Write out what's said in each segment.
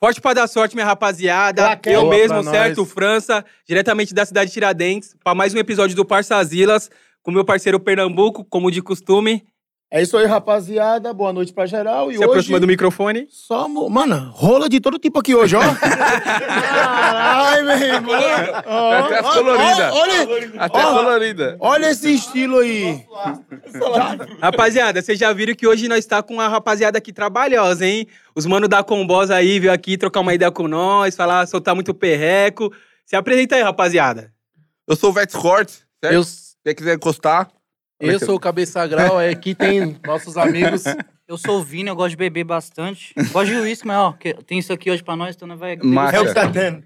Forte pra dar sorte, minha rapaziada. Plaquete. Eu Boa mesmo, pra certo? nós. França, diretamente da cidade de Tiradentes, pra mais um episódio do Parçazilas, com meu parceiro Pernambuco, como de costume. É isso aí, rapaziada. Boa noite pra geral. E Se hoje. aproxima do microfone. Só, mo- mano, rola de todo tipo aqui hoje, ó. Caralho, meu irmão. Tá Ó, Até as ó, coloridas. ó, Olha, Até ó, colorida. olha esse estilo aí. Rapaziada, vocês já viram que hoje nós tá com uma rapaziada aqui trabalhosa, hein? Os manos da Combosa aí veio aqui trocar uma ideia com nós, falar, soltar muito perreco. Se apresenta aí, rapaziada. Eu sou o Vex Cortes, certo? Eu, Se você quiser encostar, é eu sou o Cabeça Grau, é, aqui tem nossos amigos. Eu sou o Vini, eu gosto de beber bastante. Gosto de uísque, mas ó, que- tem isso aqui hoje pra nós, então nós vai... Massa. É o que tá tendo.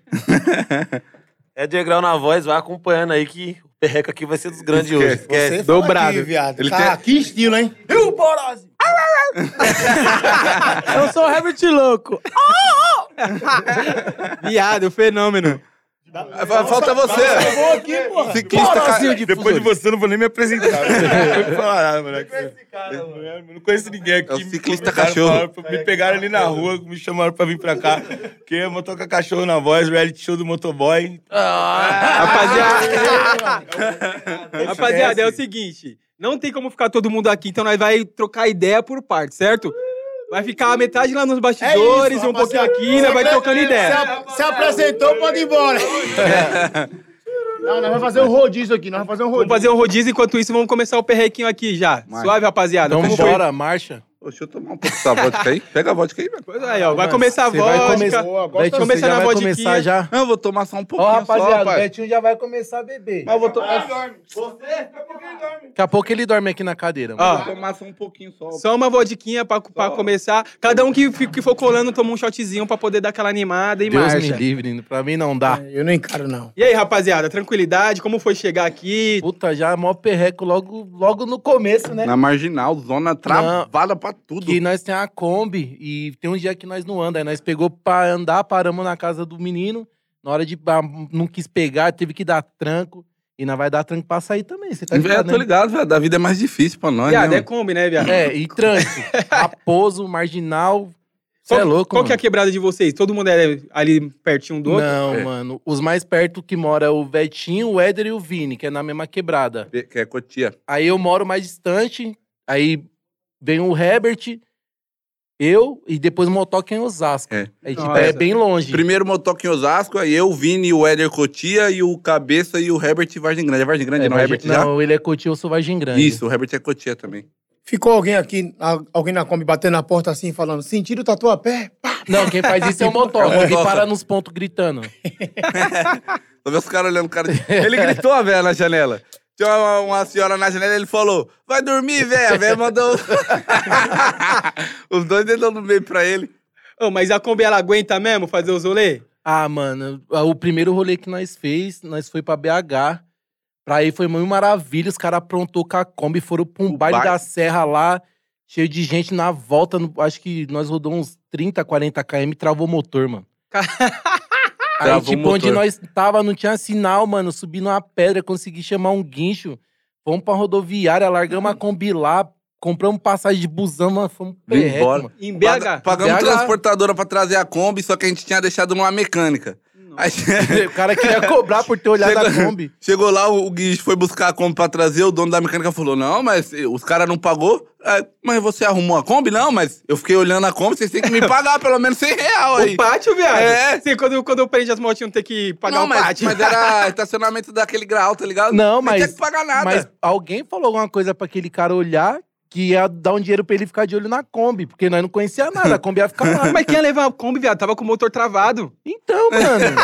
É degrau na voz, vai acompanhando aí que o perreco aqui vai ser dos grandes hoje. Esquece. Você fala É Dobrado. Aqui, viado. Ele Tá, Que estilo, hein? Eu sou o Herbert Louco. Viado, fenômeno. Ah, fa- falta você. Vou aqui, porra. Ciclista, cara. Depois de você, eu não vou nem me apresentar. Eu vou falar, ah, moleque. Eu não conheço ninguém aqui. É o ciclista Me convidaram, cachorro. falaram pra- Me pegaram ali na rua, me chamaram pra vir pra cá. Que é motoca cachorro na voz, reality show do motoboy. Rapaziada, rapaziada, é o seguinte. Não tem como ficar todo mundo aqui, então nós vai trocar ideia por parte, certo? Vai ficar a metade lá nos bastidores, um pouquinho aqui, nós vai trocando Se, ideia. É. ap- se apresentou, pode ir embora. Não, nós vamos fazer um rodízio aqui. Nós vamos fazer um Vamos rodízio. fazer um rodízio, enquanto isso vamos começar o perrequinho aqui já. Vai. Suave, rapaziada. Vamos Como foi? embora, marcha. Deixa eu tomar um pouco dessa vodka aí. Pega a vodka aí, velho. Pois aí, ó, vai começar a Você vai vodka. começar- Boa, gosto Betinho, começar você já na vai vodquinha. começar já. Não, eu vou tomar só um Ó, pouquinho só, rapaziada, o rapaz. Betinho já vai começar a beber. Mas eu vou, to- Daqui a pouco ele dorme aqui na cadeira. mano. eu Ó, vou tomar só um pouquinho só. só uma vodquinha pra, pra começar. Cada um que, fi- que for colando toma um shotzinho pra poder dar aquela animada e Deus marcha. me livre, pra mim não dá. Eu não encaro, não. E aí, rapaziada, tranquilidade? Como foi chegar aqui? Puta, já é mó perreco logo, logo no começo, né? Na marginal, zona travada pra tudo. Que nós tem a Kombi e tem um dia que nós não anda. Aí nós pegou pra andar, paramos na casa do menino. Na hora de. ah, Não quis pegar, teve que dar tranco. E nós vai dar tranco pra sair também. Você tá É, eu ligado, tô né? ligado, velho. Da vida é mais difícil pra nós, Viado, né? é Kombi, né, viado? É, e tranco. Raposo, marginal. Você Qual- é louco, Qual mano. que é a quebrada de vocês? Todo mundo é ali pertinho um do outro? Não, É. mano. Os mais perto que mora é o Vetinho, o Éder e o Vini, que é na mesma quebrada. mano? Que é cotia. Aí eu moro mais distante. Aí vem o Herbert, eu e depois o Motoca em Osasco. É. É, tipo, Nossa. é bem longe. Primeiro motoca em Osasco, aí eu, Vini, o Éder Cotia e o Cabeça e o Herbert Vargem Grande. É Vargem Grande, É, não? Vargem- Herbert já? Não, ele é Cotia, eu sou Vargem Grande. Isso, o Herbert é Cotia também. Ficou alguém aqui, a- alguém na Kombi batendo na porta assim, falando: sentido o tatuapé? Não, quem faz isso é o Motoca, É o que Motoca. para nos pontos gritando. Tô vendo os caras olhando o cara. de- Ele gritou a velha na janela. Tinha uma, uma senhora na janela ele falou: Vai dormir, velha. A velha mandou. os dois dedão no meio pra ele. Ô, mas a Kombi, ela aguenta mesmo fazer os rolê? Ah, mano, ah, o primeiro rolê que nós fez, nós foi pra BH. Pra aí foi muito maravilha, os caras aprontou com a Kombi, foram pra um O baile bar- da serra lá, cheio de gente na volta, no- acho que nós rodou uns 30, 40 km, travou o motor, mano. aí, Travou o tipo, motor. onde nós tava, não tinha sinal, mano, subi numa pedra, consegui chamar um guincho, fomos pra rodoviária, largamos Uhum. a Kombi lá, compramos passagem de busão, mano, fomos Vim perreco, embora. mano. Em Paga- BH? Pagamos BH. transportadora pra trazer a Kombi, só que a gente tinha deixado numa mecânica. Aí che- O cara queria cobrar por ter olhado a Chegou- Kombi. Chegou lá, o o guincho foi buscar a Kombi pra trazer, o dono da mecânica falou: Não, mas eh, os caras não pagou. Ah, Mas você arrumou a Kombi? Não, mas eu fiquei olhando a Kombi, vocês têm que me pagar pelo menos 100 real aí. O pátio, viado? É. Sim, quando, quando eu prende as motinhas, não tem que pagar não, o mas, pátio. mas era estacionamento daquele grau, tá ligado? Não, Nem mas- tinha que pagar nada. Mas alguém falou alguma coisa pra aquele cara olhar que ia dar um dinheiro pra ele ficar de olho na Kombi, porque nós não conhecia nada, a Kombi ia ficar é- lá. Mas quem ia levar a Kombi, viado? Tava com o motor travado. Então, mano.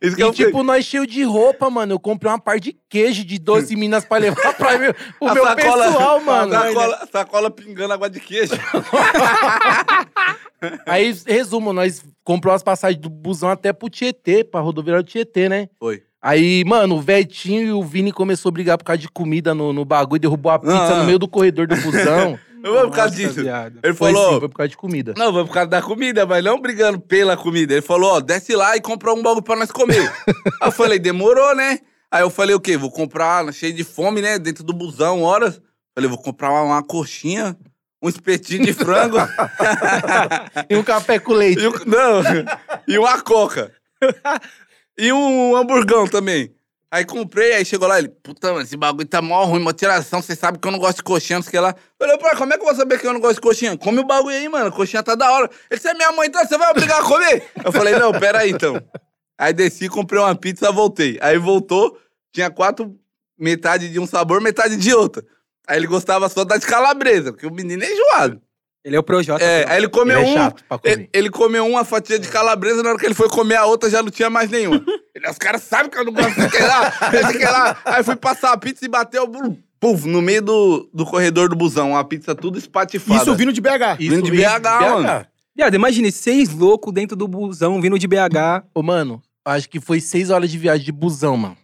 Isso e que eu tipo, nós cheio de roupa, mano. Eu comprei uma par de queijo de 12 minas pra levar pra meu, o A meu sacola- pessoal, mano. Sacola, sacola pingando água de queijo. Aí, resumo, nós compramos as passagens do busão até pro Tietê, pra rodoviária do Tietê, né? Foi. Aí, mano, o Vetinho e o Vini começou a brigar por causa de comida no, no bagulho, derrubou a pizza Ah. no meio do corredor do busão. Não foi por causa disso. Viado. Ele Foi falou. sim, foi por causa de comida. Não, foi por causa da comida, mas não brigando pela comida. Ele falou, ó, desce lá e compra um bagulho pra nós comer. Aí eu falei, demorou, né? Aí eu falei, o quê? Vou comprar, cheio de fome, né? Dentro do busão, horas. Falei, vou comprar uma, uma coxinha, um espetinho de frango E um café com leite. e, um- não, e uma coca. E um hamburgão também. Aí comprei, aí chegou lá, ele, puta, mano, esse bagulho tá mó ruim, mó tiração, você sabe que eu não gosto de coxinha, não sei o que lá. Eu falei, pô, como é que eu vou saber que eu não gosto de coxinha? Come o bagulho aí, mano, coxinha tá da hora. Ele, você é minha mãe, então você vai obrigar a comer? Eu falei, não, pera aí, então. Aí desci, comprei uma pizza, voltei. Aí voltou, tinha quatro, metade de um sabor, metade de outra. Aí ele gostava só da de calabresa, porque o menino é enjoado. Ele é o Projota. É, aí ele comeu Ele é um. chato pra comer. Ele, ele comeu uma fatia de calabresa, na hora que ele foi comer a outra já não tinha mais nenhuma. Ele, os caras sabem que eu não gosto de que lá, de que lá. Aí fui passar a pizza e bateu blum, puf, no meio do, do corredor do busão. A pizza tudo espatifada. Isso vindo de BH. Vindo de Isso, isso, BH, mano. Viado, imagine seis loucos dentro do busão vindo de BH, Ô, mano, acho que foi seis horas de viagem de busão, mano.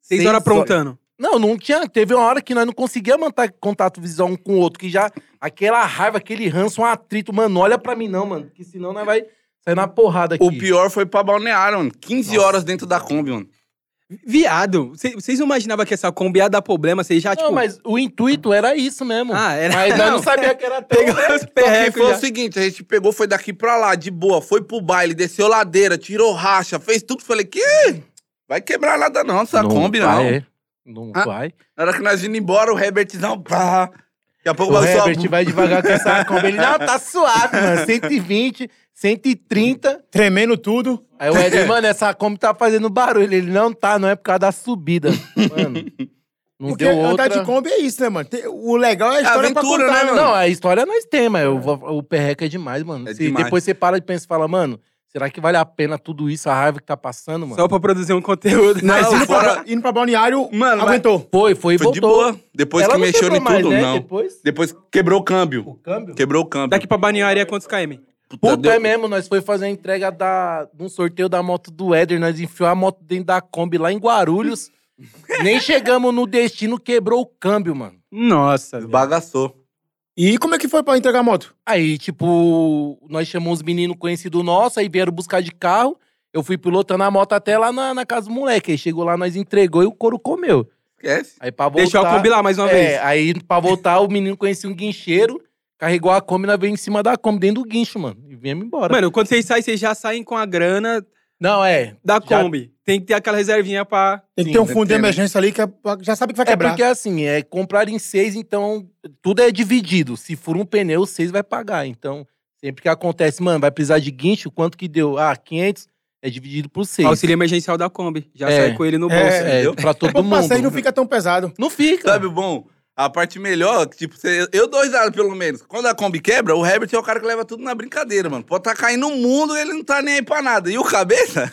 seis, Seis horas um aprontando. Não, não tinha. Teve uma hora que nós não conseguíamos manter contato visual um com o outro, que já. Aquela raiva, aquele ranço, um atrito, mano. Olha pra mim, não, mano. Que senão nós vai sair na porrada aqui. O pior foi pra balneário, mano. 15 horas dentro da Kombi, mano. Viado, cê- vocês não imaginavam que essa Kombi ia dar problema? Vocês já, é, Não, tipo... mas o intuito era isso mesmo. Ah, era... Mas nós não sabíamos que era tão. Pegar os Só que perrecos foi já. o seguinte, a gente pegou, foi daqui pra lá, de boa, foi pro baile, desceu ladeira, tirou racha, fez tudo. Falei, que? Vai quebrar nada não, essa Kombi não. vai, é. Não Ah, vai. Na hora que nós indo embora, o Herbertzão, pá. Daqui a pouco O o bagulho só- Herbert vai devagar com essa Kombi. Ele, não, tá suave, mano. 120, 130. Tremendo tudo. Aí o Eder, mano, essa Kombi tá fazendo barulho. Ele, não tá, não é por causa da subida. Mano, não Porque deu andar outra... de Kombi é isso, né, mano? Tem- O legal é a história Aventura, pra contar, né, mano? Não, a história é nós temos, mas o, o perreca é demais, mano. É Se demais. Depois você para de pensar e fala, mano, será que vale a pena tudo isso, a raiva que tá passando, mano? Só pra produzir um conteúdo. Não, Mas indo, fora- pra, indo pra balneário, Mano, mas- aguentou. Foi, foi e Foi de voltou. boa. Depois Ela que não mexeu quebrou em mais, tudo, né? não. Depois, Depois quebrou o o câmbio. câmbio. Quebrou o câmbio. Daqui pra Balneário é quantos KM? Puta, deu- é mesmo, nós foi fazer a entrega da, de um sorteio da moto do Éder, nós enfiou a moto dentro da Kombi lá em Guarulhos. Nem chegamos no destino, quebrou o câmbio, mano. Nossa, viado. Bagaçou. E como é que foi pra entregar a moto? Aí, tipo, nós chamamos os meninos conhecidos nossos, aí vieram buscar de carro. Eu fui pilotando a moto até lá na, na casa do moleque. Aí chegou lá, nós entregou e o couro comeu. Esquece. Aí pra voltar... Deixou a Kombi lá mais uma É, vez. aí pra voltar, o menino conhecia um guincheiro, carregou a Kombi, nós veio em cima da Kombi, dentro do guincho, mano. E viemos embora. Mano, quando vocês saem, vocês já saem com a grana Não, é... da Já- Kombi. Tem que ter aquela reservinha pra... Tem que Sim, ter um né, fundo de tem, né? emergência ali que é pra- já sabe que vai É quebrar. porque assim, é comprar em seis, então tudo é dividido. Se for um pneu, seis vai pagar. Então, sempre que acontece, mano, vai precisar de guincho, quanto que deu? Ah, 500 é dividido por seis. Auxílio emergencial da Kombi. Já É. sai com ele no bolso. É. É, pra todo o mundo. né? passeio não fica tão pesado. Não fica. Sabe o bom? A parte melhor, que, tipo, cê- eu dou risada, pelo menos. Quando a Kombi quebra, o Herbert é o cara que leva tudo na brincadeira, mano. Pode tá caindo no mundo ele não tá nem aí pra nada. E o cabeça?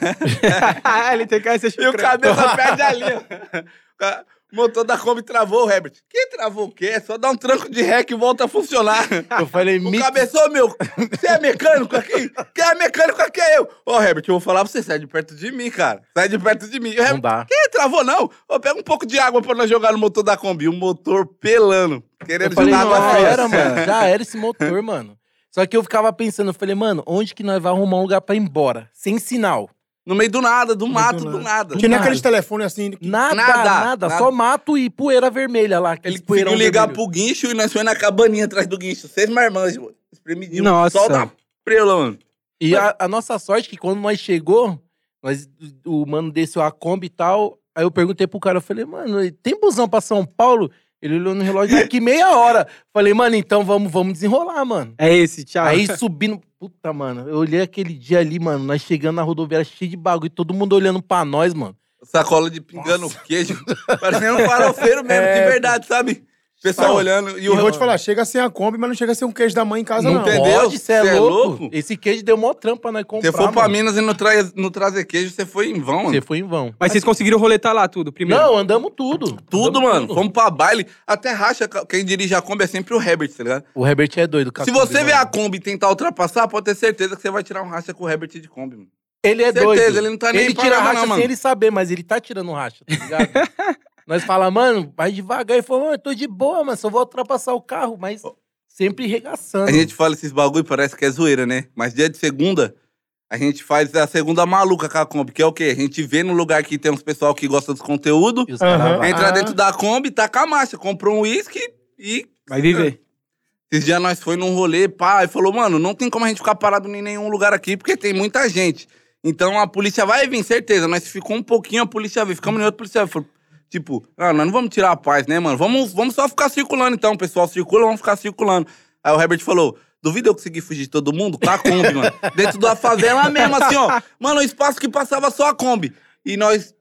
é. ele tem que ser e o cabeça perde ali, ó. O motor da Kombi travou, o Herbert. Que travou o quê? É só dar um tranco de ré e volta a funcionar. Eu falei, O me... cabeçou, meu, você é mecânico aqui? Quem é mecânico aqui é eu. Ô, Herbert, eu vou falar pra você, sai de perto de mim, cara. Sai de perto de mim. E o não Herbert, dá. "Ih, travou não? Ô, pega um pouco de água pra nós jogar no motor da Kombi. O motor pelando, Eu querendo falei, jogar não, água já fria. era, mano. Já era esse motor, mano. Só que eu ficava pensando, eu falei, mano, onde que nós vamos arrumar um lugar pra ir embora? Sem sinal. No meio do nada, do mato, do do nada. Porque nem nada. aqueles telefones assim. que- Nada, nada, Nada, Só mato e poeira vermelha lá. aqueles Ele poeirão conseguiu ligar vermelho. pro guincho e nós foi na cabaninha atrás do guincho. Seis marmanjos, mano. Espremidinho. Nossa. Sol da prela, mano. E a, a nossa sorte que quando nós chegou, nós, o mano desceu a Kombi e tal. Aí eu perguntei pro cara, eu falei, mano, tem busão pra São Paulo? Ele olhou no relógio, daqui meia hora. Falei, mano, então vamos, vamos desenrolar, mano. É esse, tchau. Aí subindo, puta, mano, eu olhei aquele dia ali, mano, nós chegando na rodoviária cheio de bagulho, todo mundo olhando pra nós, mano. Sacola de pingando queijo. Parecendo um farofeiro mesmo, de verdade, sabe? O Pessoal Não, olhando. E E eu o vou te falar, chega sem a Kombi, mas não chega sem um queijo da mãe em casa, Não, não. tem. entendeu? pode, cê é, Cê é louco. louco? Esse queijo deu mó trampa pra nós comprar, Você for pra mano. Minas e não, traz, não trazer queijo, você foi em vão, mano. Você foi em vão. Mas vocês conseguiram roletar lá tudo primeiro? assim, Não, andamos tudo. Tudo, Andamos mano. Fomos pra baile. Até racha, quem dirige a Kombi é sempre o Herbert, tá ligado? O Herbert é doido. com a Se Kombi, você ver mano. a Kombi e tentar ultrapassar, pode ter certeza que você vai tirar um racha com o Herbert de Kombi, mano. Ele é Certeza, doido. ele não tá nem Ele pra tira nada, racha não, sem mano. ele saber, mas ele tá tirando racha, tá ligado? Nós fala, mano, vai devagar. Ele falou, mano, eu tô de boa, mano, só vou ultrapassar o carro, mas sempre regaçando. A gente fala esses bagulho, parece que é zoeira, né? Mas dia de segunda, a gente faz a segunda maluca com a Kombi, que é o quê? A gente vê no lugar que tem uns pessoal que gosta dos conteúdos, E os caras Aham. lá. entra Ah. dentro da Kombi, taca a marcha, compra um uísque e Vai viver. Esses dias nós foi num rolê, pá, e falou, mano, não tem como a gente ficar parado em nenhum lugar aqui, porque tem muita gente. Então a polícia vai vir, certeza. Nós ficou um pouquinho, a polícia veio. Ficamos em outro, a polícia veio. Falou, Tipo, ah, nós não vamos tirar a paz, né, mano? Vamos, vamos só ficar circulando então. O pessoal circula, vamos ficar circulando. Aí o Herbert falou. Duvido eu conseguir fugir de todo mundo? Tá a Kombi, mano. Dentro da favela mesmo, assim, ó. Mano, o espaço que passava só a Kombi. E nós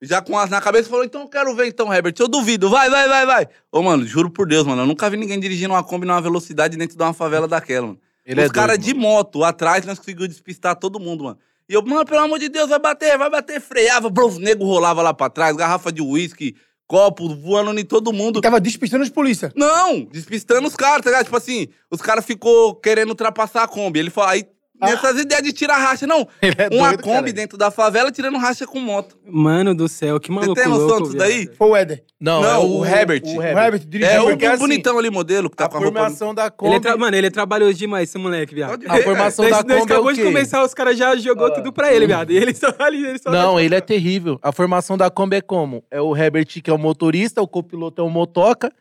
já com as na cabeça, falou, então eu quero ver então, Herbert. Eu duvido, vai, vai, vai, vai. Ô, mano, juro por Deus, mano, eu nunca vi ninguém dirigindo uma Kombi numa velocidade dentro de uma favela daquela, mano. Ele é Os caras doido, de moto atrás, nós conseguimos despistar todo mundo, mano. E eu, mano, pelo amor de Deus, vai bater, vai bater, freava, bro, o nego rolava lá pra trás, garrafa de uísque, copo, voando em todo mundo. E tava despistando os polícia. Não, despistando os caras, tá ligado? Tipo assim, os caras ficou querendo ultrapassar a Kombi. Ele falou, aí, nessas ideias de tirar racha, não. uma é doido, Kombi caralho. dentro da favela tirando racha com moto. Mano do céu, que Você maluco tem noção louco, disso daí? viado. Foi o Éder. Não, Não, é o Herbert. O O Herbert. Herbert dirigiu. É o porque, assim, bonitão ali, modelo, que tá A com a roupa... formação da Ele é Kombi... tra- Mano, ele é trabalhoso demais, esse moleque, viado. Pode A ver, formação Nós, da nós Kombi é acabou o de quê? Ah, começar, os caras já jogou tudo pra ele, viado. E ele só ali, ele só... Não, ele é terrível. A formação da Kombi é como? É o Herbert, que é o motorista, o copiloto é o motoca.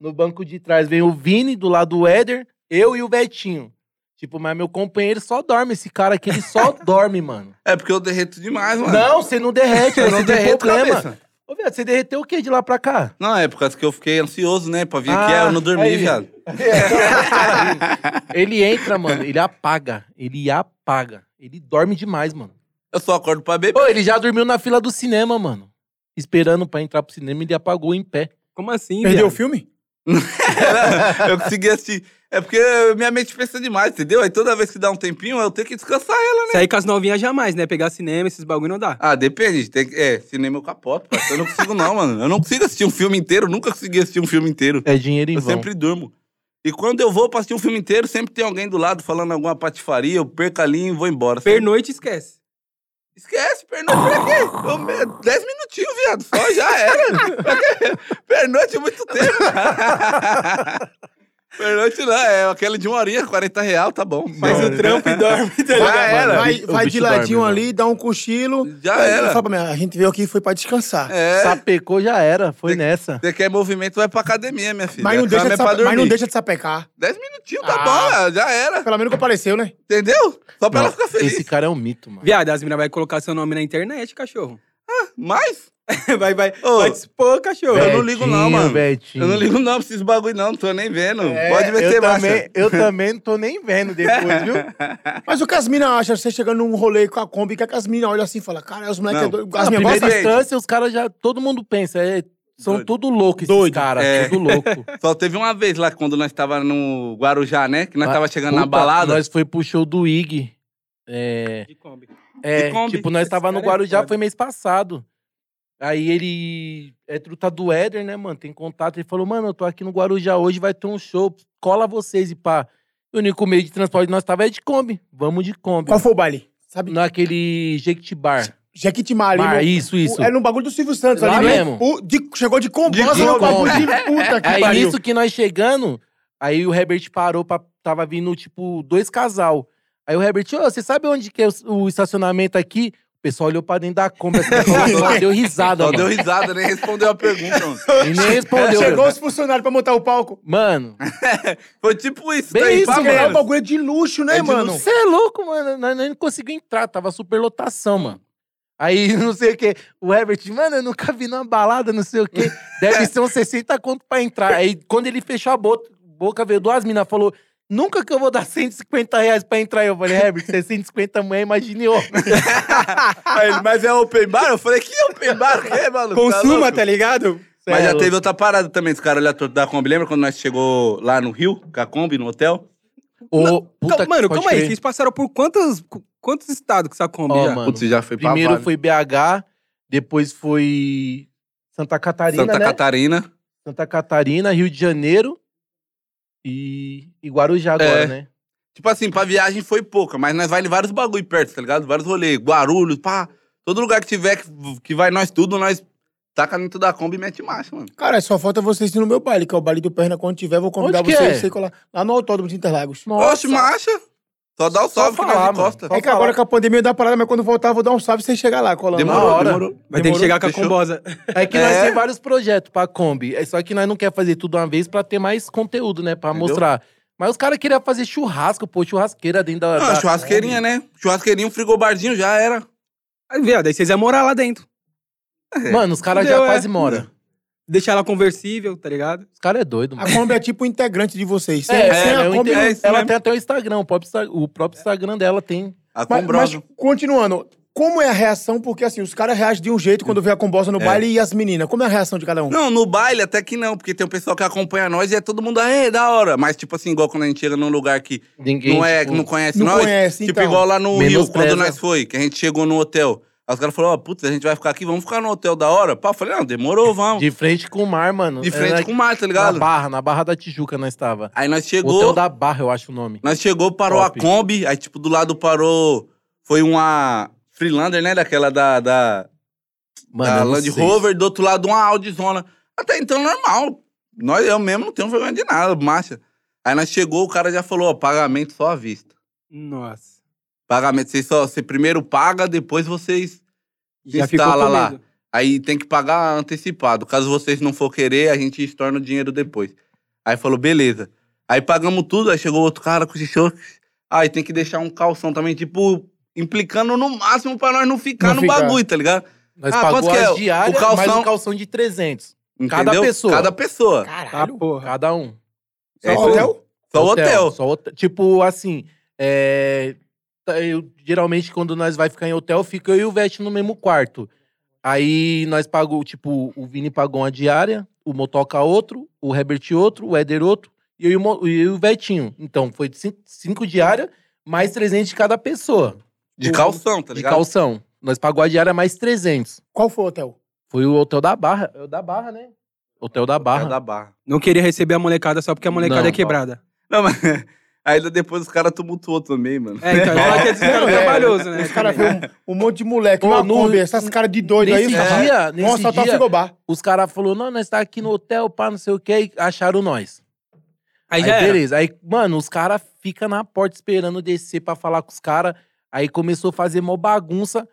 No banco de trás vem o Vini, do lado do Éder, eu e o Betinho. Tipo, mas meu companheiro só dorme. Esse cara aqui, ele só dorme, mano. É porque eu derreto demais, mano. Não, você não derrete, tá- eu você não tem derreto problema. cabeça. Ô, viado, você derreteu o quê de lá pra cá? Não, é por causa que eu fiquei ansioso, né, pra vir Ah, aqui, aí eu não dormi, aí. viado. Ele entra, mano, ele apaga. Ele apaga. Ele dorme demais, mano. Eu só acordo pra beber. Ô, ele já dormiu na fila do cinema, mano. Esperando pra entrar pro cinema, ele apagou em pé. Como assim, Perdeu o viado? filme? né? eu consegui assistir. É porque minha mente pensa demais, entendeu? Aí toda vez que dá um tempinho, eu tenho que descansar ela. Sair com as novinhas jamais, né? Pegar cinema, esses bagulho não dá. Ah, depende. Tem que... É, cinema eu capoto, parceiro. Eu não consigo não, mano. Eu não consigo assistir um filme inteiro. Nunca consegui assistir um filme inteiro. É dinheiro em Eu vão. sempre durmo. E quando eu vou pra assistir um filme inteiro, sempre tem alguém do lado falando alguma patifaria. Eu perco a linha e vou embora. Sempre- Pernoite, esquece. Esquece, pernoite pra quê? Eu me- Dez minutinhos, viado. Só já era. Pra quê? pernoite é muito tempo. pernoite não. É aquela de uma horinha, 40 real, tá bom. Faz o trampo e dorme. tá ligado? Já era. Vai, Ah, o vai bicho de ladinho dorme, ali, dá um cochilo. Já Aí, Ah, era. Fala pra mim, a gente veio aqui e foi pra descansar. É. Sapecou, já era. Foi nessa. Você quer movimento, vai pra academia, minha filha. Mas não, deixa Cama de é pra sape- mas não dormir. deixa de sapecar. Dez minutinhos, tá Ah. bom, já era. Pelo menos que apareceu, né? Entendeu? Só pra Não, ela ficar feliz. Esse cara é um mito, mano. Viado, as minas vai colocar seu nome na internet, cachorro. Mas Vai, vai. Ô. Vai te expor, cachorro. Eu não ligo não, mano. Betinho. eu não ligo não pra esses bagulho não, tô nem vendo. Pode eu meter marcha. também, eu também não tô nem vendo depois, viu? Mas o que as mina acha, você chegando num rolê com a Kombi, que as mina olha assim e fala, cara, os moleques... Não. É doido. Na as minhas primeira gostam. gostam. instância, os caras já... Todo mundo pensa, é, são Doido. tudo louco esses Doido. caras. É. Tudo louco. Só teve uma vez lá, quando nós tava no Guarujá, né? Que nós Ah, tava chegando na Puta, balada. Nós foi pro show do Ig. É, De Kombi. é De Kombi. tipo, nós Esse tava no cara é Guarujá, foda. foi mês passado. Aí ele é truta do Éder, né, mano? Tem contato. Ele falou, mano, eu tô aqui no Guarujá hoje, vai ter um show. Cola vocês e pá. E o único meio de transporte que nós tava é de Kombi. Vamos de Kombi. Qual foi o baile? Sabe? Naquele Jequitibar. Jequitimá ali. Bar, no- isso, isso. o- É no bagulho do Silvio Santos Lá ali, né? mesmo. O- de- chegou de combosa De no copo Kombi. de puta que É Aí pariu. nisso que nós chegando, aí o Herbert parou, pra, tava vindo, tipo, dois casal. Aí o Herbert, ô, você sabe onde que é o, o estacionamento aqui? O pessoal olhou pra dentro da Kombi, assim, falou, só deu risada, Só deu mano. risada, nem respondeu a pergunta, mano. E nem respondeu. Chegou os funcionários pra montar o palco. Mano, Foi tipo isso, Bem daí, isso, pá, Porque é um mano. bagulho de luxo, né, É de mano? luxo. você é louco, mano. Nós, nós não conseguimos entrar, tava super lotação, mano. Aí, não sei o quê. O Herbert, mano, eu nunca vi numa balada, não sei o quê. Deve ser uns 60 conto pra entrar. Aí, quando ele fechou a boca, boca veio duas minas, falou... Nunca que eu vou dar 150 reais pra entrar. Eu falei, Herbert, 650 amanhã, imagine eu. Aí ele, Mas é open bar? Eu falei, que open bar? O que é, mano? Tá Consuma, louco? tá ligado? Mas já teve outra parada também, os caras olham torto da Kombi. Lembra quando nós chegou lá no Rio, com a Kombi, no hotel? Ô, puta Então, mano, que pode calma aí. crer. Vocês passaram por quantos, qu- quantos estados com essa Kombi Ó, já? mano, Putz, já foi pra primeiro vários. foi BH, depois foi Santa Catarina, Santa né? Catarina. Santa Catarina, Rio de Janeiro e, e Guarujá agora, É. né? Tipo assim, pra viagem foi pouca, mas nós vai em vários bagulho perto, tá ligado? Vários rolês, Guarulhos, pá. Todo lugar que tiver, que, que vai nós tudo, nós taca dentro da Kombi e mete marcha, mano. Cara, só falta vocês ir no meu baile, que é o baile do Perna. Quando tiver, vou convidar Onde que vocês. é? Sei lá, lá no Autódromo de Interlagos. Oxe, marcha. Só dá o salve que falar, nós mano. encosta. Só É que agora com a pandemia eu dá parada, mas quando voltar eu vou dar um salve e você chegar lá, colando. Demorou, na hora. demorou. Vai ter que Demorou, chegar com a fechou? combosa. É que nós temos vários projetos pra Kombi. É só que nós não quer fazer tudo uma vez pra ter mais conteúdo, né? Pra mostrar. Mas os caras queriam fazer churrasco, pô, churrasqueira dentro da. Ah, da churrasqueirinha, né? Churrasqueirinha, um frigobardinho já era. Aí, viado, aí vocês iam morar lá dentro. Kombi. Mano, os caras já Entendeu, é? quase moram. Deixar ela conversível, tá ligado? Os caras é doido, mano. A Kombi é tipo o integrante de vocês. Sem, É, sem ela, é a um Kombi. né? inter- é isso ela mesmo. tem até o Instagram, o próprio, Insta- o próprio Instagram dela tem. A Mas, mas combrosa. continuando, como é a reação? Porque assim, os caras reagem de um jeito quando vê a combosa no baile e as meninas. Como é a reação de cada um? Não, no baile até que não, porque tem um pessoal que acompanha nós e é todo mundo, é da hora. Mas, tipo assim, igual quando a gente chega num lugar que Ninguém. não é, tipo, não conhece não nós. conhece, tipo, então. igual lá no Menos Rio, quando preza. nós foi, que a gente chegou no hotel. Aí os caras falaram, ó, putz, a gente vai ficar aqui, vamos ficar no hotel da hora? Pá, eu falei, não, demorou, vamos. De É, frente com o mar, mano. De frente Era com o mar, tá Na ligado? Barra, na Barra da Tijuca nós estava. Aí nós Hotel chegou, da Barra, eu acho o nome. nós chegou, parou Top. a Kombi, aí, tipo, do lado parou, foi uma Freelander, né, daquela da, da, Mano, da eu não Land sei. Rover, do outro lado uma Audi Zona. Até então, normal. Nós, eu mesmo não tenho vergonha de nada, marcha. Aí nós chegou, o cara já falou, ó, pagamento só à vista. Nossa. Pagamento, vocês só, você primeiro paga, depois vocês Já instala ficou com lá. medo. Aí tem que pagar antecipado. Caso vocês não for querer, a gente estorna o dinheiro depois. Aí falou, beleza. Aí pagamos tudo, aí chegou outro cara com xixô. Aí tem que deixar um calção também, tipo, implicando no máximo pra nós não ficar Não no ficar. bagulho, tá ligado? Nós Ah, pagamos quanto que é? as O diárias, calção- mais um calção de 300. Cada Entendeu? pessoa. Cada pessoa. Tá, porra. Cada um. Só É, o hotel? Só o hotel. Só hotel. Tipo, assim, é... tá, eu- geralmente quando nós vai ficar em hotel, fica eu e o Vete no mesmo quarto. Aí nós pagou, tipo, o Vini pagou uma diária, o Motoca outro, o Herbert outro, o Éder outro, e eu e o, Mo- e eu e o Vetinho. Então, foi cinco, cinco diárias, mais 300 de cada pessoa, De calção, tá de ligado? calção. Nós pagou a diária mais 300. Qual foi o hotel? Foi o Hotel da Barra. É o da Barra, né? Hotel da Barra. É da barra. Não queria receber a molecada só porque a molecada Não, é quebrada. Não, mas ainda depois os caras tumultuou também, mano. É, então, só que é É, velho. trabalhoso, né? Os caras também. vê um, um monte de moleque, Pô, uma no- Kombi, essas caras de doido aí. nesse cara. dia, nesse Nossa, tá dia, frigobar. Os caras falaram, não, nós tá aqui no hotel, pá, não sei o quê, e acharam nós. Aí Aí, já era. beleza. Aí, mano, os caras ficam na porta esperando descer pra falar com os caras. Aí começou a fazer mó bagunça.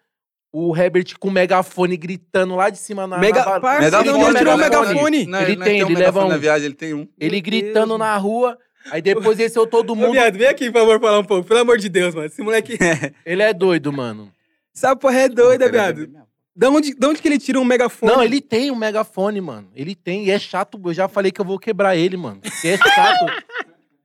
O Herbert com o megafone gritando lá de cima na. Mega... na- Parça, Megafone, de onde ele tirou o megafone. megafone? Não, Ele não tem, um ele megafone leva um. na viagem, ele tem um. Ele Meu gritando Deus, na rua. Aí depois desceu todo Ô, mundo. viado, vem aqui, por favor, falar um pouco. Pelo amor de Deus, mano. Esse moleque... Ele é doido, mano. Essa porra é doida, viado. Da onde, da onde que ele tira um megafone? Não, ele tem um megafone, mano. Ele tem. E é chato. Eu já falei que eu vou quebrar ele, mano. Porque é chato. o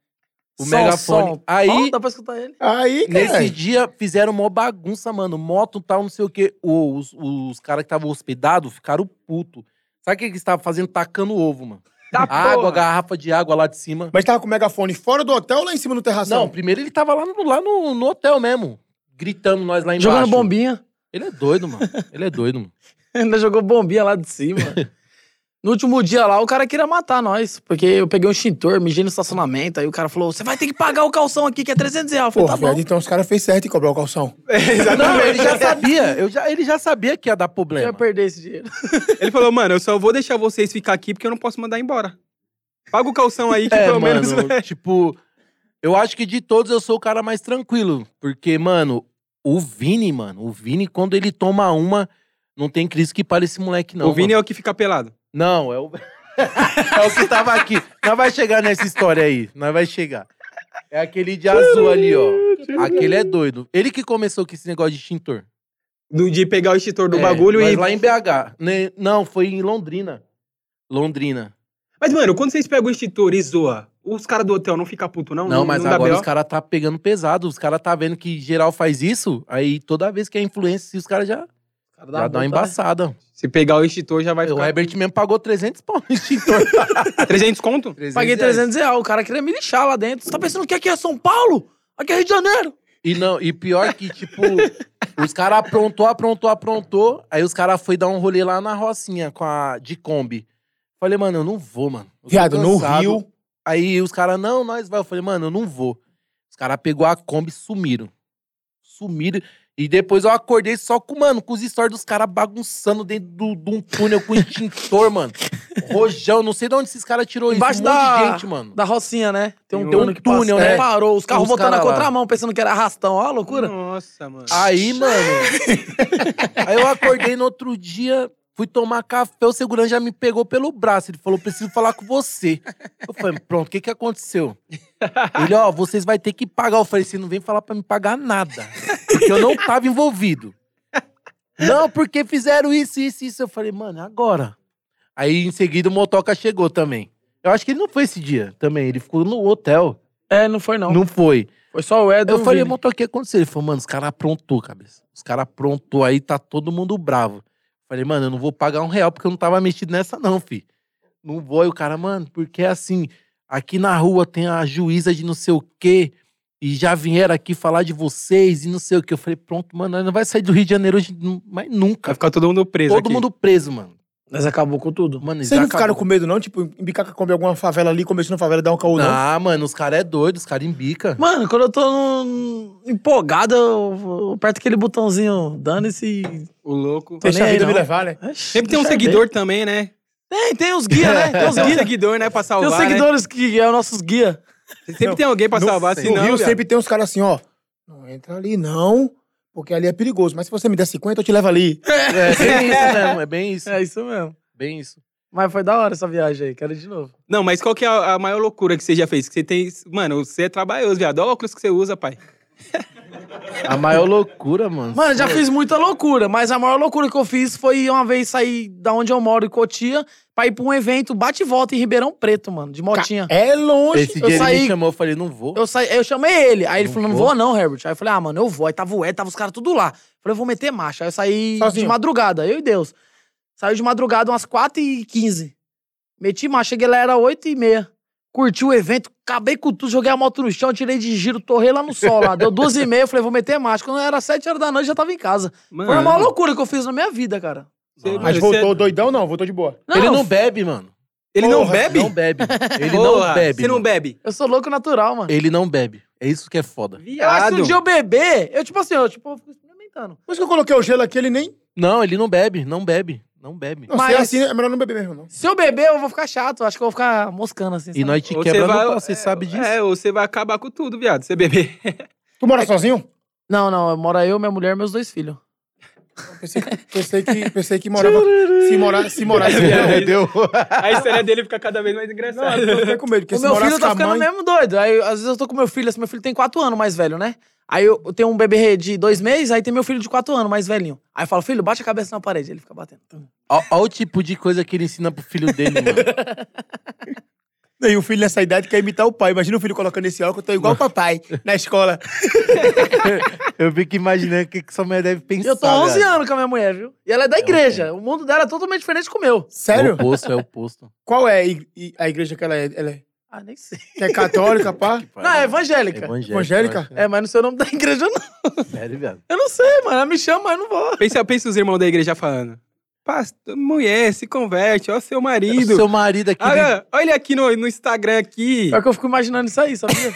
Som, megafone. som. Aí. Ó, dá pra escutar ele. Aí, cara. Nesse dia fizeram mó bagunça, mano. Moto tal, não sei o quê. O- Os, os caras que estavam hospedados ficaram puto. Sabe o que que eles estavam fazendo? Tacando ovo, mano. Tá, água, porra. garrafa de água lá de cima. Mas tava com o megafone fora do hotel ou lá em cima no Não, terração? primeiro ele tava lá no, lá no, no hotel mesmo. Gritando nós lá embaixo. Jogando bombinha. Ele é doido, mano. Ele é doido, mano. Ainda jogou bombinha lá de cima. No último dia lá, o cara queria matar nós. Porque eu peguei um extintor, mijei no estacionamento. Aí o cara falou, você vai ter que pagar o calção aqui, que é 300 reais. Eu falei, Porra, tá velho, bom. então os caras fez certo em cobrar o calção. Não, ele já sabia. Eu já, ele já sabia que ia dar Eu ia problema. perder esse dinheiro. Ele falou, mano, eu só vou deixar vocês ficar aqui porque eu não posso mandar embora. Paga o calção aí que É, pelo mano, menos... né? vai. tipo, eu acho que de todos eu sou o cara mais tranquilo. Porque, mano, o Vini, mano, o Vini, quando ele toma uma, não tem crise que para esse moleque, não. o Vini mano. é o que fica pelado. Não, é o. é o que tava aqui. Nós vai chegar nessa história aí. Nós vai chegar. É aquele de azul ali, ó. Aquele é doido. Ele que começou com esse negócio de extintor. Do, de pegar o extintor do É, bagulho mas e... lá em BH. Né, Não, foi em Londrina. Londrina. Mas, mano, quando vocês pegam o extintor e zoa, os caras do hotel não ficam puto, não? Não, mas dá agora BO? os caras tá pegando pesado. Os caras tá vendo que geral faz isso. Aí toda vez que é influência, os caras já, Cara, já dá uma embaçada. Se pegar o extintor, já vai O ficar... Herbert mesmo pagou 300 pau no extintor. 300 conto? Paguei 300 reais. O cara queria me lixar lá dentro. Você tá pensando que aqui é São Paulo? Aqui é Rio de Janeiro. E, não, e pior que, tipo, os caras aprontou, aprontou, aprontou. Aí os caras foi dar um rolê lá na Rocinha com a, de Kombi. Falei, mano, eu não vou, mano. Eu tô Viado, no cansado. Rio. Aí os caras, não, nós vai. Eu falei, mano, eu não vou. Os caras pegou a Kombi e sumiram. Sumiram. E depois eu acordei só com, mano, com os stories dos caras bagunçando dentro do- de um túnel com um extintor, mano. Rojão, não sei de onde esses caras tirou Embaixo isso. Um monte de da- gente, mano. Da Rocinha, né? Tem um, Tem um túnel que túnel, passa- né? é, Parou, os carros Os voltando na cara lá. contramão, pensando que era arrastão. Ó, a loucura. Nossa, mano. Aí, mano. aí eu acordei no outro dia, fui tomar café, o segurança já me pegou pelo braço. Ele falou: preciso falar com você. Eu falei, pronto, o que, que aconteceu? Ele, ó, vocês vão ter que pagar. Eu falei, você não vem falar pra me pagar nada. Porque eu não tava envolvido. Não, porque fizeram isso, isso, isso. Eu falei, mano, e agora. Aí em seguida o motoca chegou também. Eu acho que ele não foi esse dia também. Ele ficou no hotel. É, não foi não. Não foi. Foi só o Edson. Eu falei, motor, o que aconteceu? Ele falou, mano, os caras aprontou, cabeça. Os caras aprontou aí, tá todo mundo bravo. Eu Falei, mano, eu não vou pagar um real porque eu não tava mexido nessa, não, fi. Não vou. E o cara, mano, porque assim, aqui na rua tem a juíza de não sei o quê. E já vieram aqui falar de vocês e não sei o quê. Eu falei, pronto, mano, nós não vai sair do Rio de Janeiro hoje, nu- mas Vai Tá nunca. ficar todo mundo preso Todo aqui. mundo preso, mano. Mas acabou com tudo. Mano, Vocês não ficaram com medo, não? Tipo, embicar com a Kombi, alguma favela ali, começou na favela, dar um caô, não? Ah, mano, os caras é doido, os caras embica. Mano, quando eu tô num- empolgado, eu eu aperto aquele botãozinho, dane-se. e- O louco. Tô Deixa nem a aí, vida não. me levar, né? Oxe, Sempre tem um deixa eu ver. seguidor também, né? Tem, tem os guia, É, né? Tem os Tem um guia. seguidor, né? Pra Tem salvar, os seguidores que é os nossos guia. né? Sempre tem alguém pra No- salvar, No senão... Rio viado. sempre tem uns caras assim, ó. Não entra ali, não, porque ali é perigoso. Mas se você me der 50, eu te levo ali. É bem isso mesmo, é bem isso. É isso mesmo. Bem isso. Mas foi da hora essa viagem aí, quero ir de novo. Não, mas qual que é a, a maior loucura que você já fez? Que você tem... Mano, você é trabalhoso, viado. Olha o óculos que você usa, pai. A maior loucura, mano. Mano, já fiz muita loucura, mas a maior loucura que eu fiz foi uma vez sair da onde eu moro, em Cotia, pra ir pra um evento bate e volta em Ribeirão Preto, mano, de motinha. É longe. Esse Eu dia ele saí- me chamou, eu falei, não vou. Eu, saí, eu chamei ele. Aí ele Não falou: não vou. vou, não, Herbert. Aí eu falei: ah, mano, eu vou. Aí tava o Ed, tava os caras tudo lá. Eu falei: eu vou meter marcha. Aí eu saí Sozinho. de madrugada, eu e Deus. Saiu de madrugada umas 4h15. Meti marcha, cheguei lá, era 8h30. Curti o evento, acabei com tudo, joguei a moto no chão, tirei de giro, torrei lá no sol lá. Deu 12h30, eu falei: vou meter marcha. Quando era 7 horas da noite, já tava em casa. Mano, Foi a maior loucura que eu fiz na minha vida, cara. você- Mas você- voltou doidão, não, voltou de boa. Não, ele não bebe, mano. Ele não Porra, bebe? Não bebe. Ele Porra, não bebe. Você não mano. bebe? eu sou louco natural, mano. Ele não bebe. É isso que é foda. Eu acho que se um dia eu beber, eu, tipo assim, eu, tipo, eu fico experimentando. Mas que eu coloquei o gelo aqui, ele nem. Não, ele não bebe. Não bebe. Não bebe. Não, Mas- se é assim, é melhor não beber mesmo, não. Se eu beber, eu vou ficar chato. Acho que eu vou ficar moscando assim. E sabe? nós te Ou quebra no vai- pau, você é, sabe disso. É, ou você vai acabar com tudo, viado. Você beber. Tu É mora sozinho? Não, não. Mora eu, minha mulher e meus dois filhos. Pensei que, pensei que, pensei que morava. Se morar, se assim, morar. Se É, deu. A história dele fica cada vez mais engraçada. Eu fiquei com medo, porque O se meu morasse filho com tá a ficando mãe. mesmo doido. Aí, às vezes eu tô com meu filho, assim, meu filho tem quatro anos mais velho, né? Aí eu, eu tenho um bebê de dois meses, aí tem meu filho de quatro anos mais velhinho. Aí eu falo, filho, bate a cabeça na parede. Ele fica batendo. Olha o tipo de coisa que ele ensina pro filho dele, mano. E o um filho nessa idade quer imitar o pai. Imagina o filho colocando esse óculos, eu tô igual o papai na escola. Eu fico imaginando o que, que sua mãe deve pensar. Eu tô 11 velho. anos com a minha mulher, viu? E ela é da igreja. O mundo dela é totalmente diferente com o meu. É Sério? o posto, é o posto. Qual é a ig- i- a igreja que ela é? Ela é, Ah, nem sei. que é católica, pá? Não, é evangélica. Evangélica. Evangélica? eu acho, né? É, mas não sei o nome da igreja, não. Sério, viado. Eu não sei, mano. Ela me chama, mas eu não vou. Pensa, pensa os irmãos da igreja falando. Pastor, mulher, se converte, ó seu marido. Seu marido aqui. vem- Olha, olha ele aqui no, no Instagram aqui. Pior É que eu fico imaginando isso aí, sabia?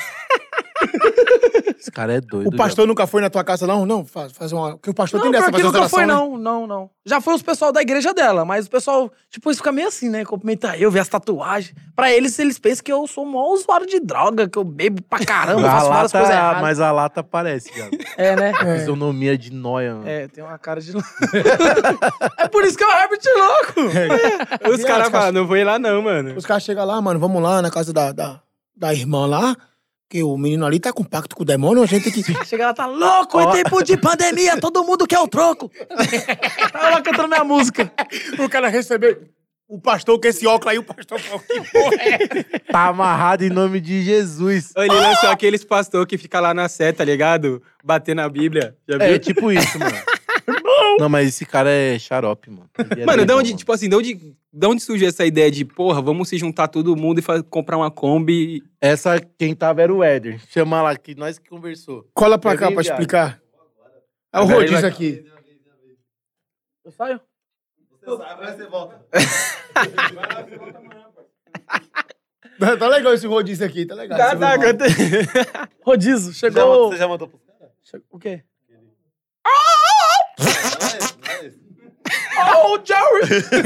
Esse cara é doido. O pastor nunca foi na tua casa, não? Não, faz, faz uma. Porque o pastor Não, tem dessa, pior que fazer uma nunca oração, foi, né? não. Não, não. Já foi os pessoal da igreja dela, mas o pessoal, tipo, isso fica meio assim, né? Cumprimenta eu, vê as tatuagens. Pra eles, eles pensam que eu sou o maior usuário de droga, que eu bebo pra velho. caramba, a faço várias coisas lata, erradas. mas a lata parece, viado. É, né? Fisionomia de noia, mano. É, tem uma cara de louco. é por isso que é o Herbert louco. os caras falam, não vou ir lá não, mano. né? Os caras chegam lá, mano, vamos lá na casa da, da, da irmã lá, que o menino ali tá com pacto com o demônio, a gente tem que. Chega lá, tá louco, em tempo de pandemia, todo mundo quer o troco. tá lá cantando minha música. o cara recebeu. O pastor com esse óculos aí, o pastor falou que porra é essa?" Tá amarrado em nome de Jesus. Ele lançou aqueles pastor que fica lá na sé, tá ligado? Batendo a Bíblia. Já viu? É tipo isso, mano. Não, mas esse cara é xarope, mano. Ele Mano, é de doidão, onde, mano. tipo assim, de onde, de onde surgiu essa ideia de, porra, vamos se juntar todo mundo e fa- comprar uma Kombi? Essa quem tava era o Éder. Chama lá, que nós que conversou. Cola pra cá Bebê, pra viado. explicar. É o Agora ele rodízio vai- aqui. Eu saio. Tá tá legal esse rodízio aqui, tá legal. Esse rodízio. Rodízio, Você já mandou- chegou. Você já mandou pro cara? chegou- O quê? Não é isso, não é isso. Oh, Jerry!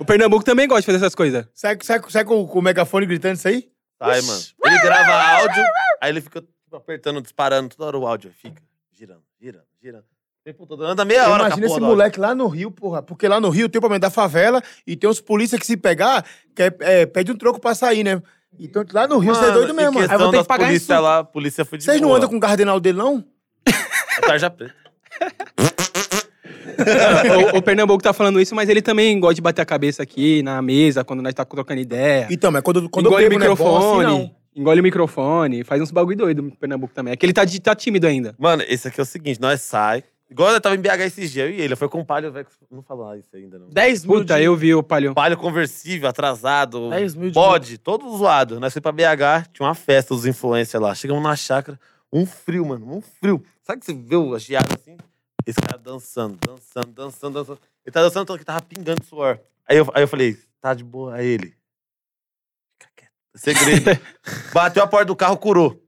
O Pernambuco também gosta de fazer essas coisas. Sai, sai, sai com, com o megafone gritando isso aí? Sai, mano. Ele grava áudio, aí ele fica tipo, apertando, disparando toda hora o áudio. Fica girando, girando, girando. O tempo todo. Anda meia hora com É a Imagina esse porra do áudio. moleque lá no Rio, porra. Porque lá no Rio tem o problema da favela e tem os polícia que se pegar, que é- é, pede um troco pra sair, né? Então lá no Rio você é doido em mesmo, mano. questão Aí eu vou ter das que pagar polícia isso. lá, a polícia foi de Vocês não boa. andam com o cardenal dele, não? É tarja preta. É. o, o Pernambuco tá falando isso, mas ele também gosta de bater a cabeça aqui na mesa, quando nós tá trocando É. ideia. Então, mas quando, quando engole o primo não é bom, microfone. assim, não. engole o microfone. Faz uns bagulho doido no Pernambuco também. É que ele tá, de- tá tímido ainda. Mano, esse aqui é o seguinte, nós sai. Igual eu tava em BH esse dia, eu e ele. Foi com o Palio, velho. Não falar isso ainda, não. 10 mil. Puta, de- eu vi o palho. Palio conversível, atrasado. 10 mil de Bode, todo zoado. Nós fomos né? pra BH, tinha uma festa dos influencers lá. Chegamos na chácara, um frio, mano, um frio. Sabe que você vê o geada assim? Esse cara dançando, dançando, dançando, dançando. Ele tá dançando tanto que tava pingando suor. Aí eu, aí eu falei, tá de boa. Aí ele, fica quieto. É Segredo. Bateu a porta do carro, curou.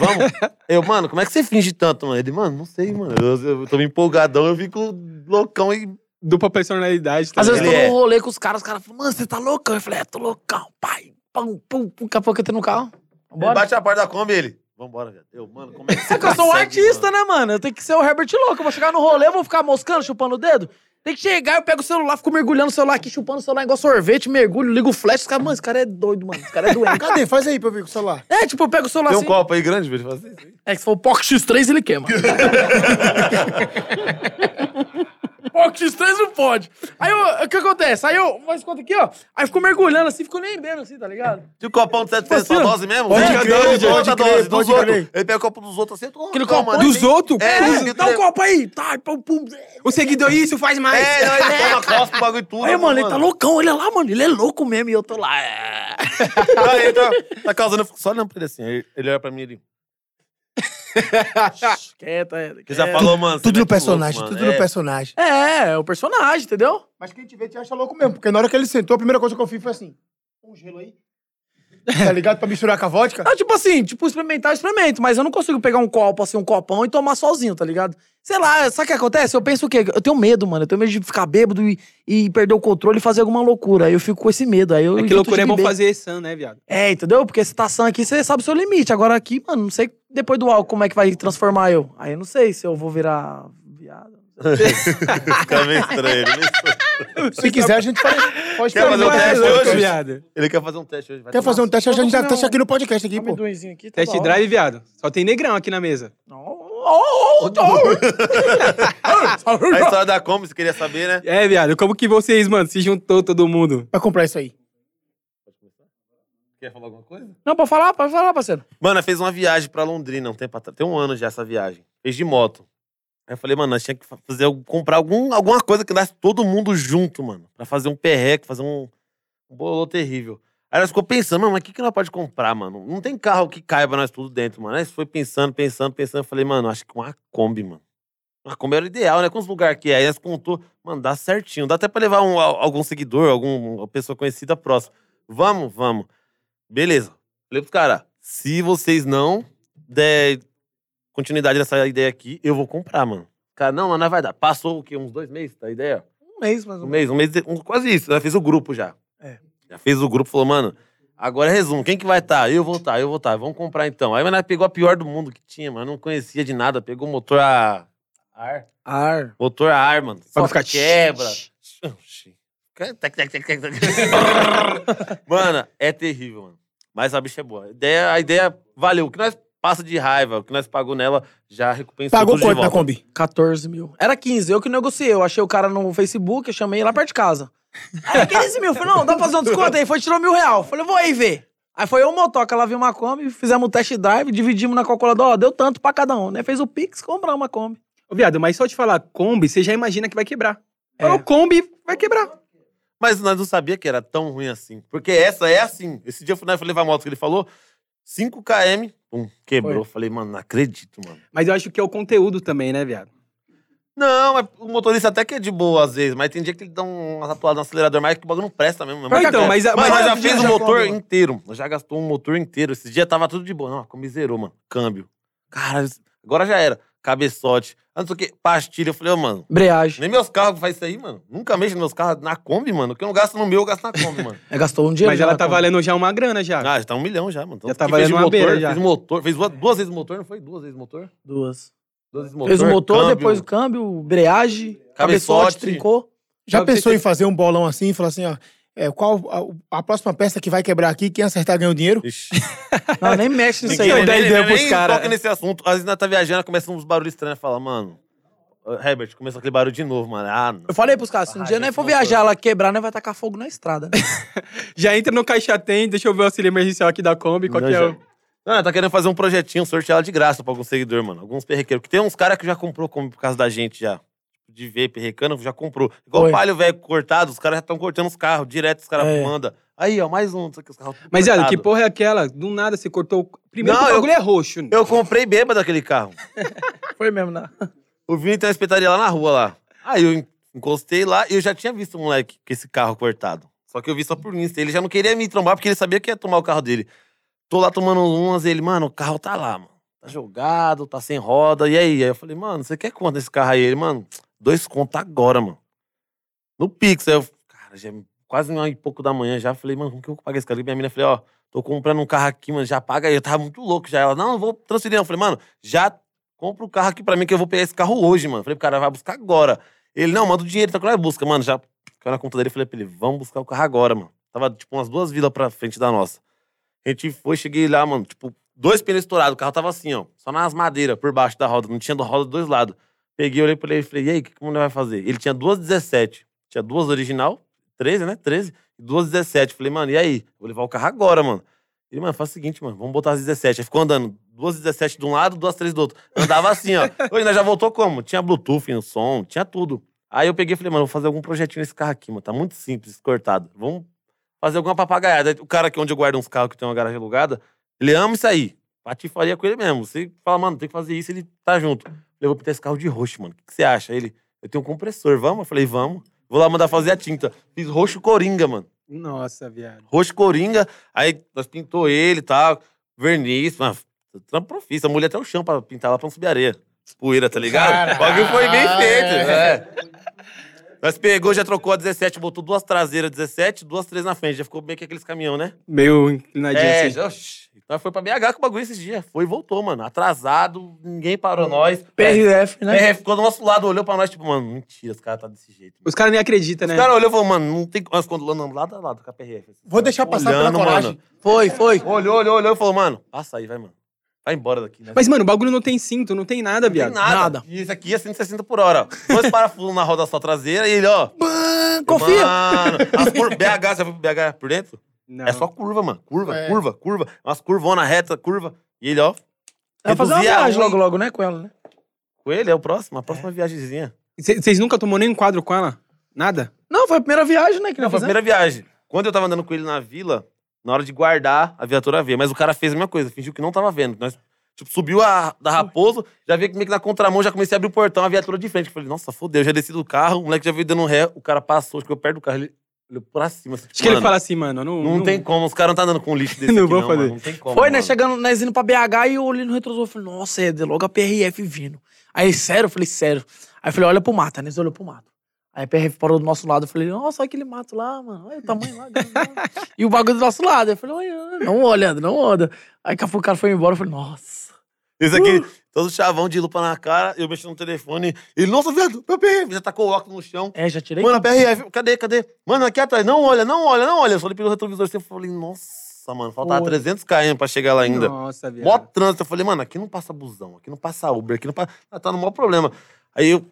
Vamos? Eu, mano, como é que você finge tanto, mano? Ele, mano, não sei, mano. Eu, eu tô me empolgadão, eu fico loucão e Dupla personalidade. Tá Às vezes ligado? eu Ele tô é. num rolê com os caras, os caras falam, mano, você tá loucão? Eu falei, é, tô loucão, pai. Pum, pum, pum. Daqui a pouco eu tenho no carro. Ele Bora. bate a porta da Kombi ele. Vambora, velho. Eu, mano, como é que você É que eu sou um consegue, artista, mano? né, mano? Eu tenho que ser o Herbert louco. Eu vou chegar no rolê, eu vou ficar moscando, chupando o dedo. Tem que chegar, eu pego o celular, fico mergulhando o celular aqui, chupando o celular é igual sorvete, mergulho, ligo o flash. Os caras, mano, esse cara é doido, mano. Esse cara é doente. Cadê? Faz aí pra eu ver com o celular. é, tipo, eu pego o celular Tem um assim. copo aí grande pra ele fazer isso? aí? É que se for o Poco X3, ele queima. Poco X3 não pode. Aí eu- o que acontece? Aí eu, mas conta aqui, ó. Aí ficou mergulhando assim, ficou nem vendo assim, tá ligado? Tinha um copão de 700 só Vacilo. dose mesmo? Pode É, crer, cada um pode outra crer, dose, pode dos outros. crer. Ele pega o copo dos outros assim, eu Aquele copo Dos outros? É, Pô, ele Dá um tem- copo aí. Tá, pum, pum. O seguidor, isso faz mais. É, não, ele toma cospe, bagulho e tudo. Aí, mano, ele tá loucão, olha lá, mano. Ele é louco mesmo e eu tô lá. é. Aí ele tá, tá causando... eu fico Só olhando pra ele assim, ele, ele olha pra mim e ele... Quieta, é. Ele já falou, mano... você Tudo é no muito personagem, louco, mano. tudo no É. personagem. É, é o personagem, entendeu? Mas quem te vê te acha louco mesmo, porque na hora que ele sentou, a primeira coisa que eu fiz foi assim: um gelo aí. Tá ligado? Pra misturar com a vodka. Ah, tipo assim, tipo, experimentar, eu experimento, mas eu não consigo pegar um copo, assim, um copão e tomar sozinho, tá ligado? Sei lá, sabe o que acontece? Eu penso o quê? Eu tenho medo, mano. Eu tenho medo de ficar bêbado e, e perder o controle e fazer alguma loucura. Aí eu fico com esse medo. Aí É eu que evito de loucura é bom beber. fazer san, né, viado? É, entendeu? Porque se tá sã aqui, você sabe o seu limite. Agora aqui, mano, não sei depois do álcool como é que vai transformar eu. Aí eu não sei se eu vou virar viado. Fica meio estranho. meio estranho. Se quiser, a gente pode, pode Quer fazer um experimentar. teste hoje? viado. Ele quer fazer um teste hoje. vai Quer tomar. fazer um teste? A gente já testa aqui no podcast aqui, pô. Amendoinzinho aqui, tá Test da hora. drive, viado. Só tem negrão aqui na mesa. Não. Oh, oh, oh. A história da Kombi, você queria saber, né? É, viado. Como que vocês, mano, se juntou todo mundo? Vai comprar isso aí. Quer falar alguma coisa? Não, pode falar, pode falar, parceiro. Mano, nós fez uma viagem pra Londrina um tempo atrás. Tem um ano já essa viagem. Fez de moto. Aí eu falei, mano, nós tinha que fa- fazer, algum- comprar algum, alguma coisa que desse todo mundo junto, mano. Pra fazer um perreco, fazer um, um bolô terrível. Aí nós ficou pensando, mano, mas o que, que nós pode comprar, mano? Não tem carro que caiba nós tudo dentro, mano. Aí nós foi pensando, pensando, pensando. Eu falei, mano, acho que uma Kombi, mano. Uma Kombi era o ideal, né? Quantos lugares que é? Aí nós contou, mano, dá certinho. Dá até pra levar um- al- algum seguidor, alguma pessoa conhecida próxima. Vamos, vamos. Beleza. Falei pros caras, se vocês não der continuidade nessa ideia aqui, eu vou comprar, mano. Cara, não, mas não vai dar. Passou o quê? Uns dois meses da ideia? Um mês, mais ou Um mês, menos. um mês, de- um- quase isso. Já fez o grupo já. É. Já fez o grupo, falou, mano, agora é resumo, quem que vai estar? Tá? Eu vou estar, eu vou estar, vamos comprar então. Aí nós pegou a pior do mundo que tinha, mano, não conhecia de nada, pegou o motor a ar, Ar. motor a ar, mano. Só Pra ficar- quebra. Tec, tec, tec, tec, tec. Mano, é terrível, mano. Mas a bicha é boa. A ideia, a ideia valeu. O que nós passa de raiva, o que nós pagou nela, já recompensou Pagou tudo de quanto na né? volta. Kombi? 14 mil. Era 15, eu que negociei. Eu achei o cara no Facebook, eu chamei ele lá perto de casa. Aí era 15 mil. Falei, não, dá pra fazer um desconto aí. Foi, tirou mil real. Falei, vou aí ver. Aí foi eu, motoca, lá vi uma Kombi, fizemos um test drive, dividimos na calculadora, ó, deu tanto pra cada um, né? Fez o Pix, compramos uma Kombi. Ô, viado, mas só te falar, Kombi, você já imagina que vai quebrar. É. Falou Kombi, vai quebrar. Mas nós não sabia que era tão ruim assim. Porque essa é assim. Esse dia eu fui, né, eu fui levar a moto que ele falou, 5 km, pum, quebrou. Falei, mano, não acredito, mano. Mas eu acho que é o conteúdo também, né, viado? Não, é- o motorista até que é de boa às vezes, mas tem dia que ele dá um, uma atuada no acelerador mais que o bagulho não presta mesmo. Mas então, mas- Mano, mas- nós já mas- fez o já motor como? inteiro. Nós já gastou um motor inteiro. Esse dia tava tudo de boa. Não, a Kombi zerou, mano. Câmbio. Cara, agora já era. cabeçote, ah, não sei o quê, pastilha. Eu falei, ô, mano, Embreagem. nem meus carros faz isso aí, mano. Nunca mexo nos meus carros na Kombi, mano. O que eu não gasto no meu, eu gasto na Kombi, mano. É, gastou um dinheiro. Mas já ela na tá conta. valendo já uma grana já. Ah, já tá um milhão já, mano. Então, Já tá que fez valendo uma motor, beira já. Fez motor, fez duas, duas vezes o motor, não foi? Duas vezes o motor? Duas. Duas vezes o motor. Fez o motor, câmbio. depois o câmbio, embreagem, cabeçote, Cabeçote. trincou. Já Sabe, pensou você- em fazer um bolão assim e falar assim, ó, é, qual a, a próxima peça que vai quebrar aqui, quem acertar ganha o dinheiro? Ixi. Não, nem mexe nisso aí. né? Ninguém não. dá nem- ideia né? nem- pros nem cara. toca nesse assunto. Às vezes nós tá viajando, começa uns barulhos estranhos. Fala, mano, ô, Herbert, começou aquele barulho de novo, mano. Ah, não. Eu falei pros caras, se um dia nós for viajar, ela quebrar, nós vai tacar fogo na estrada. né? Ah. Já entra no caixa tem, deixa eu ver o auxílio emergencial aqui da Kombi, qual Não, que é já- o... Não, tá querendo fazer um projetinho, sortear ela de graça pra algum seguidor, mano. Alguns perrequeiros. Porque tem uns caras que já comprou como por causa da gente já. Tipo, De ver perrecando, já comprou. Igual Oi. o palho velho cortado, os caras já estão cortando os carros direto, os caras É. mandam. Aí, ó, mais um, não sei o que os carros. tudo Mas, olha, que cortado. porra é aquela? Do nada você cortou... o- Primeiro Não, que o eu- bagulho é roxo. Eu comprei bêbado aquele carro. Foi mesmo, né? O Vini tem uma espetaria lá na rua lá. Aí eu en- encostei lá e eu já tinha visto um moleque com esse carro cortado. Só que eu vi só por Insta. Ele já não queria me trombar porque ele sabia que ia tomar o carro dele. Tô lá tomando umas e ele, mano, o carro tá lá, mano. Tá jogado, tá sem roda. E aí? Aí eu falei, mano, você quer quanto nesse carro aí? Ele, mano, dois conto agora, mano. No Pix. Aí eu, cara, já é quase uma e pouco da manhã já. Falei, mano, como que eu pago esse carro? E minha mina falei, ó, tô comprando um carro aqui, mano, já paga aí. Eu tava muito louco já. Ela, não, não vou transferir. não. Eu falei, mano, já compra o carro aqui pra mim que eu vou pegar esse carro hoje, mano. Falei pro cara, vai buscar agora. Ele, não, manda o dinheiro, tá com nós busca, mano. Já caiu na conta dele, falei pra ele, vamos buscar o carro agora, mano. Tava, tipo, umas duas vilas pra frente da nossa. A gente foi, cheguei lá, mano, tipo, dois pneus estourados. O carro tava assim, ó, só nas madeiras, por baixo da roda. Não tinha roda dos dois lados. Peguei, olhei pra ele e falei, e aí, o que que o mundo vai fazer? Ele tinha duas 17. Tinha duas original, 13, né? 13. E duas 17. Falei, mano, e aí? Vou levar o carro agora, mano. Ele, mano, faz o seguinte, mano, vamos botar as 17. Aí ficou andando duas 17 de um lado, duas 13 do outro. Andava assim, ó. Hoje nós já voltou como? Tinha Bluetooth, no som, tinha tudo. Aí eu peguei e falei, mano, vou fazer algum projetinho nesse carro aqui, mano. Tá muito simples, cortado. Vamos fazer alguma papagaiada. Aí O cara aqui onde eu guardo uns carros que tem uma garagem alugada, ele ama isso aí. Patifaria com ele mesmo. Você fala, mano, tem que fazer isso, ele tá junto. Eu vou pintar esse carro de roxo, mano. O que que você acha? Aí Ele, eu tenho um compressor, vamos? Eu falei, vamos. Vou lá mandar fazer a tinta. Fiz roxo coringa, mano Nossa, viado. roxo coringa. Aí nós pintou ele e tal, verniz, mano. Trampo profissa, mulher até o chão pra pintar lá pra não subir areia. Poeira, tá ligado? O bagulho foi bem feito, né? Nós pegou, já trocou a 17, botou duas traseiras 17, duas três na frente. Já ficou bem que aqueles caminhão, né? Meio inclinadinho É, assim. já, oxi. Nós foi pra BH com o bagulho esses dias. Foi e voltou, mano. Atrasado, ninguém parou nós. PRF, né? É, ficou do nosso lado, olhou pra nós, tipo, mano, mentira, os caras tá desse jeito. Os caras nem acreditam, né? Os caras olhou e falou, mano, não tem. Nós ficamos lado a lado com a PRF. Vou deixar passar pela assim, né?" Olhando, coragem. mano. Foi, foi. Olhou, olhou, olhou e falou, mano, passa aí, vai, mano. Vai embora daqui, né? Mas, mano, o bagulho não tem cinto, não tem nada, não tem viado. nada. nada. E esse aqui é 160 por hora. ó. Dois parafusos na roda só traseira e ele, ó. Confia. Mano, as cur... BH, já viu BH por dentro? Não. É só curva, mano. Curva, É. curva, curva. Umas curvona reta, curva. E ele, ó. Vai fazer uma reduzia viagem um- logo, logo, né, com ela, né? Com ele, é o próximo, a próxima viagemzinha. Cê- Vocês nunca tomou nenhum quadro com ela? Nada? Não, foi a primeira viagem, né, que Não, nós foi a fizemos. primeira viagem. Quando eu tava andando com ele na vila, na hora de guardar, a viatura veio. Mas o cara fez a mesma coisa, fingiu que não tava vendo. Nós, tipo, subiu a, da Raposo, já veio meio que na contramão, já comecei a abrir o portão, a viatura de frente. Eu falei, nossa, fodeu, já desci do carro, o moleque já veio dando um ré, o cara passou, acho que eu perto do carro, ele olhou pra cima. Assim, Acho que ele fala assim, mano. Não, Não, tem como, os caras não tá andando com lixo desse Não aqui, vou não, fazer. mano, não tem como. Foi, né? mano. Chegando, nós indo pra BH e eu olhei no retrovisor e falei, nossa, é de logo a PRF vindo. Aí, sério? Eu falei, sério. Aí eu falei, olha pro mato. Aí nós olhou pro mato. Aí a PRF parou do nosso lado. Eu falei, nossa, olha aquele mato lá, mano. Olha o tamanho lá. grande lá. e o bagulho do nosso lado. Eu falei, olha, não olha, Leandro, não olha. Aí que a pouco o cara foi embora. Eu falei, nossa. Esse aqui, todo chavão de lupa na cara, eu mexendo no telefone, ele, nossa, viado, meu PRF, já tacou o óculos no chão. É, já tirei. Mano, a PRF, cadê, cadê? Mano, aqui atrás, não olha, não olha, não olha. Eu só olhei pelo retrovisor assim, eu falei, nossa, mano, faltava Pô. 300 km pra chegar lá ainda. Nossa, viado. Mó trânsito. Eu falei, mano, aqui não passa busão, aqui não passa Uber, aqui não passa... Ah, tá no maior problema. Aí eu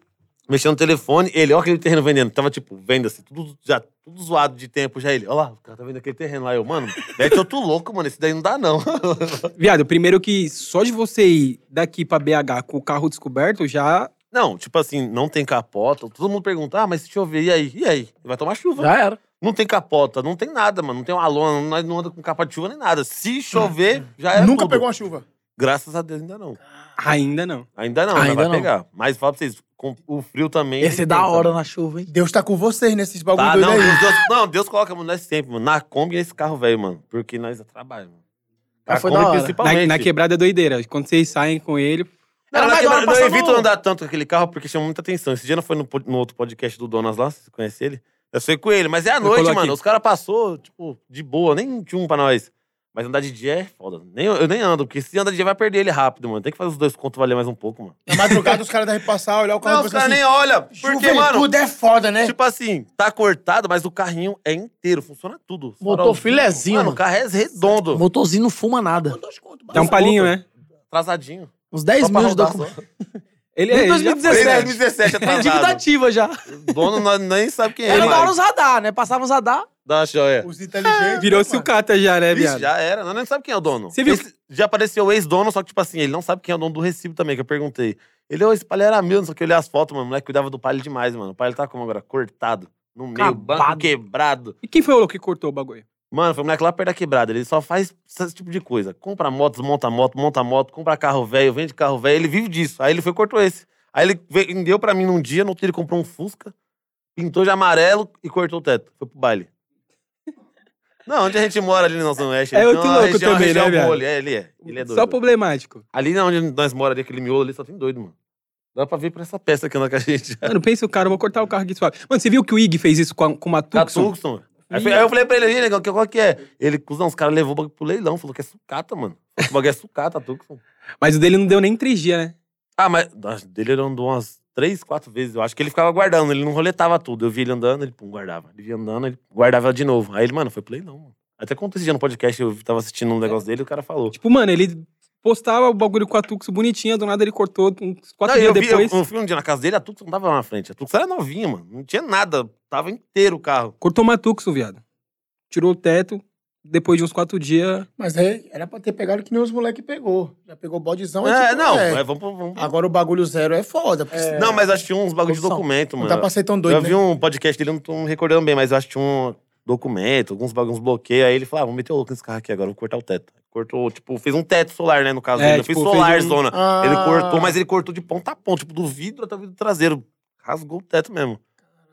mexendo no telefone, ele, ó aquele terreno vendendo. Tava tipo, venda assim, tudo, já, tudo zoado de tempo já. Ele, ó lá, o cara tá vendo aquele terreno lá. Eu, mano, é que eu tô louco, mano, esse daí não dá não. Viado, primeiro que só de você ir daqui pra BH com o carro descoberto já. não, tipo assim, não tem capota. Todo mundo pergunta, ah, mas se chover, e aí? E aí? Vai tomar chuva. Já era. Não tem capota, não tem nada, mano. Não tem uma lona, nós não anda com capa de chuva nem nada. Se Hum. chover, já é Nunca tudo. pegou uma chuva. Graças a Deus, ainda não. Ainda não. Ainda não, Ainda ainda vai não. pegar. Mas fala pra vocês, com o frio também... Ia ser ele da tem, tá? hora né? na chuva, hein? Deus tá com vocês nesses bagulho Tá, doido não, aí. Deus, não, Deus coloca mano, nós sempre, mano. Na Kombi e esse carro velho, mano. Porque nós trabalhamos. Ah, Na foi Kombi, da hora. Na, principalmente. na quebrada é doideira. Quando vocês saem com ele. Cara, Era na mais da hora quebrada, eu passar evito no- andar tanto com aquele carro porque chama muita atenção. Esse dia não foi no, pod- no outro podcast do Donas lá, você conhece ele? Eu fui com ele, mas é à noite, coloquei. mano. Os caras passou, tipo, de boa, nem tinha um pra nós. Mas andar de dia é foda. Nem, eu nem ando, porque se andar de dia vai perder ele rápido, mano. Tem que fazer os dois contos valer mais um pouco, mano. Na madrugada os caras devem passar, olhar o carro Não, e os pensar caras assim, nem olham. Porque, mano, Juventude é foda, né? tipo assim, tá cortado, mas o carrinho é inteiro, funciona tudo. Motor Farolzinho, filezinho, Mano, mano. o carro é redondo. Motorzinho não fuma nada. Dá um palinho, né? Atrasadinho. Uns 10 Só pra mil de rodar, documento. só. Ele Desde é. ele já- 2017. 2017 É dívida atrasado. ativa já. O dono não- nem sabe quem é. Era mano. da hora os radar, né? Passava os radar. Dá uma joia. Os inteligentes. Virou né, mano? sucata já, né, Vixe, viado? já era. Nós nem sabe quem é o dono. Você viu- Esse- já apareceu o ex-dono, só que, tipo assim, ele não sabe quem é o dono do recibo também, que eu perguntei. Ele, ô, esse palha era meu, não sei o que, eu olhei as fotos, mano. O moleque cuidava do palha demais, mano. O palha tá como agora? Cortado. No meio, Acabado. banco quebrado. E quem foi o que cortou o bagulho? Mano, foi o moleque lá perto da quebrada. Ele só faz esse tipo de coisa. Compra moto, desmonta moto, monta moto, compra carro velho, vende carro velho. Ele vive disso. Aí ele foi e cortou esse. Aí ele vendeu pra mim num dia, no outro dia ele comprou um Fusca, pintou de amarelo e cortou o teto. Foi pro baile. Não, onde a gente mora ali no Nelson Oeste. É então, outro a louco região- a também, região né, viado? bolha. É, ele é. Ele é doido. Só problemático. Ali onde nós mora, ali, aquele miolo ali, só tem doido, mano. Dá pra ver por essa peça que anda com a gente. Mano, pensa o cara, eu vou cortar o carro aqui suave. Mano, você viu que o Ig fez isso com, a- com uma Da Tucson? Tucson. Aí, eu falei- aí eu falei pra ele, "Ih, negão, que- qual que é? Ele, cuzão, os caras levou o bagulho pro leilão, falou que é sucata, mano. O bagulho é sucata, Tucson. Mas o dele não deu nem três dias, né? Ah, mas nossa, dele ele andou umas três, quatro vezes. Eu acho que ele ficava guardando, ele não roletava tudo. Eu vi ele andando, ele pum, guardava. Ele via andando, ele guardava de novo. Aí ele, mano, foi pro leilão, mano. Até contou esse dia no podcast, eu tava assistindo um negócio dele e o cara falou. Tipo, mano, ele postava o bagulho com a Tucson bonitinha, do nada ele cortou uns quatro Não, eu, dias vi, eu, depois. eu fui um dia na casa dele, a Tucson tava lá na frente. A Tucson era novinha, mano. Não tinha nada, tava inteiro o carro. Cortou uma Tucson, viado. Tirou o teto, depois de uns quatro dias. Mas aí era pra ter pegado que nem os moleque pegou. Já pegou bodizão. e é, tipo, não, é. é, vamos, pro- vamos pro- Agora o bagulho zero é foda. Porque senão Não, mas acho que tinha uns bagulho de Produção. documento, não mano. dá pra ser tão doido, eu vi né? um podcast dele, eu não tô me recordando bem, mas eu acho que tinha um documento, alguns bagulhos bloqueios. Aí ele falou: ah, vou meter o louco nesse carro aqui agora, vou cortar o teto. Cortou, tipo, fez um teto solar, né? No caso É, dele. Eu tipo, fiz solar, fez um- zona. Ah. Ele cortou, mas ele cortou de ponta a ponta, tipo, do vidro até o vidro traseiro. Rasgou o teto mesmo.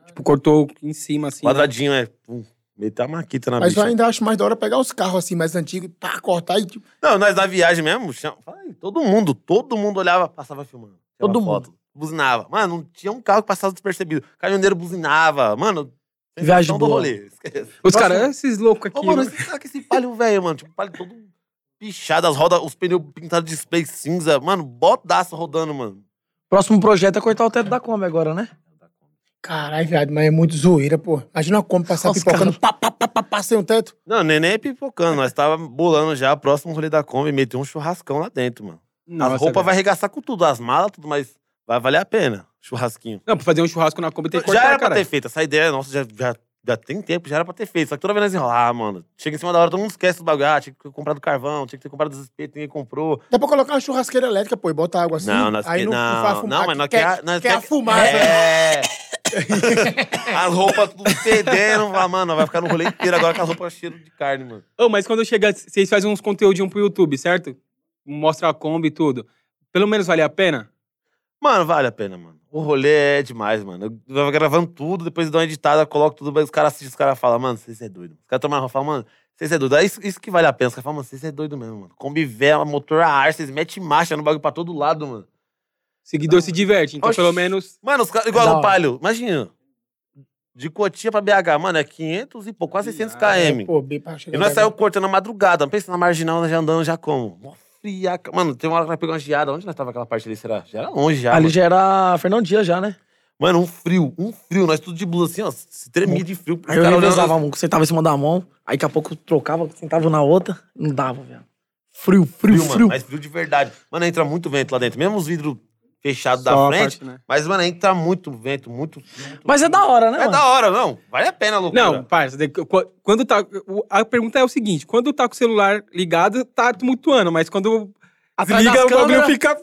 Tipo, cortou em cima, assim. né? Quadradinho, é. Pum. Meteu a maquita na Mas eu bicha. ainda acho mais da hora pegar os carros assim, mais antigos, pá, cortar e tipo. Não, nós na viagem mesmo, cham- Ai, todo mundo, todo mundo olhava, passava filmando. tirava Todo foto, Buzinava. Mano, não tinha um carro que passava despercebido. Caminhoneiro buzinava. Mano, sensação Viagem do boa. rolê. Esquece. Os Nossa, caras, esses loucos aqui. Ô, mano, né? esse, será que esse palio velho, mano? Tipo, palio todo pichado, as rodas, os pneus pintados de display cinza. Mano, bodaço rodando, mano. Próximo projeto é cortar o teto da Kombi agora, né? Caralho, viado, mas é muito zoeira, pô. Imagina uma Kombi passar Os pipocando, pá, pá, pá, pá, pá, sem um teto. Não, nem, nem pipocando. Nós tava bolando já, próximo rolê da Kombi, meteu um churrascão lá dentro, mano. Nossa, as roupas velho. vai arregaçar com tudo, as malas, tudo, mas vai valer a pena. Churrasquinho. Não, pra fazer um churrasco na Kombi tem que cortar, já era pra cara. ter feito. Essa ideia nossa já, já, já tem tempo, já era pra ter feito. Só que toda vez nós enrolar, ah, mano. Chega em cima da hora, todo mundo esquece do bagulho. Ah, tinha que ter comprado carvão, tinha que ter comprado os espetos, ninguém comprou. Dá pra colocar uma churrasqueira elétrica, pô, e bota água assim. Não, nós aí que- não, não, vai fumar. não, mas nós quer, quer- nós quer a quer- fumaça. né? É. as roupas tudo fedendo. Fala, mano, vai ficar no rolê inteiro agora com as roupas cheiro de carne, mano. Ô, mas quando chegar, vocês fazem uns conteúdinhos pro YouTube, certo? Mostra a Kombi e tudo. Pelo menos vale a pena? Mano, vale a pena, mano. O rolê é demais, mano. Eu tava gravando tudo, depois dou uma editada, coloco tudo, mas os caras assistem, os caras falam, mano, vocês é doido. Os caras tomam roupa falam, mano, vocês é doido. É isso, isso que vale a pena. Os caras falam, mano, vocês é doido mesmo, mano. Kombi vela, motor a ar, vocês metem marcha no bagulho pra todo lado, mano. Seguidor se diverte, então Oxi. pelo menos. Mano, os caras, igual Da no hora. Palio, imagina. De Cotia pra BH, mano, é 500 e pouco, quase 600 km. Pô, bem pra chegar. E nós lá. saímos cortando na madrugada. Pensa na marginal, nós já andando, já como? Mó friaca. Mano, tem uma hora que nós pegamos uma geada. Onde nós tava aquela parte ali? Será? Já era longe já. Ali mano. já era Fernão Dias já, né? Mano, um frio, um frio. Nós tudo de blusa assim, ó. Se tremia de frio. Aí eu revezava um, sentava em cima da mão, aí daqui a pouco trocava, sentava na outra, não dava, velho. Frio, frio, frio, frio. mano. Mas frio de verdade. Mano, entra muito vento lá dentro. Mesmo os vidros fechados da Só a frente. parte, né? Mas, mano, entra muito vento, muito frio. muito Mas é frio. da hora, né, É mano? da hora, não. Vale a pena, a loucura. Não, parça, de- qu- quando tá. o- A pergunta é o seguinte: quando tá com o celular ligado, tá tumultuando, mas quando Atrás liga, das o bagulho câmeras- fica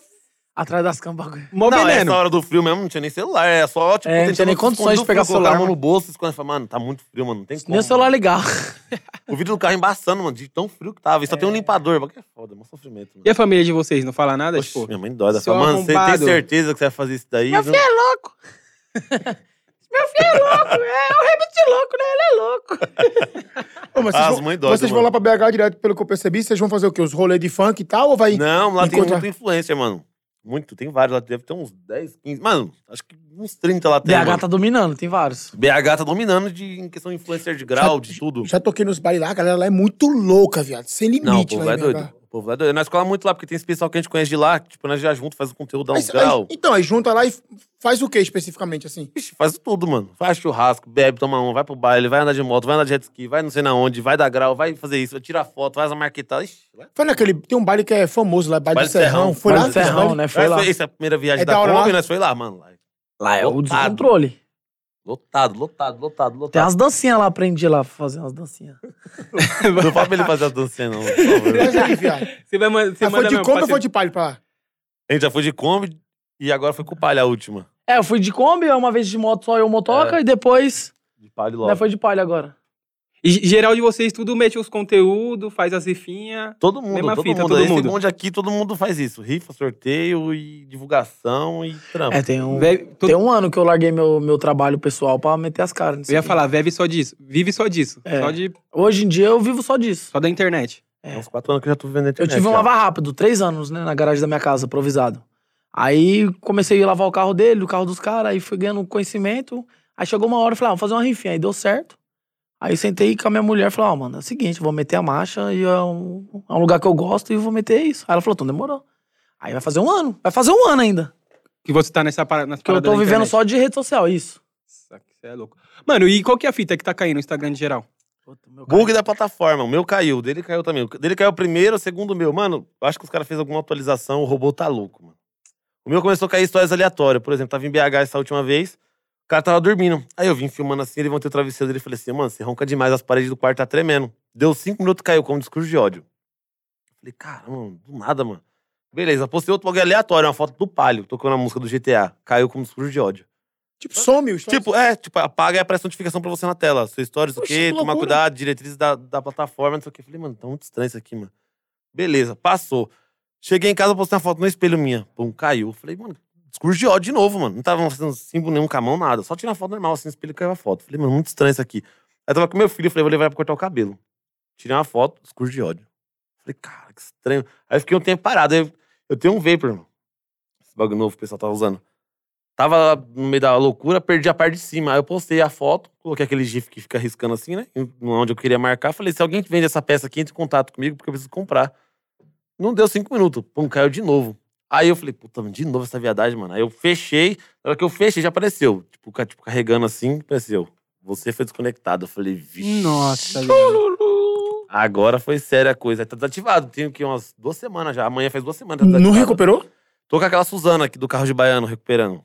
Atrás das câmeras, bagulho. mó Não, é veneno. essa hora do frio mesmo, não tinha nem celular. É só, tipo, É, não tinha tentando nem condições esconder de o pegar frio, colocar a celular, mão no bolso, esconde. Fala, Mano, tá muito frio, mano. Não tem como. Nem o celular ligar. O vidro do carro embaçando, mano, de tão frio que tava. E só tem um limpador. bagulho é foda, é um sofrimento. Mano. E a família de vocês não fala nada? Oxe, tipo, minha mãe dói. Ela seu fala, mano, você tem arrombado." certeza que você vai fazer isso daí? Não- é louco. Meu filho é louco, é, é o rebite louco, né? Ele é louco. Ô, mas vocês Ah, as vão- mães doidam, Vocês vão lá pra BH direto, pelo que eu percebi, vocês vão fazer o quê? Os rolês de funk e tal? Ou vai. Não, lá tem Encontrar- muita influência, mano. Muito, tem vários lá. Deve ter uns 10, 15. Mano, acho que uns 30 lá tem. BH mano. tá dominando, tem vários. BH tá dominando de, em questão de influencer de grau, de tudo. Já toquei nos bares lá, a galera lá é muito louca, viado. Sem limite, Não, o povo lá lá é em BH. doido. O povo lá é doido. Nós colamos muito lá, porque tem esse pessoal que a gente conhece de lá, que, tipo, nós já junto, faz o conteúdo, dá Aí- um aí- grau. então, aí junta lá e faz o que especificamente, assim? Ixi, faz tudo, mano. Faz churrasco, bebe, toma uma, vai pro baile, vai andar de moto, vai andar de jet ski, vai não sei na onde, vai dar grau, vai fazer isso, vai tirar foto, faz a marquetada. Ixi, lá. Foi naquele. Tem um baile que é famoso lá, baile, Baile do do Serrão. Serrão. Foi Baile lá do Serrão, né? Foi Aí lá. Foi, essa é a primeira viagem É da, da hora Kombi, lá? nós foi lá, mano. lá. Lá é o Ah, Lotado. descontrole. Lotado, lotado, lotado, Tem lotado. umas dancinhas lá, aprendi lá, fazer umas dancinhas. Não fala pra ele fazer as dancinhas, não. por favor. Mas aí, viado. Você vai man- você Mas manda Ah, foi de mesmo, como ou parceiro? foi de palho pra lá? A gente já foi de Kombi e agora foi com o palha a última. É, eu fui de Kombi, uma vez de moto só eu É. motoca, e depois De palha logo. né, foi de palha agora. E ge- assim. geral de vocês, tudo mete os conteúdos, faz as rifinhas. Todo mundo, Mesma todo fita, mundo. todo Esse mundo. bonde aqui, todo mundo faz isso. Rifa, sorteio e divulgação e trampo. É, tem um, Vive- todo- tem um ano que eu larguei meu, meu trabalho pessoal pra meter as caras. nisso Eu ia aqui. falar, vive só disso. Vive só disso. É. Só, de, Hoje em dia eu vivo só disso. só da internet. Tem uns quatro anos que É, eu já tô vivendo na É, Eu internet. então. tive um já. lavar rápido, três anos, né, na garagem da minha casa, improvisado. Aí comecei a lavar o carro dele, o carro dos caras, aí fui ganhando conhecimento. Aí chegou uma hora e falei, ah, vou fazer uma rifinha. Aí deu certo. Aí sentei com a minha mulher e falei, ó, mano, é o seguinte, vou meter a marcha e é um, é um lugar que eu gosto e vou meter isso. Aí ela falou, então demorou. Aí vai fazer um ano, vai fazer um ano ainda. Que você tá nessa parada. Nas Que eu paradas tô da vivendo internet. só de rede social, isso. Nossa, que cê é louco. Mano, e qual que é a fita que tá caindo no Instagram de geral? Bug da plataforma. O meu caiu, o dele caiu também. O dele caiu primeiro, o segundo o meu. Mano, eu acho que os caras fez alguma atualização, o robô tá louco, mano. O meu começou a cair histórias aleatórias. Por exemplo, tava em BH essa última vez, o cara tava dormindo. Aí eu vim filmando assim, ele ter o travesseiro dele e falei assim, mano, você ronca demais, as paredes do quarto tá tremendo. Deu cinco minutos, caiu com um discurso de ódio. Falei, caramba, mano, do nada, mano. Beleza, postei outro bagulho aleatório, uma foto do Palio, tocando a música do GTA. Caiu com um discurso de ódio. Tipo, some os Tipo, é, tipo, apaga e aparece notificação pra você na tela. Sua história, isso Poxa, aqui, que tomar loucura. cuidado, diretrizes da, da plataforma, não sei o quê. Falei, mano, tá muito estranho isso aqui, mano. Beleza, passou. Cheguei em casa, postei uma foto no espelho minha. Pum, caiu. Falei, mano, discurso de ódio de novo, mano. Não tava fazendo símbolo nenhum com a mão, nada. Só tirar uma foto normal, assim, no espelho caiu a foto. Falei, mano, muito estranho isso aqui. Aí tava com meu filho, falei, vou levar ele pra cortar o cabelo. Tirei uma foto, discurso de ódio. Falei, cara, que estranho. Aí fiquei um tempo parado. Aí eu- eu tenho um vapor, mano. Esse bagulho novo que o pessoal tava usando. Tava no meio da loucura, perdi a parte de cima. Aí eu postei a foto, coloquei aquele GIF que fica riscando assim, né? em- Onde eu queria marcar. Falei, se alguém que vende essa peça aqui, entre em contato comigo, porque eu preciso comprar. Não deu cinco minutos. Pum, caiu de novo. Aí eu falei, puta, mano, de novo essa viadagem, mano. Aí eu fechei. Na hora que eu fechei, já apareceu. Tipo, ca- tipo carregando assim, apareceu. Você foi desconectado. Eu falei, vixe. Nossa, velho. Agora foi séria a coisa. Aí Tá desativado. Tenho que umas duas semanas já. Amanhã faz duas semanas. que tá Não desativado. recuperou? Tô com aquela Suzana aqui do carro de baiano recuperando.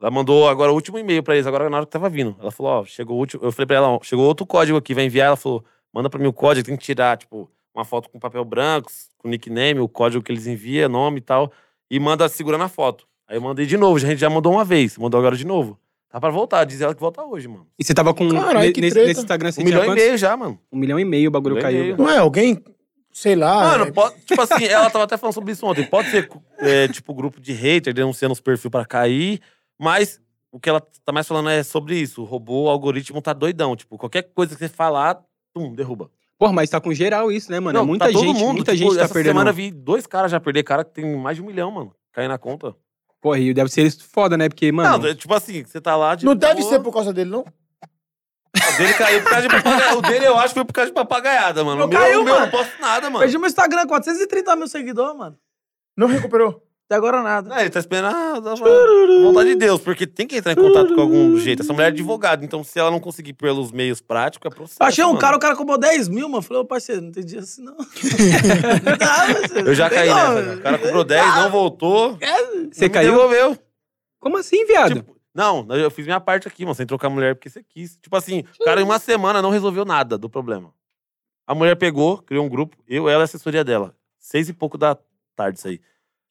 Ela mandou agora o último e-mail pra eles, agora na hora que tava vindo. Ela falou, ó, chegou o último. Eu falei pra ela, ó, chegou outro código aqui, vai enviar. Ela falou, manda pra mim o código, tem que tirar, tipo, uma foto com papel branco, com nickname, o código que eles enviam, nome e tal. E manda segurando a foto. Aí eu mandei de novo, a gente já mandou uma vez, mandou agora de novo. Tá pra voltar, diz ela que volta hoje, mano. E você tava com. Caralho, ne- que nesse, treta. nesse Instagram você Um tinha milhão e quantos? meio já, mano. Um milhão e meio o bagulho Milhão e caiu. meio. velho. Não é alguém, sei lá. é, Mano, pode- tipo assim, ela tava até falando sobre isso ontem. Pode ser, é, tipo, grupo de hater denunciando os perfis pra cair, mas o que ela tá mais falando é sobre isso. O robô, o algoritmo tá doidão. Tipo, qualquer coisa que você falar, pum, derruba. Porra, mas tá com geral isso, né, mano? É Não, muita tá todo gente, mundo, muita tipo, gente tá essa perdendo. semana eu vi dois caras já perder cara que tem mais de um milhão, mano. Cair na conta. Porra, e deve ser isso foda, né? Porque, mano. Não, é tipo assim, você tá lá de. Não deve boa. ser por causa dele, não? O dele caiu por causa de papagaio. O dele eu acho que foi por causa de papagaiada, mano. Não o meu, caiu, o meu, mano. não posso nada, mano. Perdi meu Instagram, 430 mil seguidores, mano. Não recuperou. Até agora nada. Não, ele tá esperando a, da- a vontade de Deus, porque tem que entrar em contato com algum jeito. Essa mulher é advogada, então se ela não conseguir pelos meios práticos, é processo. Eu achei um mano. cara, o cara cobrou 10 mil, mano. Falei, ô parceiro, não entendi assim, não. não parceiro, Eu já não tem caí como. nessa. cara. O cara cobrou 10, não voltou. Você não me caiu? Devolveu. Como assim, viado? Tipo, não, eu fiz minha parte aqui, mano. Sem trocar a mulher porque você quis. Tipo assim, o cara em uma semana não resolveu nada do problema. A mulher pegou, criou um grupo, eu, ela e a assessoria dela. Seis e pouco da tarde, isso aí.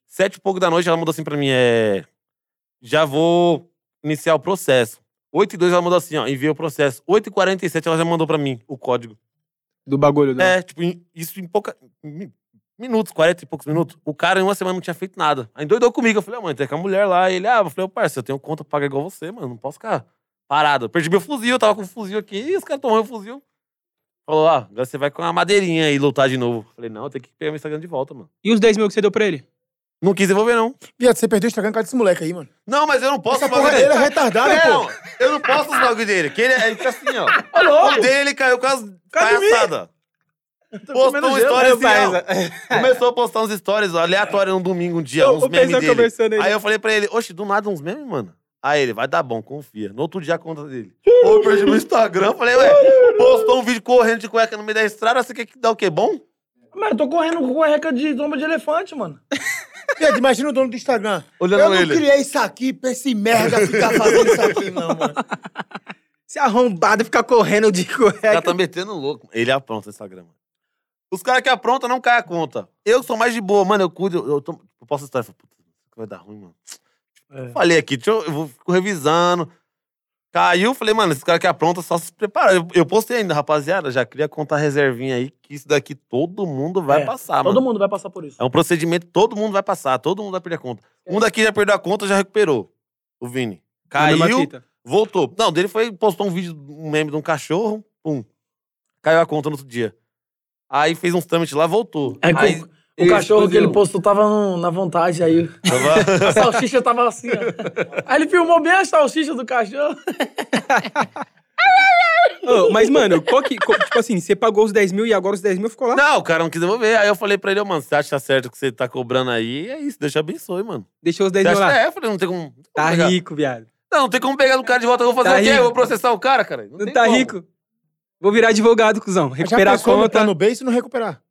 Sete e pouco da noite, ela mandou assim pra mim: é. Já vou iniciar o processo. 8 e 2 ela mandou assim, ó, envia o processo. 8 e 47 ela já mandou pra mim o código. Do bagulho, né? É, tipo, em- isso em pouca... mi- Minutos, 40 e poucos minutos. O cara em uma semana não tinha feito nada. Aí doidou comigo. Eu falei, ah, mano, tem com a mulher lá. E ele, ah, eu falei, ô, parça, eu tenho conta paga igual você, mano. Não posso ficar parado. Eu perdi meu fuzil, eu tava com o fuzil aqui. E os caras tomaram o fuzil. Falou, ah, agora você vai com a madeirinha e lutar de novo. Eu falei, não, eu tenho que pegar meu Instagram de volta, mano. E os 10 mil que você deu pra ele? Não quis devolver, não. Viado, você perdeu o Instagram por causa desse moleque aí, mano. Não, mas eu não posso Essa os bagulho porra dele é retardada, não, pô. Tá eu não posso os bagulho dele. Que ele é isso assim, ó. O dele ele caiu com as palhaçadas. Postou comendo um gelo, story né, meu assim, ó. Começou a postar uns stories aleatórios num domingo, um dia, Eu- uns eu memes pensando, conversando dele. ele. Aí eu falei pra ele, oxe, do nada uns memes, mano. Aí ele, vai dar bom, confia. No outro dia a conta dele. Pô, eu perdi meu Instagram. Falei, ué, postou um vídeo correndo de cueca no meio da estrada, você quer que dá o quê? Bom? Mano, eu tô correndo com cueca de lomba de elefante, mano. Viado, imagina o dono do Instagram. Olhando eu não ele. criei isso aqui pra esse merda ficar fazendo isso aqui, não, mano. Se arrombado ficar correndo de O cueca. cara tá metendo louco. Ele apronta no Instagram, mano. Os caras que aprontam não cai a conta. Eu sou mais de boa, mano. Eu cuido, eu, tomo- eu posso estar. Puta, vai dar ruim, mano. Eu Falei aqui, deixa eu, eu vou- fico revisando. Caiu, falei, mano, esse cara que apronta só se prepara. Eu, eu postei ainda, rapaziada. Já queria contar a reservinha aí, que isso daqui todo mundo vai É, passar, Todo Ah, mano. mundo vai passar por isso. É um procedimento, todo mundo vai passar, todo mundo vai perder a conta. Um daqui já perdeu a conta, já recuperou. O Vini. é Caiu, Voltou. Não, dele foi, postou um vídeo, um meme de um cachorro, pum. Caiu a conta no outro dia. Aí fez uns trâmites lá, voltou. É, Aí, o- O cachorro explodiu. que ele postou tava no- na vontade aí. Tava- A salsicha tava assim, ó. Aí ele filmou bem a salsicha do cachorro. Ô, mas, mano, qual que. co- tipo assim, você pagou os 10 mil e agora os 10 mil ficou lá. "Ah, Não, o cara não quis devolver. Aí eu falei pra ele, ô, mano, você acha certo que você tá cobrando aí? É isso, Deus te abençoe, mano. Deixou os Você 10 mil acha- Tá lá. É, eu falei, não tem como. não tem como Tá pegar. rico, viado. Não, não tem como pegar do cara de volta. Eu vou fazer Tá o quê? rico. Eu vou processar o cara, cara. Não tem tá como. rico? Vou virar advogado, cuzão. Recuperar a já pensou no conta. plano B e se não recuperar?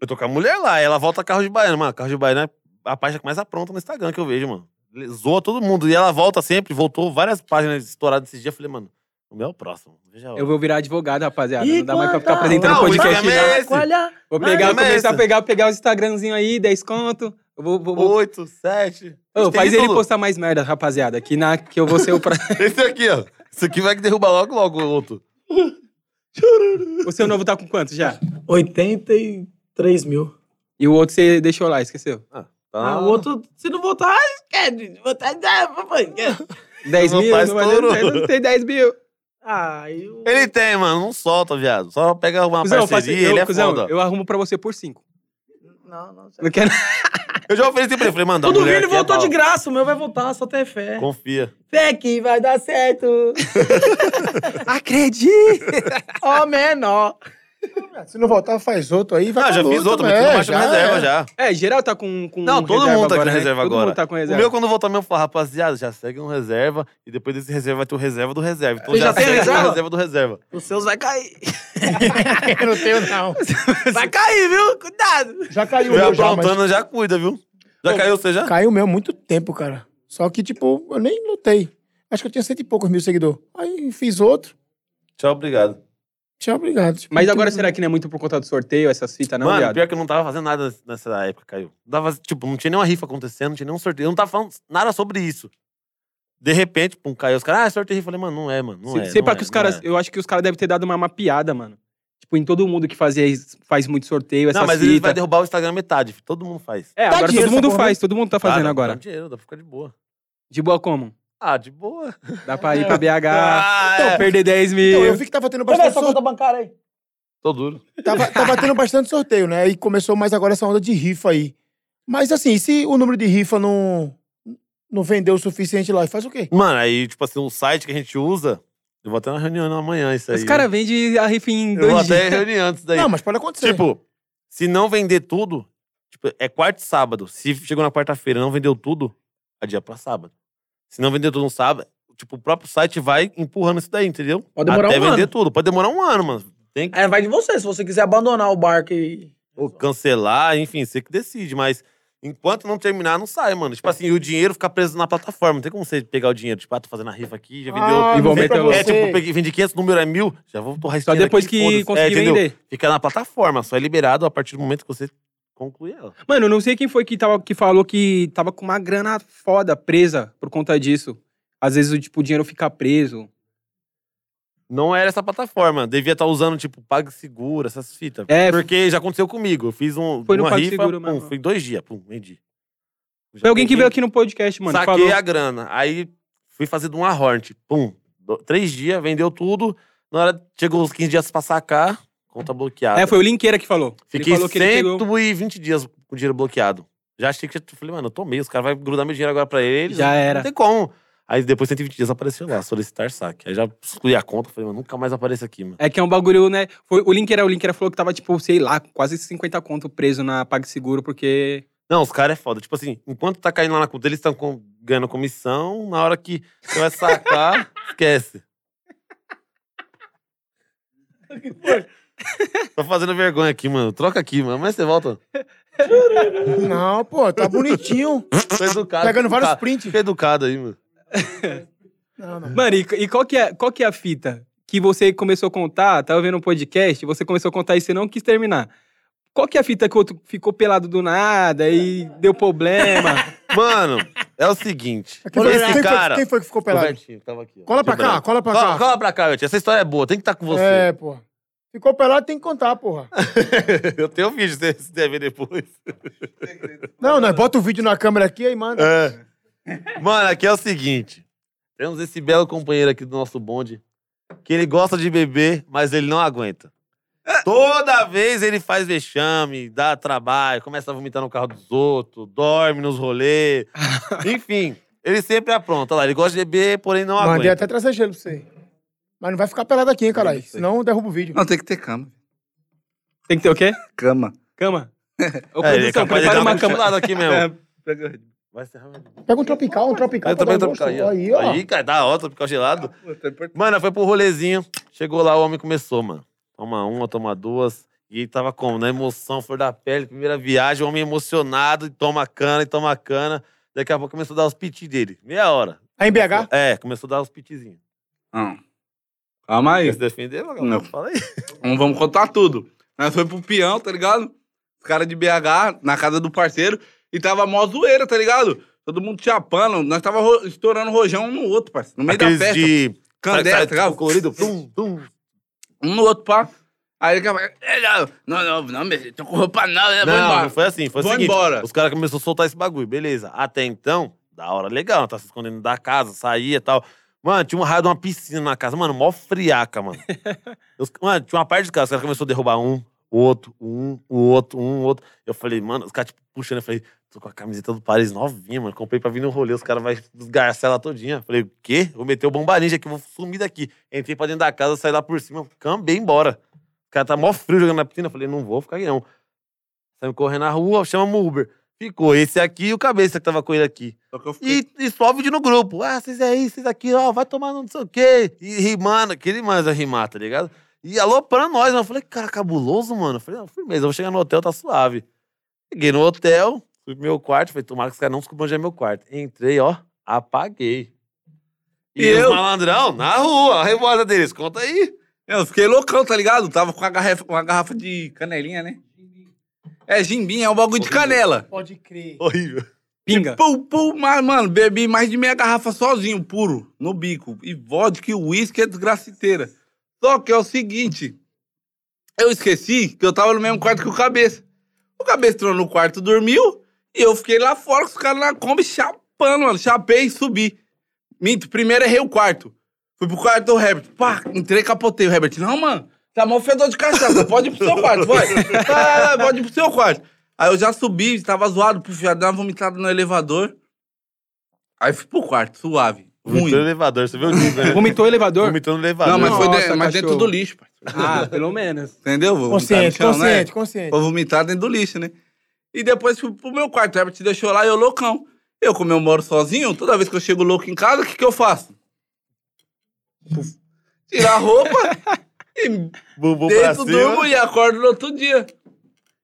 Eu tô com a mulher lá, ela volta carro de baiana, mano. Carro de baiana é a página que mais apronta no Instagram que eu vejo, mano. Zoa todo mundo. E ela volta sempre, voltou várias páginas estouradas esses dias. Eu falei, mano, o meu é o próximo. Veja a hora. Eu vou virar advogado, rapaziada. Não dá mais pra Enquanto ficar tá a apresentando Não, podcast, Instagram não. é- chacoalha- Vou pegar, Não, mas é começar esse- a pegar, pegar os Instagramzinho aí, 10 conto. Eu vou. vou, vou... Oito, sete. Ô, faz Tem ele tudo. postar mais merda, rapaziada. Que, na, que eu vou ser o. Pra... Esse aqui, ó. Esse aqui vai que derrubar logo, logo o outro. o seu novo tá com quanto já? 83 mil. E o outro você deixou lá, esqueceu? Ah, Tá. o outro, se não voltar, ah, esquece. Voltar, ah, dá, papai. 10 Meu mil? pai Não, vai estourou. dar- não tem 10 mil. Ah, eu... Ele tem, mano. Não solta, viado. Só pega uma Cusão, parceria, faço- eu, ele é cuzão, foda. Eu, eu arrumo pra você por Tá 5. Não, não. Não quer já ofereci pra ele. Falei, mano, dá O do mulher Vini aqui, é voltou bala. de graça, o meu vai voltar, só ter fé. Confia. Fé que vai dar certo. Acredite! Ó menor. Se não voltar, faz outro aí. Vai Não, pra Ah, já fiz luta, outro, mano. mas tu É, não baixa já na reserva é. já. É, geral tá com, com Não, todo reserva mundo tá com agora, né? reserva Todo agora. mundo tá com O reserva. meu, quando voltar mesmo, eu falo, rapaziada, já segue um reserva e depois desse reserva vai ter o reserva do reserva. Então Você já tem segue reserva? o reserva do reserva. Os seus vai cair. Eu não tenho, não. Vai cair, viu? Cuidado. Já caiu o Vem meu, já, mas... aprontando, já cuida, viu? Já caiu você já? Caiu o meu há muito tempo, cara. Só que, tipo, eu nem lutei. Acho que eu tinha cento e poucos mil seguidores. Aí fiz outro. Tchau, obrigado. Tchau, obrigado. Tipo, Mas não agora tem- será que não é muito por conta do sorteio, essas fitas, não, Mano, viado? pior que eu não tava fazendo nada nessa época, caiu. Não Tava, tipo, não tinha nenhuma rifa acontecendo, não tinha nenhum sorteio. Eu não tava falando nada sobre isso. De repente, pum, caiu os caras. Ah, sorteio. Eu falei, mano, não é, mano. Não Se- é. sei não pra é, que os não caras. é. Eu acho que os caras devem ter dado uma mapeada, mano. Tipo, em todo mundo que fazia, isso- faz muito sorteio, essas Não, mas ele vai fitas. derrubar o Instagram metade. filho. Todo mundo faz. É, Dá agora dinheiro todo mundo essa porra, faz, todo mundo tá fazendo Ah, dá- agora. Dá dinheiro, dá pra ficar de boa. De boa como? Ah, de boa. Dá pra ir pra BH, Ah, então, é. perder 10 Então, mil. eu vi que tava tendo Pega bastante essa sorteio. conta bancária aí. Tô duro. Tava, tava tendo bastante sorteio, né? E começou mais agora essa onda de rifa aí. Mas assim, e se o número de rifa não, não vendeu o suficiente lá, faz o quê? Mano, aí, tipo assim, um site que a gente usa. Eu vou até uma reunião amanhã, isso aí. Os caras vendem a rifa em Eu vou dois até dias. reunião disso daí. Não, mas pode acontecer. Tipo, se não vender tudo, tipo, é quarta e sábado. Se chegou na quarta-feira e não vendeu tudo, adia pra sábado. Se não vender tudo no sábado, tipo, o próprio site vai empurrando isso daí, entendeu? Pode demorar Até um vender ano. tudo. Pode demorar um ano, mano. Tem que É, vai de você, se você quiser abandonar o barco e... ou cancelar, enfim, você que decide, mas enquanto não terminar, não sai, mano. Tipo assim, e o dinheiro fica preso na plataforma. Não tem como você pegar o dinheiro. Tipo, ah, tô fazendo a rifa aqui, já vendeu. Ah, E vão não sei pra meter você. É, tipo, eu peguei, vendi 500, o número é mil, já vou torrar esse Só dinheiro depois aqui, que foda-se. É, conseguir entendeu? vender. Fica na plataforma, só é liberado a partir do momento que você conclui ela. Mano, eu não sei quem foi que, tava, que falou que tava com uma grana foda presa por conta disso. Às vezes o, tipo, o dinheiro fica preso. Não era essa plataforma. Devia estar usando, tipo, PagSeguro, essas fitas. É. Porque já aconteceu comigo. Eu fiz um, Foi no uma rifa, PagSeguro pum, mesmo. fui dois dias, pum, vendi. Já Foi alguém que peguei, veio aqui no podcast, mano. que Saquei Falou. a grana. Aí fui fazer de uma hornet. Pum. do- três dias, vendeu tudo. Na hora, chegou os 15 dias pra sacar, conta bloqueada. É, foi o Linqueira que falou. Ele Fiquei falou que ele pegou. 120 dias com o dinheiro bloqueado. Já achei que já. Falei, mano, eu tomei, os caras vão grudar meu dinheiro agora pra eles. Já era. Não tem como. Aí depois 120 dias apareceu lá, solicitar saque. Aí já excluí a conta, falei, mano, nunca mais aparece aqui, mano. É que é um bagulho, né? Foi, o Linkeira, o Linkeira falou que tava, tipo, sei lá, quase 50 conto preso na PagSeguro, porque. Não, os caras é foda. Tipo assim, enquanto tá caindo lá na conta, eles estão ganhando comissão, na hora que você vai sacar, esquece. Tô fazendo vergonha aqui, mano. Troca aqui, mano. Mas você volta. Não, pô, tá bonitinho. Tô educado. Pegando vários Educado. prints. Fica educado aí, mano. Não, não. Mano, e, e qual, que é, qual que é a fita que você começou a contar? Tava vendo um podcast, você começou a contar e você não quis terminar. Qual que é a fita que o outro ficou pelado do nada e deu problema? Mano, é o seguinte. Quem foi, esse quem foi- cara. quem foi que ficou O pelado? Bertinho, tava aqui, ó. Cola pra cá, Lembrando. cola pra Cola, cá. cola pra cá, Betinho. Essa história é boa, tem que estar com você. É, porra. Ficou pelado, tem que contar, porra. Eu tenho vídeo, você você deve ver depois. Não, não, bota o vídeo na câmera aqui aí manda. É. Mano, aqui é o seguinte. Temos esse belo companheiro aqui do nosso bonde, que ele gosta de beber, mas ele não aguenta. Toda vez ele faz vexame, dá trabalho, começa a vomitar no carro dos outros, dorme nos rolês. Enfim, ele sempre apronta lá. Ele gosta de beber, porém não Mandei aguenta. até trazer gelo pra você. aí. Mas não vai ficar pelado aqui, hein, caralho. Senão derruba o vídeo. Não, tem que ter cama. Tem que ter o quê? Cama. Cama? Ô, É, ele é produção, capaz de prepara uma dar uma cama. cochilada aqui mesmo. É, Vai ser rápido. Pega um tropical, um tropical. Eu pra também dar um tropical aí, gosto. ó. Aí, ó. Aí, cara, da hora, tropical gelado. Mano, foi pro rolezinho. Chegou lá, o homem começou, mano. Toma uma, toma duas. E ele tava como? Na emoção, flor da pele, primeira viagem, o homem emocionado, e toma cana, e toma cana. Daqui a pouco começou a dar os piti dele. Meia hora. Aí Tá em BH? É, começou a dar os pitizinhos. Não. Calma Quer aí. se defender, vagabundo? Não. Fala aí. Não um, vamos contar tudo. Nós foi pro peão, tá ligado? Os caras de BH, na casa do parceiro, e tava mó zoeira, tá ligado? Todo mundo chapando. Nós tava ro- estourando rojão um no outro, parceiro. No meio Aqueles da festa. de... Candela, tá ligado? tipo, colorido. Pum, pum. Um no outro, pá. Aí ele acaba. "É, Não, não, não, não, tô com roupa não, né? Vou Não, embora. não foi assim. Foi o Vou seguinte, embora. os caras começaram a soltar esse bagulho. Beleza. Até então, da hora legal. Tá se escondendo da casa, saía e tal. Mano, tinha um raio de uma piscina na casa. Mano, mó friaca, mano. Os- mano, tinha uma parte dos caras. Os caras começaram a derrubar um, o outro, um, o outro, um, o outro. Eu falei, mano, os caras tipo, puxando. Eu falei, tô com a camiseta do Paris novinha, mano. Comprei pra vir no rolê. Os caras vão desgarçar ela todinha. Falei, o quê? Vou meter o bomba ninja aqui, vou sumir daqui. Entrei pra dentro da casa, saí lá por cima, cambei embora. O cara tá mó frio jogando na piscina. Eu falei, não vou ficar aqui não. Saímos correndo na rua, chamamos o Uber. Ficou esse aqui e o cabeça que tava com ele aqui. Só que eu fiquei. E, e só vídeo no grupo. Ah, vocês aí, vocês aqui, ó, vai tomar não sei o quê. E rimando, aquele mais a rimar, tá ligado? E aloprando nós, mano. Eu falei, cara, cabuloso, mano. Eu falei, não, firmeza, eu vou chegar no hotel, tá suave. Cheguei no hotel, fui pro meu quarto, falei, tomara que os caras não descubram onde é meu quarto. Entrei, ó, apaguei. E, E eu? eu? os malandrão, na rua, a revolta deles, conta aí. Eu fiquei loucão, tá ligado? Tava com uma garrafa, uma garrafa de canelinha, né? É, jimbim, é um bagulho de canela. Pode crer. Horrível. Pinga. Pum, pum, mas, mano, bebi mais de meia garrafa sozinho, puro, no bico. E vodka e uísque é desgraciteira. Só que é o seguinte, eu esqueci que eu tava no mesmo quarto que o Cabeça. O Cabeça entrou no quarto, dormiu, e eu fiquei lá fora com os caras na Kombi chapando, mano. Chapei e subi. Minto, primeiro errei o quarto. Fui pro quarto do Herbert. Pá, entrei e capotei. O Herbert, não, mano, tá mó fedor de cachaça. Pode ir pro seu quarto, vai. Vai, vai, pode ir pro seu quarto. Aí eu já subi, tava zoado, puxa, já dei uma vomitada no elevador. Aí fui pro quarto, suave. Vomitou no Ruim. elevador, você viu o nível, né? Vomitou o elevador? Vomitou no elevador. Não, mas foi Nossa, de- mas dentro cachorro. do lixo, pai. Ah, pelo menos. Entendeu? Vou vomitar no Consciente, chão, né? consciente, consciente. Pra vomitar dentro do lixo, né? E depois fui pro meu quarto. O Herbert deixou lá e eu loucão. Eu, como eu moro sozinho, toda vez que eu chego louco em casa, o que, que eu faço? Tirar a roupa e Bumbum pra deito, durmo cima. e acordo no outro dia.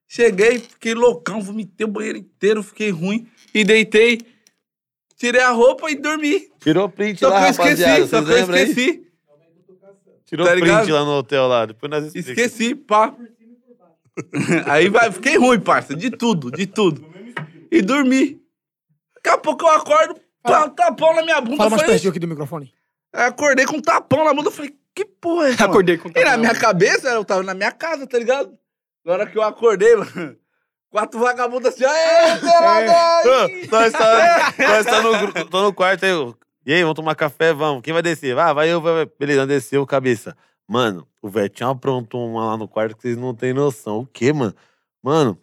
Cheguei, fiquei loucão, vomitei o banheiro inteiro, fiquei ruim. E deitei, tirei a roupa e dormi. Tirou print Só lá, que eu rapaziada. esqueci, só vocês que eu lembram aí? esqueci. Tirou tá print ligado? lá no hotel lá. Depois nós explicamos. Esqueci, pá. Aí vai, fiquei ruim, parça. De tudo, de tudo. E dormi. Daqui a pouco eu acordo, pá, um tapão na minha bunda. Fala mais falei, pertinho aqui do microfone. acordei com um tapão na bunda. Falei, que porra é essa? mano? Acordei com um E na minha cabeça, eu tava na minha casa, tá ligado? Na hora que eu acordei, mano, quatro vagabundos assim, aê, É. pelada! aí!" Nós tá, nós tá no, gru- tô no quarto aí. eu- E aí, vamos tomar café, vamos. Quem vai descer? Ah, vai eu, vai, vai. Beleza, desceu, cabeça. Mano, o Vetinho aprontou uma lá no quarto que vocês não têm noção. O quê, mano? Mano,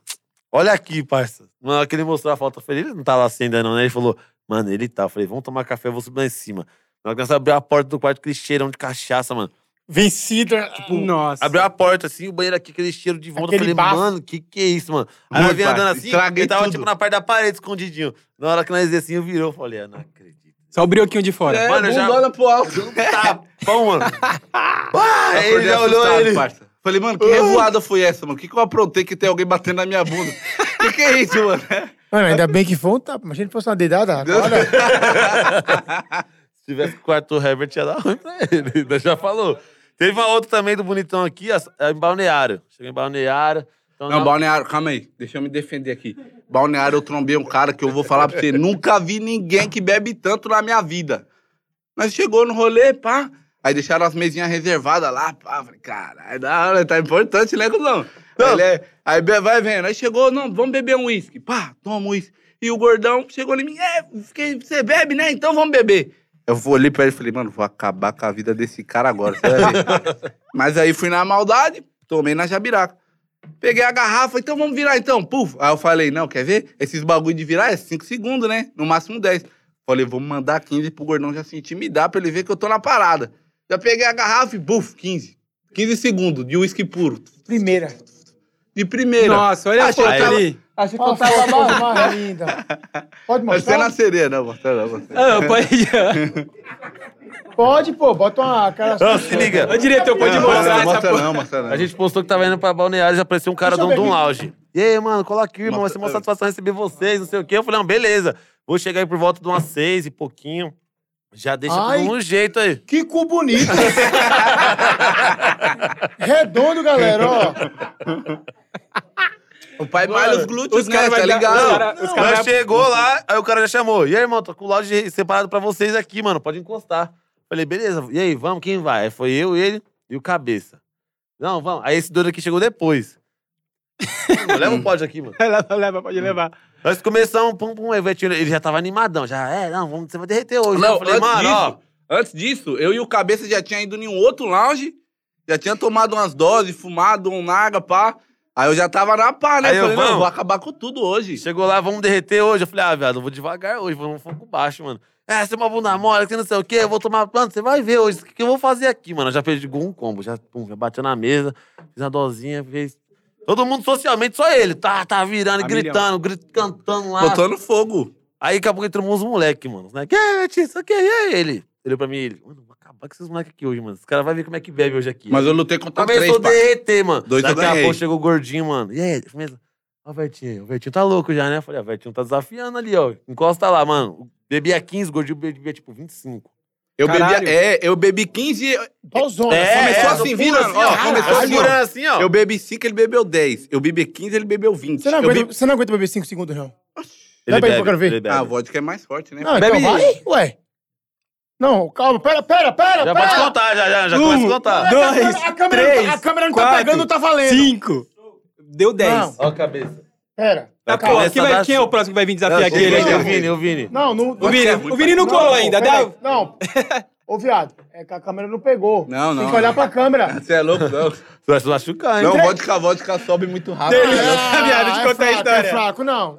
Olha aqui, parça. Na hora que ele mostrou a foto, eu falei, ele não tá lá assim ainda não, né? Ele falou, mano, ele tá. Eu falei, vamos tomar café, eu vou subir lá em cima. Na hora que nós abriu a porta do quarto, aquele cheirão de cachaça, mano. Vencida. Tipo, Nossa. abriu a porta assim, o banheiro aqui, aquele cheiro de volta. Eu falei, Aquele bafo. mano, que que é isso, mano? Aí Muito, eu vinha andando parça, assim, estraguei ele tava tudo. tipo na parte da parede, escondidinho. Na hora que nós ia assim, eu virou, eu falei, ah, não acredito. Só o brioquinho de fora. É, Mano, eu já- bundona pro alto. Deu um tapão, mano. ah, Aí ele já olhou ele. Parça. Falei, mano, que revoada foi essa, mano? O que, que eu aprontei que tem alguém batendo na minha bunda? que que é isso, mano? Mano, ainda bem que foi um tapa. Imagina se fosse uma dedada. Olha, Se tivesse quarto o Herbert, ia dar ruim pra ele. Nós Já falou. Teve uma outra também do bonitão aqui, a- a- em Balneário. Cheguei em Balneário. Então, Não, na- Balneário, calma aí. Deixa eu me defender aqui. Balneário, eu trombei um cara que eu vou falar pra você. Nunca vi ninguém que bebe tanto na minha vida. Mas chegou no rolê, pá. Aí deixaram as mesinhas reservadas lá, pá. Falei, caralho, da hora, tá importante, né, cuzão? Aí, ele é- aí be- vai vendo. Aí chegou, não, vamos beber um uísque. Pá, toma um uísque. E o gordão chegou em mim, é, fiquei- você bebe, né? Então vamos beber. Eu olhei pra ele e falei, mano, vou acabar com a vida desse cara agora, você vai ver. Mas aí fui na maldade, tomei na jabiraca. Peguei a garrafa, então vamos virar então. Puf. Aí eu falei, não, quer ver? Esses bagulho de virar é 5 segundos, né? No máximo 10. Falei, vamos mandar 15 pro gordão já se intimidar pra ele ver que eu tô na parada. Já peguei a garrafa e buf, 15. 15 segundos de uísque puro. primeira. De primeira. Nossa, olha a Achei foto que tava- ali. Achei que eu tava mais linda. Pode Mas você é na mostrar? sereia, não, mostra não, mostra não. Ah, pode... Pode, pô. Bota uma cara assim. Não, se liga. Ô, diretor, pode Não, mostra mostrar não, essa mostra porra. não, mostra não. A gente postou que tava indo pra Balneário e já apareceu um cara Deixa dono eu de um ver aqui. lounge. E aí, mano, cola aqui, irmão. Vai ser uma satisfação receber vocês, não sei o quê. Eu falei, não, beleza. Vou chegar aí por volta de umas seis e pouquinho. Já deixa Ai. tudo um jeito aí. Que cu bonito. Redondo, galera, ó. O pai malha os glúteos, Os né? caras Tá vai dar- os ligado? cara- os caras Nós chegou lá, aí o cara já chamou. E aí, irmão, tô com o lounge separado pra vocês aqui, mano. Pode encostar. Falei, beleza. E aí, vamos, quem vai? Aí foi eu, ele e o cabeça. Não, vamos. Aí esse doido aqui chegou depois. Mano, Leva um pódio aqui, mano. Leva, leva, pode levar. Nós começamos, pum, pum, aí vai tirando- ele já tava animadão. Já, é, não, vamos, você vai derreter hoje. Não, eu falei, antes, mano, ó. disso, antes disso, eu e o Cabeça já tinha ido em um outro lounge, já tinha tomado umas doses, fumado um naga, pá. Aí eu já tava na pá, né? Aí eu, falei, não, vamos. vou acabar com tudo hoje. Chegou lá, vamos derreter hoje. Eu falei, ah, viado, eu vou devagar hoje, vamos vamos com baixo, mano. É, você é uma bunda mole, que não sei o quê, eu vou tomar planta, você vai ver hoje o que que eu vou fazer aqui, mano. Eu Já pegou um combo, já, pum, já bateu na mesa, fiz a dosinha, fez. Todo mundo socialmente, só ele. Tá, tá virando, A gritando, grit- cantando lá. Botando fogo. Aí daqui a pouco entrou uns moleques, mano. Os moleques, é, Letícia, o quê? E aí ele? Ele olhou pra mim e ele, mano, vou acabar com esses moleques aqui hoje, mano. Esse cara vai ver como é que bebe hoje aqui. Mas eu lutei contra Começou três, a pai. derreter, mano. Dois eu Daqui a ganhei. pouco chegou o gordinho, mano. E aí, firmeza? Ó, o Vertinho, o Vertinho tá louco já, né? Eu Falei, ó, o Vertinho tá desafiando ali, ó. Encosta lá, mano. Bebia 15, o gordinho bebia tipo 25. Eu Caralho. bebi, é, eu bebi 15, Pausona. começou é, assim, puro vira, ó, caralho. começou assim, ó. Segurando assim, ó. eu bebi 5, ele bebeu 10. Eu bebi 15, ele bebeu 20. Você não, eu aguenta, bebi... você não aguenta beber 5 segundos, não. Ele Bebe aí, bebe, eu quero ver. ele bebe. Ah, a vodka é mais forte, né? Não, Bebe então vai. Ué. Não, calma. Pera, pera, pera, Já pera. pode contar, já, já, já começa a contar. Pera, a Tá. Dois, câmera- a câmera, não tá- a três, câmera não tá quatro, pegando, não tá valendo. Cinco. Deu dez. Não. Ó a cabeça. Pera. Tá, Vai porra, começar quem, a vai, dar- quem é o próximo que vai vir desafiar O aquele Vini, aí? o Vini, o Vini. Não, não. O Vini, o Vini não colou ainda. pera Dá... aí. Não. Ô, viado, é que a câmera não pegou. Não, Tem não. que olhar pra câmera. Você é louco, não. Tu vai se machucar, hein? Não, vodka, vodka sobe muito rápido. né? Ah, viado, deixa eu contar a fraco, história. É fraco, não.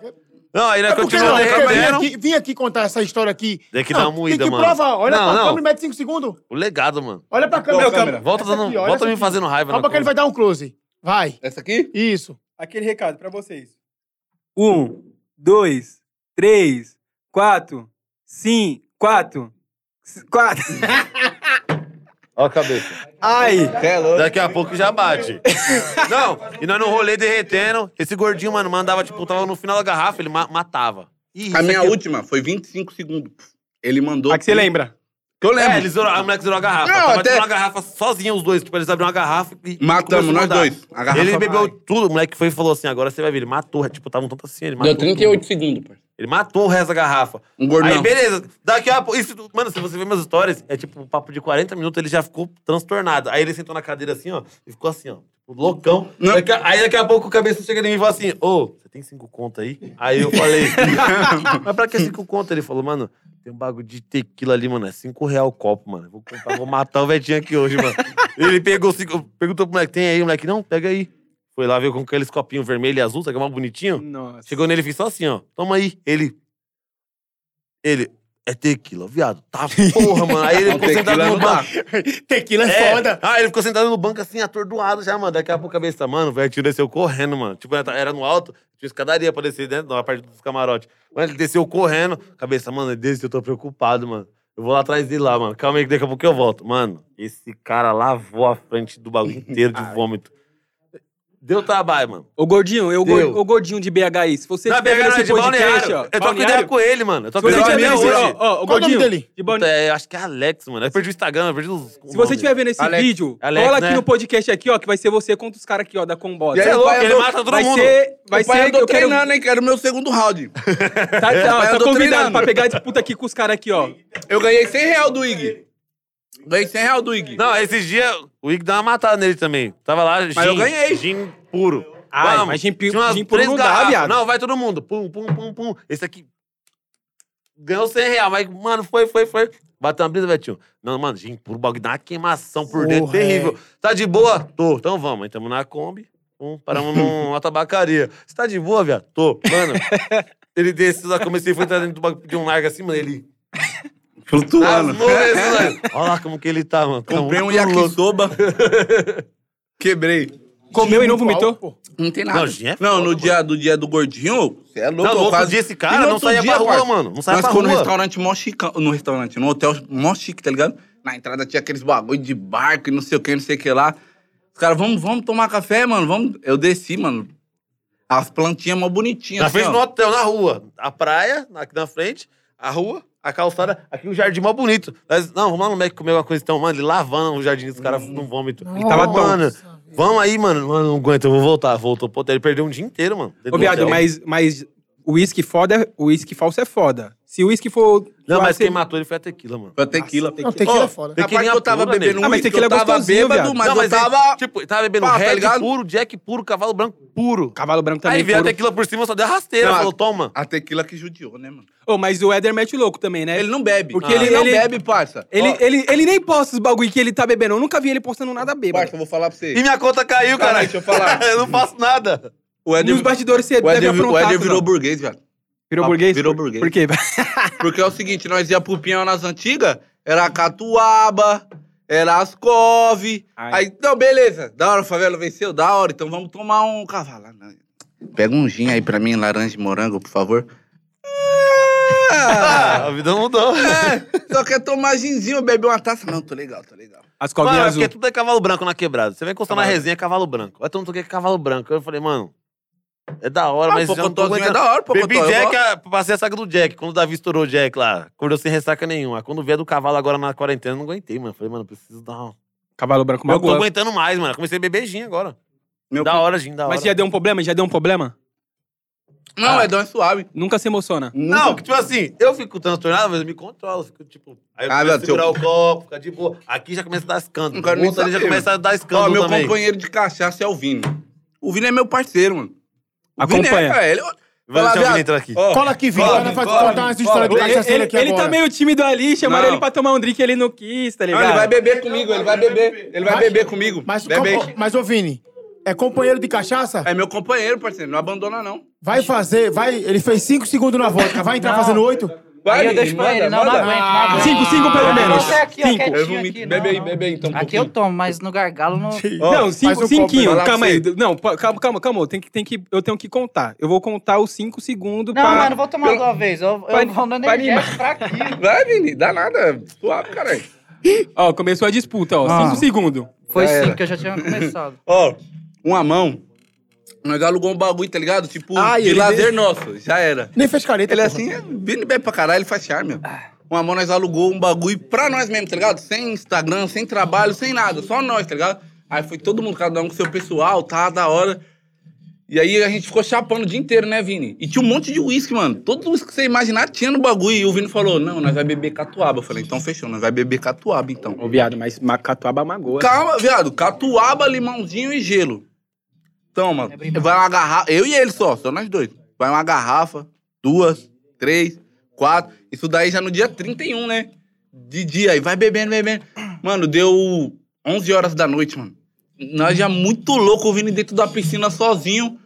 Não, aí nós Por que não? continuamos Porque eu vim derretendo. aqui, vim aqui contar essa história aqui. Tem que Não, dar uma moída, Tem que mano. provar. Olha Não, pra não. câmera e mete 5 segundos. O legado, mano. Olha pra Qual câmera. câmera? Volta, Essa dando, aqui, olha volta essa me aqui. fazendo raiva. na Calma que ele vai conta. dar um close. Vai. Essa aqui? Isso. Aquele recado pra vocês. Um, dois, três, quatro, cinco, quatro, c- quatro. Ó a cabeça. Ai, Você é louco. Daqui a pouco já bate. Não, e nós no rolê derretendo. Esse gordinho, mano, mandava, tipo, tava no final da garrafa, ele ma- matava. Ih, A isso minha é aqui- última foi 25 segundos. Ele mandou. a que você lembra? Que eu lembro. É, ele zerou, a moleque zerou a garrafa. Não, Não, tava até- tirando a garrafa sozinho, os dois. Tipo, eles abriram a garrafa e. e começou Matamos, a nós mandar. dois. A garrafa- Ele bebeu tudo, o moleque foi e falou assim: agora você vai ver. Ele matou, tipo, tava um tanto assim, ele matou. Deu 38 segundos, parceiro. Ele matou o resto da garrafa. Um gordão. Aí, beleza. Daqui a pouco. isso- Mano, se você ver minhas histórias, é tipo um papo de 40 minutos, ele já ficou transtornado. Aí ele sentou na cadeira assim, ó, e ficou assim, ó. tipo, Loucão. Não. Daqui a- aí daqui a pouco o cabeça chega em mim e fala assim: Ô, você tem cinco conto aí? Aí eu falei: Mas pra que cinco conto? Ele falou, mano, tem um bagulho de tequila ali, mano. É cinco real o copo, mano. Eu Vou comprar, vou matar o Vetinho aqui hoje, mano. ele pegou cinco. Perguntou pro moleque: tem aí, moleque? Não, pega aí. Foi lá, veio com aqueles copinhos vermelho e azul, sabe que é mais bonitinho? Nossa. Chegou nele e fiz só assim, ó. Toma aí. Ele. Ele. É tequila, viado. Tá porra, mano. Aí ele ficou Tequila sentado no não banco. Tequila é, É. foda. Ah, ele ficou sentado no banco assim, atordoado já, mano. Daqui a pouco a cabeça, mano, o velho tio desceu correndo, mano. Tipo, era- era no alto, tinha escadaria pra descer dentro, na parte dos camarotes. Mas ele desceu correndo, cabeça, mano, ele desceu, eu tô preocupado, mano. Eu vou lá atrás dele lá, mano. Calma aí que daqui a pouco eu volto. Mano, esse cara lavou a frente do bagulho inteiro de vômito. Deu trabalho, mano. Ô, gordinho, eu, Deu. gor- ô, gordinho de BH aí. Se você Na estiver BH, vendo não, esse de balneário. ó. Eu tô ideia Balneário? com ele, mano. Eu tô Se você cuidando estiver dele vendo esse... hoje. Ó, ó, ô, Qual o nome gordinho. dele? De Puta, balneário. é, acho que é Alex, mano. Eu perdi o Instagram, eu perdi os. Tipo, Se você estiver vendo esse Alex. vídeo, Alex, cola aqui né? no podcast aqui, ó, que vai ser você contra os caras aqui, ó, da Combosa. E aí, é o louco, pai ele andou- mata todo vai mundo. ser, vai Vai ser, ser eu eu um- quero... treinando, hein? Quero meu segundo round. Tá, tá, pai tá andou convidado treinando. pra pegar a disputa aqui com os caras aqui, ó. Eu ganhei 100 real do Ig. Ganhei 100 real do Ig. Não, esses dias o Ig deu uma matada nele também. Tava lá, gin. eu ganhei. Gin puro. Ai, Vamos. Ah, mas gin pi- Tinha umas gin puro três não dá, garrafas. viado. Não, vai todo mundo. Pum, pum, pum, pum. Esse aqui ganhou 100 reais, mas, mano, foi, foi, foi. Bateu uma brisa, Betinho. Não, mano, gin puro, bagulho, dá uma queimação por dentro, é. Porra, terrível. Tá de boa? Tô. Então vamos. Entramos na Kombi, pum, paramos numa tabacaria. Você tá de boa, viado? Tô. Mano, ele desceu da Kombi, assim, foi entrar dentro do bagulho, pediu um largo assim, mano, ele... Nas Flutuando. nuvens, assim, mano. Olha lá como que ele tá, mano. Tá né, Comprei um muito louco. yakisoba. Quebrei. Comeu e não vomitou? Não tem nada. Não, gin é Não, foda, no mano. dia, do dia do gordinho, você é louco. Não, no eu outro quase- dia esse E cara no não outro saía pra rua, parça, mano. Não saía nós pra ficou no rua. restaurante mó chicão. No restaurante, no hotel mó chique, tá ligado? Na entrada tinha aqueles bagulho de barco e não sei o que, não sei o que lá. Os caras, vamos, vamos tomar café, mano. Vamos. Eu desci, mano. As plantinhas mó bonitinhas. Na frente assim, ó. do hotel, na rua. A praia, aqui na frente, a rua, a calçada, aqui o jardim mó bonito. Nós, não, vamos lá no Mac comer alguma coisa então, mano. Ele lavando o jardim dos caras Hum. no vômito. Ele tava tonto. mano. Vamos aí, mano. Mano, não aguento, eu vou voltar. Voltou pro hotel. Ele perdeu um dia inteiro, mano. dentro Ô, do viado, hotel. mas, mas o uísque foda, é- o uísque falso é foda. Se o uísque for... assim, Não, mas você- quem matou ele foi a tequila, mano. Foi a tequila. Não, tequila Ó, é foda. A parte que Tequilinha eu tava pura, bebendo nego. Ah, mas uísque, tequila eu é tava gostosinho, bêbado, viado. mas não, eu mas ele, tava... tipo, ele tava bebendo Pá, tá Red ligado? Tá puro, Jack puro, cavalo branco puro. Cavalo branco também. Aí veio a é couro. tequila por cima, só deu a rasteira. Não, falou, toma. A tequila que judiou, né, mano? Ô, mas o Éder mete louco também, né? Ele não bebe. Porque ele- não ele- bebe, parça. Ele, Ó, ele, ele nem posta os bagulho que ele tá bebendo. Eu nunca vi ele postando nada Parça, bêbado. eu vou falar pra E você. minha conta caiu, Caralho, cara. deixa eu falar. eu não faço nada. O Nos bastidores você o deve Éder, vi- o aprontar. tá? Éder virou cuzão. burguês, velho. virou burguês? virou Por- burguês. Por quê? Porque é o seguinte, nós ia pro Pinhão nas antigas, era Catuaba, era Ascov. Ai. Aí, não, beleza. Da hora, a favela venceu, da hora. Então vamos tomar um cavalo. Pega um gin aí pra mim, laranja e morango, por favor. Ah, Ah, a vida mudou. é, só quer tomar ginzinho, beber uma taça. Não, tô legal, tô legal. As Mano, covinhas é azul. porque tudo é cavalo branco na quebrada. Você vai encostar na resenha, é cavalo branco. Aí todo mundo quer é cavalo branco. Eu falei, mano, é da hora, Ah, mas o já não tô Pocotózinho é aguentando. da hora, pô. Baby Jack, a- passei a saga do Jack. Quando o Davi estourou o Jack lá, acordou sem ressaca nenhuma. Aí Quando vier do cavalo agora na quarentena, eu não aguentei, mano. Falei, mano, preciso dar uma... Cavalo branco Eu tô magoa. aguentando mais, mano. Comecei a beber gin agora. Meu Da hora, gin, da hora. Mas é já deu um problema? Já deu um problema? Não, Ah. é Dom Suave. Nunca se emociona. Não, que tipo assim, eu fico transtornado, mas eu me controlo. eu Fico, tipo, aí eu Ah, começo a meu, segurar teu- o copo, ficar de boa. Aqui já começa a dar escândalo. Não quero O nem outro ali já saber, começa a dar Ó, escândalo meu também. companheiro de cachaça é o Vini. O Vini é meu parceiro, mano. O Vini é, Acompanha. cara, ele... Vai deixar o Fala, viado. Vini entrar aqui. Ó, Cola aqui, Vini. cola, Agora vai te cola, contar essa história do Ele, cachaceiro ele, aqui ele tá agora. meio tímido ali, chamaram Não. ele pra tomar um drink, ele não quis, tá Não, ligado? ele vai beber comigo, ele vai beber. Ele vai Mas- beber comigo. Mas, Bebe com- aí. mas, ô Vini, é companheiro de cachaça? É meu companheiro, parceiro. Não abandona, não. Vai fazer, vai. Ele fez 5 segundos na vodka, vai entrar fazendo 8? Vai, Aí eu Vini, deixo pra manda, ele, não, não manda. aguento, não aguento. Cinco, cinco pelo menos. Você aqui, ó, Cinco. quietinho Eu vou me... aqui, Bebe não, aí, não. bebe aí, então. um Aqui eu pouquinho. tomo, mas no gargalo não. Não, faz um cinco, copo, cinquinho, vai lá, calma aí. você. Não, pa- calma, calma, calma. Tem que, tem que, eu tenho que contar. Eu vou contar os cinco segundos Não, pra... mano, vou tomar de uma vez. Eu, pra- eu vou no pra energético pra aqui. Vai, Vini, dá nada. Suave, caralho. Ó, começou a disputa, ó. Ah. Cinco segundos. Foi Já era. sim, que eu já tinha começado. Ó, uma mão. Nós alugamos um bagulho, tá ligado? Tipo, Ai, de ele lazer nosso. Já era. Nem fez careta. Ele é porra. assim, é, Vini bebe pra caralho, ele faz charme. ó. Uma mão nós alugou um bagulho pra nós mesmo, tá ligado? Sem Instagram, sem trabalho, sem nada, só nós, tá ligado? Aí foi todo mundo, cada um com seu pessoal, tá, da hora. E aí a gente ficou chapando o dia inteiro, né, Vini? E tinha um monte de uísque, mano. Todo uísque que você imaginar tinha no bagulho. E o Vini falou, não, nós vai beber catuaba. Eu falei, então fechou, nós vai beber catuaba, então. Ô, viado, mas macatuaba magoa. Calma, viado. Catuaba, limãozinho e gelo. Toma. vai uma garrafa. Eu e ele só, só nós dois. Vai uma garrafa, duas, três, quatro. Isso daí já no dia 31, né? De dia. E vai bebendo, bebendo. Mano, deu 11 horas da noite, mano. Nós já muito louco vindo dentro da piscina sozinho.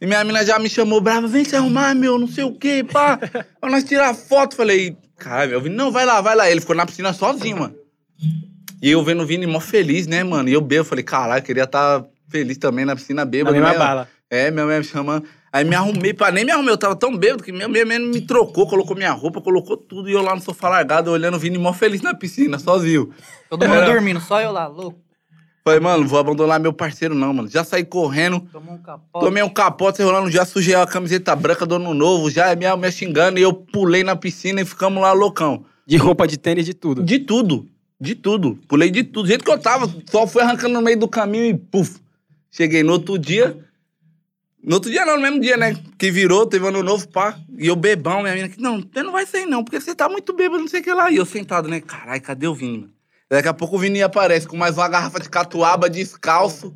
E minha mina já me chamou brava, vem se arrumar, meu, não sei o quê, pá. Pra nós tirar foto. Falei, caralho, eu Vini, não, vai lá, vai lá. Ele ficou na piscina sozinho, mano. E eu vendo o Vini mó feliz, né, mano? E eu bebo, falei, caralho, queria estar feliz também na piscina Na bêbado. mesma né? bala. É, minha mãe me chamando. Aí me arrumei, pá, nem me arrumei, eu tava tão bêbado que minha minha mãe me trocou, colocou minha roupa, colocou tudo e eu lá no sofá largado, olhando o Vini mó feliz na piscina, sozinho. Todo mundo dormindo, só eu lá, louco. Falei, mano, vou abandonar meu parceiro não, mano. Já saí correndo, Tomou um capote. tomei um capote rolando, já sujei a camiseta branca do ano novo, já minha me xingando e eu pulei na piscina e ficamos lá loucão. De roupa, de tênis, de tudo. De tudo. De tudo. Pulei de tudo. Do jeito que eu tava, só fui arrancando no meio do caminho e puf. Cheguei no outro dia. No outro dia não, no mesmo dia, né? Que virou, teve ano novo, pá. E eu bebão, minha menina, que não, você não vai sair não, porque você tá muito bêbado, não sei o que lá. E eu sentado, né? Caralho, cadê o Vini, mano? Daqui a pouco o Vini aparece com mais uma garrafa de catuaba descalço.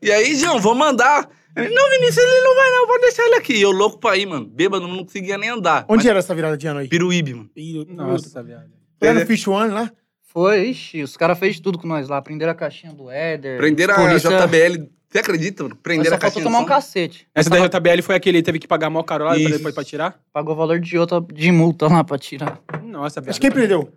E aí, João, vou mandar. Ele, não, Vinícius, ele não vai não, vou deixar ele aqui. E eu louco pra ir, mano. Bêbado, não conseguia nem andar. Onde Mas- era essa virada de ano aí? Piruíbe, mano. Nossa, viado. Lá no Fish One, lá? Foi, ixi, os caras fez tudo com nós lá. Prenderam a caixinha do Éder. Prenderam a polícia- JBL. Você acredita, mano? Nós Prenderam É só a caixinha faltou de tomar um som. cacete. Essa da JBL foi aquele que teve que pagar mal caro lá pra Isso. depois pra tirar? Pagou o valor de outra de multa lá pra tirar. Nossa, viado. Mas quem prendeu?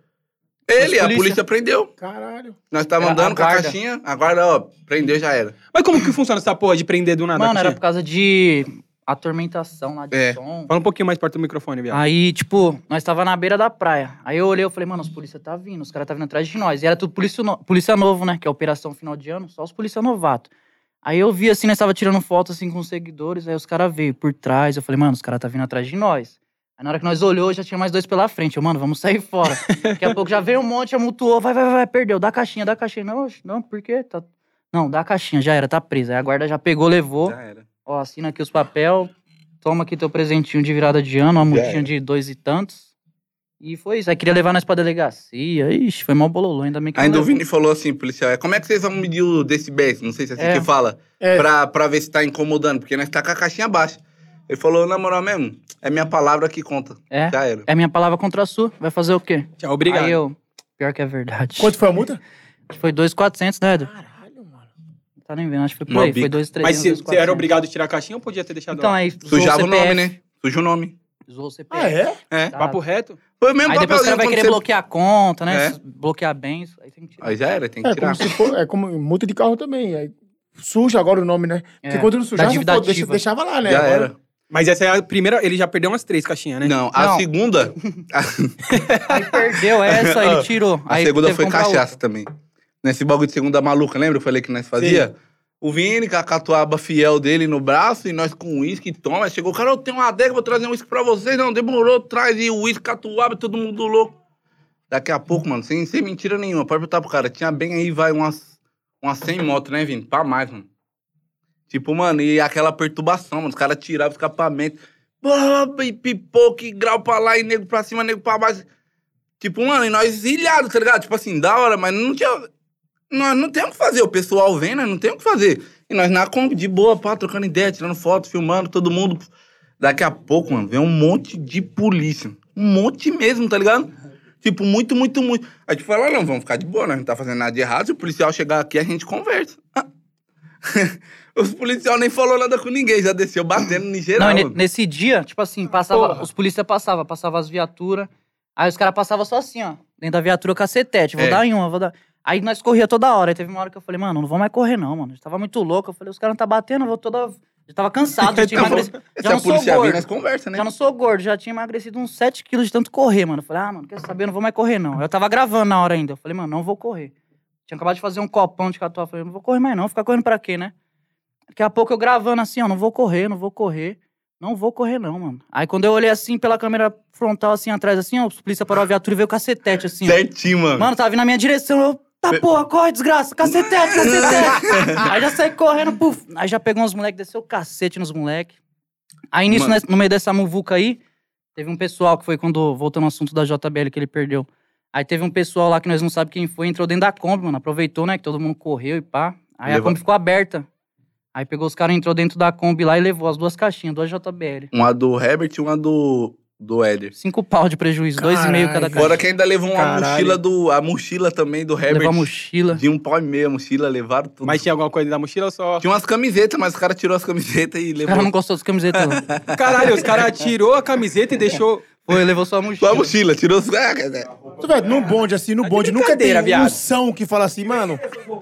Ele, a polícia. polícia prendeu. Caralho. Nós tava Era andando É, a com a guarda. caixinha, a guarda, ó, prendeu já era. Mas como que funciona essa porra de prender do nada? Mano, era Caixinha? por causa de atormentação lá de É. som. Fala um pouquinho mais perto do microfone, viado. Aí, tipo, nós tava na beira da praia. Aí eu olhei, eu falei, mano, os polícia tá vindo, os caras tá vindo atrás de nós. E era tudo polícia, no- polícia novo, né? Que é operação final de ano, só os polícia novato. Aí eu vi, assim, nós tava tirando foto, assim, com os seguidores. Aí os caras veio por trás. Eu falei, mano, os caras tá vindo atrás de nós. Aí na hora que nós olhou, já tinha mais dois pela frente. Eu, mano, vamos sair fora. Daqui a pouco já veio um monte, amontoou. Vai, vai, vai, vai, perdeu. Dá a caixinha, dá a caixinha. Não, oxe, não, por quê? Tá... Não, dá a caixinha, já era, tá presa. Aí a guarda já pegou, levou. Já era. Ó, assina aqui os papel. Toma aqui teu presentinho de virada de ano, uma multinha de dois e tantos. E foi isso. Aí queria levar nós pra delegacia. Ixi, foi mó bololô, ainda bem que não Ainda o levou. Vini falou assim, policial, é, como é que vocês vão medir o decibéis? Não sei se é assim É. que fala. É. Pra, pra ver se tá incomodando, porque nós tá com a caixinha baixa. Ele falou, na moral mesmo, é minha palavra que conta. É. Já era. É minha palavra contra a sua. Vai fazer o quê? Tchau, obrigado. Ah, Aí eu. Pior que é verdade. Quanto foi a multa? Foi 2,400, né, Edu? Caralho, mano. Tá nem vendo, acho que foi Mó por aí. Foi bico. 2,300. Mas se você era 2.400. obrigado a tirar a caixinha ou podia ter deixado Então, lá? aí. Sujava o nome, CPF, né? Suja o nome. Usou o CPF. Ah, é? É. tá? Papo reto? Foi o mesmo Aí depois o papelzinho cara vai quando querer você- bloquear a conta, né? É. s- Bloquear bens. Aí tem que tirar. Aí já era, tem que É tirar. como se for, é como multa de carro também. É, suja agora o nome, né? Porque É, quando não sujava, dívida pô, deixa, ativa. deixava lá, né? Já Agora- era. Mas essa é a primeira. Ele já perdeu umas três caixinhas, né? Não, a Não. segunda, Aí perdeu essa, ele tirou. A aí segunda teve que foi comprar outra. cachaça também. Nesse bagulho de segunda maluca, lembra? Eu falei que nós fazia? O Vini com a catuaba fiel dele no braço e nós com um uísque, toma. Aí Chegou, cara, eu tenho uma adega, vou trazer um uísque pra vocês. Não, demorou, traz e o uísque, catuaba, todo mundo louco. Daqui a pouco, mano, sem, sem mentira nenhuma, pode botar pro cara. Tinha bem aí, vai, umas, umas 100 motos, né, Vini? Pra mais, mano. Tipo, mano, e aquela perturbação, mano. Os caras tiravam o escapamento. Blá, blá, E pipoca, e grau pra lá, e nego pra cima, nego pra baixo. Tipo, mano, e nós ilhados, tá ligado? Tipo assim, da hora, mas não tinha. Nós não temos o que fazer. O pessoal vem, nós não temos o que fazer. E nós na Kombi, de boa, pá, trocando ideia, tirando foto, filmando, todo mundo. Daqui a pouco, mano, vem um monte de polícia. Um monte mesmo, tá ligado? Tipo, muito, muito, muito. A gente fala, "Ah, não, vamos ficar de boa, nós não tá fazendo nada de errado. Se o policial chegar aqui, a gente conversa. Ah. Os policial nem falou nada com ninguém, já desceu batendo em Não, geral. Ah, e ne- mano. nesse dia, tipo assim, passava, os polícia passava, passava as viaturas. Aí os caras passavam só assim, ó. Dentro da viatura cacetete. Vou É. dar em uma, vou dar. Aí nós corria toda hora. Aí teve uma hora que eu falei, mano, não vou mais correr, não, mano. Eu tava muito louco. Eu falgrei, os caras não tá batendo, eu vou toda. Já tava cansado, já tinha Então, emagrecido. Se Já a não sou polícia vir, gordo. nós conversa, né? é Já não sou gordo, já tinha emagrecido uns 7 quilos de tanto correr, mano. Eu falei, ah, mano, quer saber? Eu não vou mais correr, não. Eu tava gravando na hora ainda. Eu falei, mano, não vou correr. Tinha acabado de fazer um copão de catuá. Eu Falei, não vou correr mais, não. Ficar correndo pra quê, né? Daqui a pouco eu gravando assim, ó, não vou correr, não vou correr. Não vou correr, não, mano. Aí quando eu olhei assim pela câmera frontal, assim, atrás, assim, ó, o polícia parou a viatura e veio o cacetete, assim, ó. Certinho, mano. Mano, tava vindo na minha direção, eu. Tá porra, corre, desgraça, cacetete, cacetete. é." aí já saí correndo, puf. Aí já pegou uns moleques, desceu o cacete nos moleques. Aí nisso, Mano. nesse- no meio dessa muvuca aí, teve um pessoal que foi quando, voltando ao assunto da JBL que ele perdeu. Aí teve um pessoal lá que nós não sabemos quem foi, entrou dentro da Kombi, mano. Aproveitou, né, que todo mundo correu e pá. Aí a Levou. Kombi ficou aberta. Aí Um pegou os caras, entrou dentro da Kombi lá e levou as duas caixinhas, duas JBL. Uma do Herbert e uma do do Éder. Cinco pau de prejuízo, dois e meio cada Caralho. caixa. Fora que ainda levou uma Caralho. mochila do. A mochila também do Herbert. Levar a mochila. De um pau e meio a mochila, levaram tudo. Mas tinha alguma coisa na mochila ou só? Tinha umas camisetas, mas o cara tirou as camisetas e O cara levou. não gostou das camisetas, não. Caralho, os caras tirou a camiseta e deixou. Foi, levou só a Só a mochila. mochila, tirou os. Ah, quer dizer, Tu vê, no bonde, assim, no bonde, nunca tem brincadeira, viado. um são que fala assim, mano,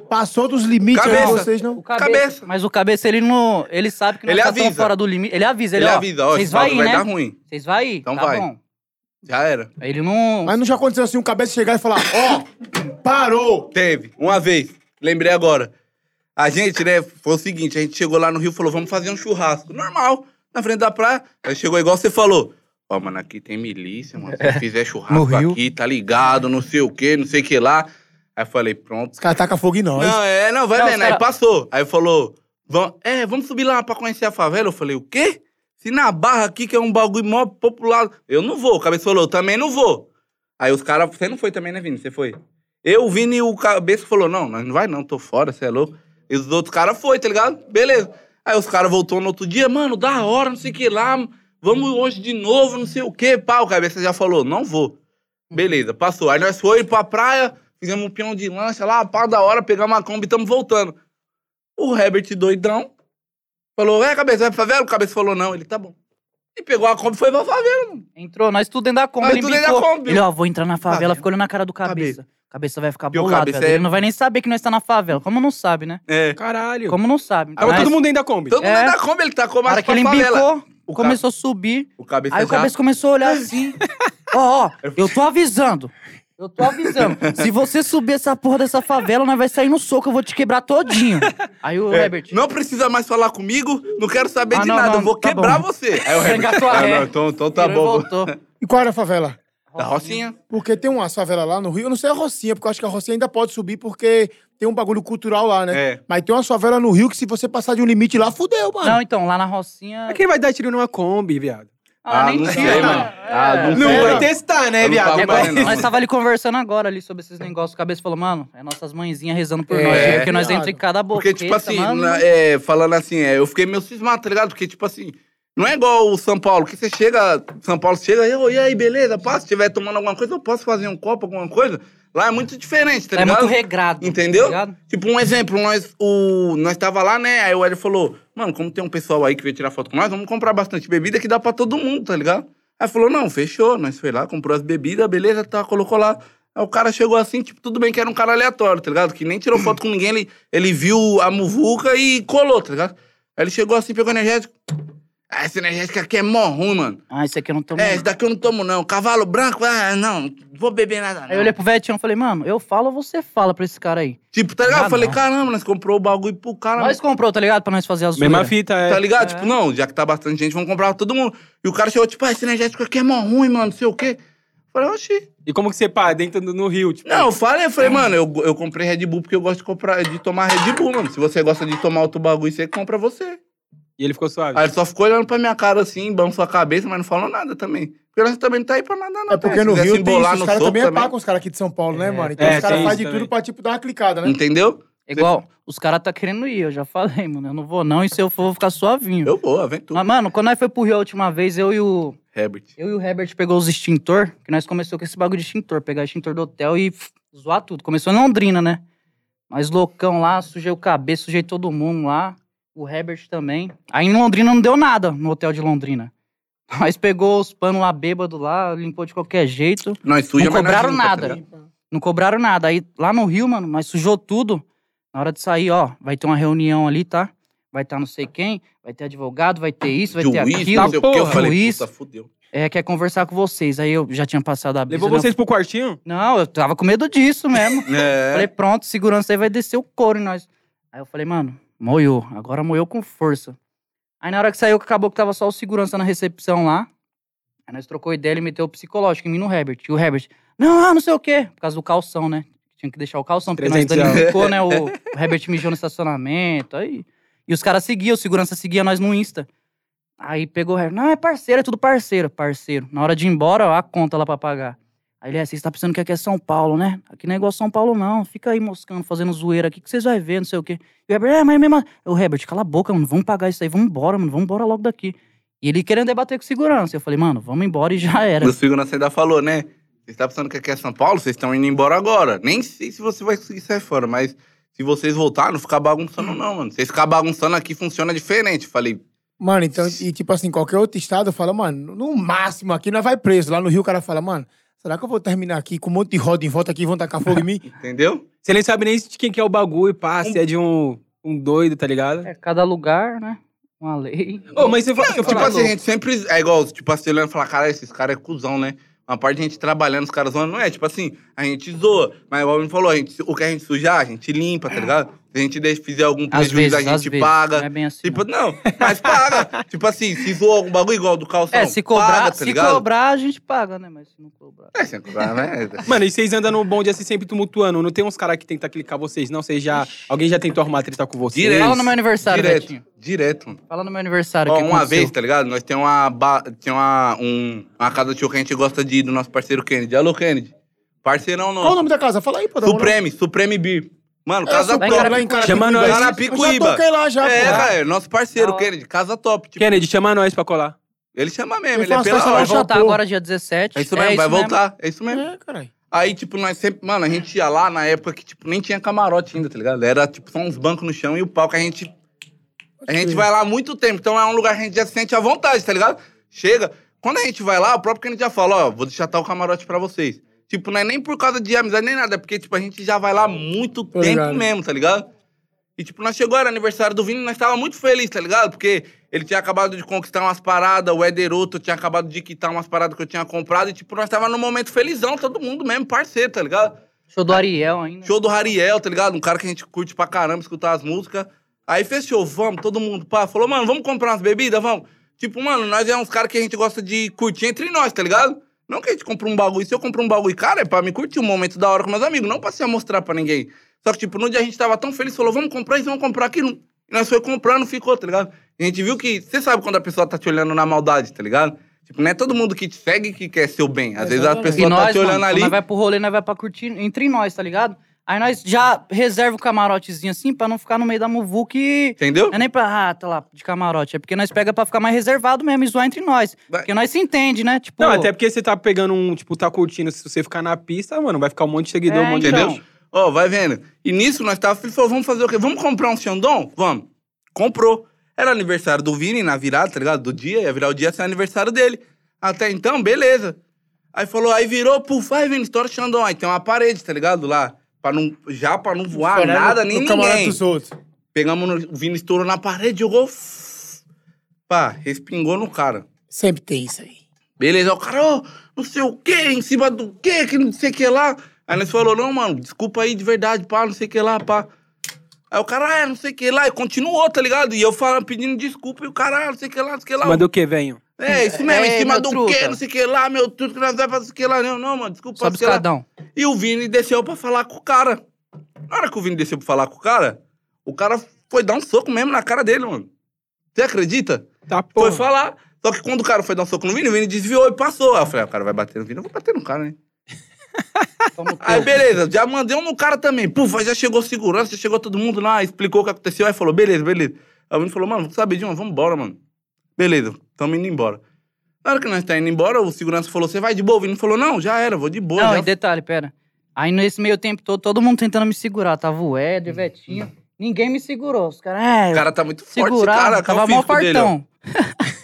passou dos limites aí, Cabeça. vocês não... Cabeça. Mas o cabeça, ele não. Ele sabe que não Ele tá tão avisa. fora do limite. Ele avisa, ele, Ele ó, avisa, ó, Vocês esse bagulho vai ir, vai né? dar ruim. Vocês vai ir. Então tá vai. bom. Já era. Aí Ele não. Mas não já aconteceu assim, um cabeça chegar e falar, ó, parou! Teve, uma vez. Lembrei agora. A gente, né, foi o seguinte, a gente chegou lá no Rio e falou, vamos fazer um churrasco. Normal, na frente da praia. Aí chegou igual você falou. Ó, mano, aqui tem milícia, mano. Se fizer É. No churrasco Rio. aqui, tá ligado, não sei o quê, não sei o que lá. Aí eu falei, pronto. Os caras tacam fogo em nós. Não, é, não, vai Não, vendo. os cara- Aí passou. Aí falou, vamos, é, vamos subir lá pra conhecer a favela. Eu falei, o quê? Se na Barra aqui, que é um bagulho mó popular... Eu não vou. O Cabeça falou, eu também não vou. Aí os caras... Você não foi também, né, Vini? Você foi? Eu, o Vini e o Cabeça falou, não, nós não vai não, tô fora, você é louco. E os outros caras foi, tá ligado? Beleza. Aí os caras voltou no outro dia, mano, da hora, não sei o que lá, vamos hoje de novo, não sei o que, pá. O Cabeça já falou, não vou. Beleza, passou. Aí nós foi pra praia, fizemos um peão de lancha lá, pá, da hora, pegamos uma Kombi e tamo voltando. O Herbert doidão falou, é, Cabeça, vai pra favela? O Cabeça falou, não. Ele, tá bom. E pegou a Kombi e foi pra favela. Entrou, nós tudo dentro da Kombi. Nós ele tudo dentro bicou. da Kombi. Ele, ó, vou entrar na favela, Favela. ficou olhando na cara do cabeça. Cabeça vai ficar E o bolado, cabeça velho. é- Ele não vai nem saber que nós tá na favela. Como não sabe, né? É. Caralho. Como não sabe. Tava Mas- todo mundo dentro da Kombi. Todo mundo É. dentro da Kombi, ele tacou Na mais hora que pra ele favela. embicou, começou a subir. O Cabeça Aí o já... cabeça começou a olhar assim. Ó, ó, eu tô avisando. Eu tô avisando. Se você subir essa porra dessa favela, nós vai sair no soco, eu vou te quebrar todinho. Aí o É, Herbert. Não precisa mais falar comigo, não quero saber Ah, de não, nada, não, eu vou tá quebrar bom. você. Aí o Você Herbert, engatou a "Ah, ré." não, então, então tá virou e bom. voltou. E qual era a favela? Da Rocinha. Porque tem umas favelas lá no Rio, eu não sei a Rocinha, porque eu acho que a Rocinha ainda pode subir, porque tem um bagulho cultural lá, né? É. Mas tem umas favelas no Rio que se você passar de um limite lá, fudeu, mano. Não, então, lá na Rocinha. Mas quem vai dar tiro numa Kombi, viado? Ah, Ah, nem não tinha. sei, né? mano. Tá Ah, É. não Não sei, vai mano. testar, né, Eu não viado? pago É, mais, Mas- igual- não. nós tava ali conversando agora ali sobre esses negócios. O cabeça falou, mano, é nossas mãezinhas rezando por É, nós, gente, porque nós viado. entra em cada boca. Porque, tipo assim, Tá na- é, falando assim, é, eu fiquei meio cismado, tá ligado? Porque, tipo assim, não é igual o São Paulo, que você chega, São Paulo chega, e, "Ô, e aí, beleza, pá, se tiver tomando alguma coisa, eu posso fazer um copo, alguma coisa? Lá é muito diferente, tá é ligado? muito regrado. Entendeu? tá ligado? Tipo, um exemplo, nós, o, nós tava lá, né? Aí o Hélio falou, mano, como tem um pessoal aí que veio tirar foto com nós, vamos comprar bastante bebida que dá pra todo mundo, tá ligado? Aí falou, não, fechou. Nós foi lá, comprou as bebidas, beleza, tá, colocou lá. Aí o cara chegou assim, tipo, tudo bem que era um cara aleatório, tá ligado? Que nem tirou foto com ninguém, ele, ele viu a muvuca e colou, tá ligado? Aí ele chegou assim, pegou energético. Ah, esse energético aqui é mó ruim, mano. Ah, isso aqui eu não tomo. É, É, esse daqui eu não tomo, não. Cavalo branco, ah, não, não vou beber nada, não. Aí eu olhei pro Vetinho e falei, mano, eu falo ou você fala pra esse cara aí? Tipo, tá ligado? Ah, eu falei, não. caramba, nós comprou o bagulho pro cara. Nós comprou, tá ligado? Pra nós fazer as Mesma fita, é. Tá ligado? Tipo, não, já que tá bastante gente, vamos comprar pra todo mundo. E o cara chegou, tipo, ah, esse energético aqui é mó ruim, mano, não sei o quê. Eu Falei, oxi. E como que você pá, dentro do, no Rio, tipo... Não, eu falei, eu falei, mano, eu, eu comprei Red Bull porque eu gosto de, comprar, de tomar Red Bull, mano. Se você gosta de tomar outro bagulho, você compra você. E ele ficou suave. Aí ele só ficou olhando pra minha cara assim, balançou a cabeça, mas não falou nada também. Porque nós também não tá aí pra nada, não. É porque Se no quiser Rio se tem embolar isso, os no caras soco também é pá com os caras aqui de São Paulo, né, mano? Então É, os caras tem fazem isso de tudo também. pra, tipo, dar uma clicada, né? Entendeu? Igual, os caras tá querendo ir, eu já falei, mano. Eu não vou não, e se eu for, eu vou ficar suavinho. Eu vou, aventura. Mas, mano, quando nós foi pro Rio a última vez, eu e o, Herbert. eu e o Herbert pegou os extintor, que nós começou com esse bagulho de extintor, pegar extintor do hotel e pff, zoar tudo. Começou em Londrina, né? Mas loucão lá, sujei o cabeça, sujei todo mundo lá. O Herbert também. Aí em Londrina não deu nada, no hotel de Londrina. Mas pegou os panos lá bêbado lá, limpou de qualquer jeito. Nós suja, Não mas nós cobraram limpa, tá nada. ligado? Não cobraram nada. Aí lá no Rio, mano, mas sujou tudo. Na hora de sair, ó, vai ter uma reunião ali, tá? Vai estar não sei quem, vai ter advogado, vai ter isso, vai ter Juiz, aquilo. não sei o quê. Eu porra. falei, Juiz, puta, fudeu. é, quer conversar com vocês. Aí eu já tinha passado a brisa. Levou né? vocês pro quartinho? Não, eu tava com medo disso mesmo. É. Falei, pronto, segurança aí vai descer o couro em nós. Aí eu falei, mano, moiou. Agora moiou com força. Aí na hora que saiu, acabou que tava só o segurança na recepção lá. Aí nós trocou ideia, ele meteu o psicológico em mim no Herbert. E o Herbert, não, ah, não sei o quê. Por causa do calção, né? Tinha que deixar o calção, porque nós 300 reais. danificou, né? O, o Herbert mijou no estacionamento, aí... E os caras seguiam, o segurança seguia nós no Insta. Aí pegou o Herbert, não, é parceiro, é tudo parceiro. Parceiro. Na hora de ir embora, ó, a conta lá pra pagar. Aí ele, é, vocês tá pensando que aqui é São Paulo, né? Aqui não é igual São Paulo, não. Fica aí moscando, fazendo zoeira aqui, que vocês vão ver, não sei o quê. E o Herbert, é, mas mesmo... O Herbert, cala a boca, mano. Vamos pagar isso aí, vamos embora, mano. Vamos embora logo daqui. E ele querendo debater com segurança. Eu falei, mano, vamos embora e já era. O Segurança ainda falou, né? Vocês estão pensando que aqui é São Paulo? Vocês estão indo embora agora. Nem sei se você vai conseguir sair fora, mas se vocês voltar, não ficar bagunçando, não, mano. Vocês ficar bagunçando aqui funciona diferente. Falei, Mano, então, e tipo assim, qualquer outro estado fala, mano, no máximo aqui nós vai preso. Lá no Rio o cara fala, mano, será que eu vou terminar aqui com um monte de roda em volta aqui e vão tacar fogo em mim? entendeu? Você nem sabe nem de quem que é o bagulho, pá, se é de um, um doido, tá ligado? É, cada lugar, né? Uma lei. Ô, mas você fala. Tipo assim, a gente sempre. É igual, tipo assim, olhando e falar, cara, esses caras é cuzão, né? Uma parte de gente trabalhando, os caras zoando, não é? Tipo assim, a gente zoa. Mas igual o Alvin falou, a gente, o que a gente sujar, a gente limpa, tá ligado? Se a gente deixa- fizer algum Às prejuízo, vezes, a às gente vezes. paga. Não é bem assim. Tipo, não. não, mas paga. tipo assim, se zoou algum bagulho igual do calção, É, se cobrar, paga, tá se ligado? cobrar, a gente paga, né? Mas se não cobrar. É, se cobrar, né? Mano, e vocês andam no bonde assim sempre tumultuando. Não tem uns caras que tentam clicar vocês, não? Vocês já. Alguém já tentou arrumar treta com vocês? Direto. Fala no meu aniversário, Direto, Betinho. direto, mano. Fala no meu aniversário. Ó, que uma aconteceu. vez, tá ligado? Nós tem uma, ba- tem uma, um- uma casa de show que a gente gosta de ir do nosso parceiro Kennedy. Alô, Kennedy. Parceirão nosso. Qual o nome da casa? Fala aí, pô. dá uma olhada. Supreme, Supreme Beer. Mano, É, casa Supreme, top. lá em Carapicuíba. Chama nós. Eu já Carapicuíba. toquei lá já, é, pô. cara, nosso parceiro, Da hora. Kennedy, casa top. Tipo, Kennedy, chama nós pra colar. ele chama mesmo, Ele ele é faz pela festa lá hora. Vai já voltar pô. agora dia 17. É isso mesmo, vai voltar. É isso mesmo. É, caralho. Aí, tipo, nós sempre. Mano, a gente ia lá na época que, tipo, nem tinha camarote ainda, tá ligado? Era, tipo, só uns bancos no chão e o palco a gente. A gente vai lá há muito tempo, então é um lugar que a gente já se sente à vontade, tá ligado? Chega. Quando a gente vai lá, o próprio Kennedy já fala, ó, vou deixar tal camarote pra vocês. Tipo, não é nem por causa de amizade nem nada, é porque, tipo, a gente já vai lá há muito tempo ligado. mesmo, tá ligado? E, tipo, nós chegou, era aniversário do Vini, nós tava muito feliz, tá ligado? Porque ele tinha acabado de conquistar umas paradas, o Ederoto tinha acabado de quitar umas paradas que eu tinha comprado. E, tipo, nós tava num momento felizão, todo mundo mesmo, parceiro, tá ligado? Show do Ariel ainda. Show do Rariel, tá ligado? Um cara que a gente curte pra caramba, escutar as músicas. Aí fechou, vamos, todo mundo, pá. Falou, mano, vamos comprar umas bebidas, vamos. Tipo, mano, nós é uns caras que a gente gosta de curtir entre nós, tá ligado? Não que a gente compre um bagulho. Se eu comprar um bagulho, cara, é pra me curtir um momento da hora com meus amigos, não pra se mostrar pra ninguém. Só que, tipo, no dia a gente tava tão feliz, falou, vamos comprar isso, vamos comprar aquilo. E nós foi comprando, ficou, tá ligado? E a gente viu que, você sabe quando a pessoa tá te olhando na maldade, tá ligado? Tipo, não é todo mundo que te segue que quer seu bem. Às vezes a Exatamente. E pessoa tá nós, te olhando mano, ali. nós vai pro rolê, nós vai pra curtir entre nós, tá ligado? Aí nós já reserva o camarotezinho assim pra não ficar no meio da muvuca e... Entendeu? Não é nem pra, ah, tá lá, de camarote. É porque nós pega pra ficar mais reservado mesmo e zoar entre nós. Vai- Porque nós se entende, né? Tipo, Não, até porque você tá pegando um, tipo, tá curtindo. Se você ficar na pista, mano, vai ficar um monte de seguidor, É, um monte então. de. Entendeu? Ó, vai vendo. E nisso nós tava feliz, falou, vamos fazer o quê? Vamos comprar um Xandão? Vamos. Comprou. Era aniversário do Vini na virada, tá ligado? Do dia, ia virar o dia, ia ser aniversário dele. Até então, beleza. Aí falou, aí virou, puf, aí Vini, estoura o Xandão. Aí tem uma parede, tá ligado? Lá. Pra não, já pra não voar Fora nada, no- nem no camarote ninguém. dos outros. Pegamos, no, o Vini estourou na parede, jogou. f- Pá, respingou no cara. Sempre tem isso aí. Beleza, o cara, ó, não sei o que, em cima do que, que não sei o que lá. Aí nós falou, não, mano, desculpa aí de verdade, pá, não sei o que lá, pá. Aí o cara, ah, não sei o que lá, e continuou, tá ligado? E eu falando, pedindo desculpa, e o cara, ah, não sei o que lá, não sei o que lá. Manda o que, venho? É, isso mesmo, É, em cima meu do truta. que, não sei o que lá, meu tudo que nós vai fazer, não sei o que lá. Não, não, mano, desculpa, sobe não sei o que lá. escadão. E o Vini desceu pra falar com o cara. Na hora que o Vini desceu pra falar com o cara, o cara foi dar um soco mesmo na cara dele, mano. Você acredita? Tá, Foi pô. falar. Só que quando o cara foi dar um soco no Vini, o Vini desviou e passou. Aí eu falei, ah, o cara vai bater no Vini, eu vou bater no cara, né? Toma o teu. Aí beleza, já mandei um no cara também. Pufa, já chegou segurança, já chegou todo mundo lá, explicou o que aconteceu. Aí falou, beleza, beleza. Aí o Vini falou, mano, sabe de uma, vamos embora, mano. Beleza, tamo indo embora. Na hora que nós tá indo embora, o segurança falou, você vai de boa? O Vini falou, não, já era, vou de boa. né? Não, já e detalhe, pera. Aí nesse meio tempo todo, todo mundo tentando me segurar. Tava o Éder, Vetinho. Ninguém me segurou. Os caras, é, Hum, O cara tá muito forte, esse segurar, cara. tava mal mó fartão.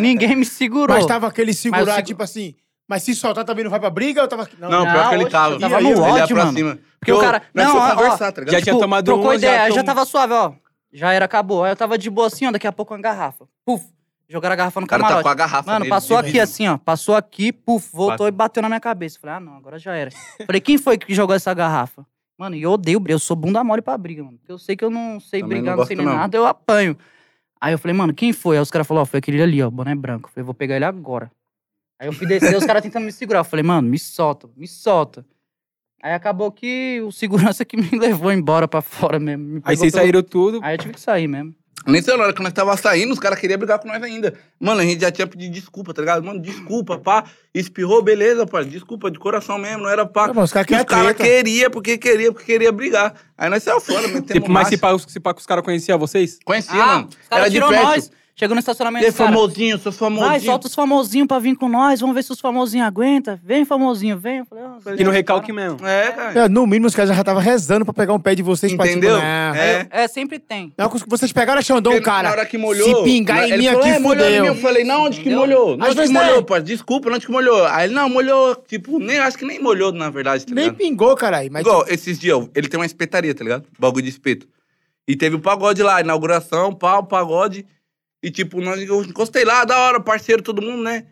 Ninguém me segurou. Mas tá tava aquele segurar, Mas o segu- tipo assim, mas se soltar também não vai pra briga? Eu tava... Não, pior que ele oxe, tava. eu tava Ele no ia ódio, pra mano. cima. Porque o cara- Nós Não, fomos ó, ó, conversar, tá ligado? Já tinha tomado Tipo, trocou um, ideia, já, já, tom- tava suave, ó. Já era, acabou. Aí eu tava de boa assim, ó, daqui a pouco uma garrafa. Puf, jogaram a garrafa no O cara tá camarote. com a garrafa Mano, nele, passou de aqui vidro. assim, ó. Passou aqui, puf, voltou e bateu na minha cabeça. Falei, ah, não, agora já era. Falei, quem foi que jogou essa garrafa? Mano, e eu odeio briga. Eu sou bunda mole pra briga, mano. Eu sei que eu não sei Também brigar, não não, sei gosto, nem não. nada, eu apanho. Aí eu falei, mano, quem foi? Aí os caras falaram, ó, foi aquele ali, ó, boné branco. Eu falei, vou pegar ele agora. Aí eu fui descer, os caras tentando me segurar. Eu falei, mano, me solta, me solta. Aí acabou que o segurança que me levou embora pra fora mesmo. me Aí pegou vocês pelo- saíram tudo. Aí eu tive que sair mesmo. Nem sei na hora que nós tava saindo, os caras queriam brigar com nós ainda. Mano, a gente já tinha pedido desculpa, tá ligado? Mano, desculpa, pá. Espirrou, beleza, pá. Desculpa, de coração mesmo, não era pá. Tá bom, os caras E os querem caras treta. queriam, porque queria, porque queria brigar. Aí nós saímos fora, metemos Tipo, mas marcha. se pá, se pá que os caras conheciam vocês? Conhecia, ah, mano. os caras tirou nós. Chegou no estacionamento. Você é os cara, famosinho, sou famosinho. Vai, solta os famosinhos pra vir com nós. Vamos ver se os famosinhos aguentam. Vem, famosinho, vem. Eu falei, ah, E no recalque mesmo. tá É, cara. É, no mínimo, os caras já estavam rezando pra pegar um pé de vocês pra Entendeu? cima. Não. É. É, sempre tem. Não, vocês pegaram a Xandão, Porque É, cara. Na hora que molhou. se pingar em ele mim falou, aqui, "É, molhou em mim." Eu fudeu. falei, não, onde que Entendeu? molhou? Não, onde Às que vezes é. molhou, pô. Desculpa, não, onde que molhou? Aí ele, não, molhou, tipo, nem, acho que nem molhou, na verdade, tá Nem ligado? pingou, caralho. Mas Igual, esses dias, eu- ele tem uma espetaria, tá ligado? Bagulho de espeto. E teve o pagode lá, inauguração, pau, pagode. E tipo, nós, eu encostei lá, da hora, parceiro, todo mundo, né?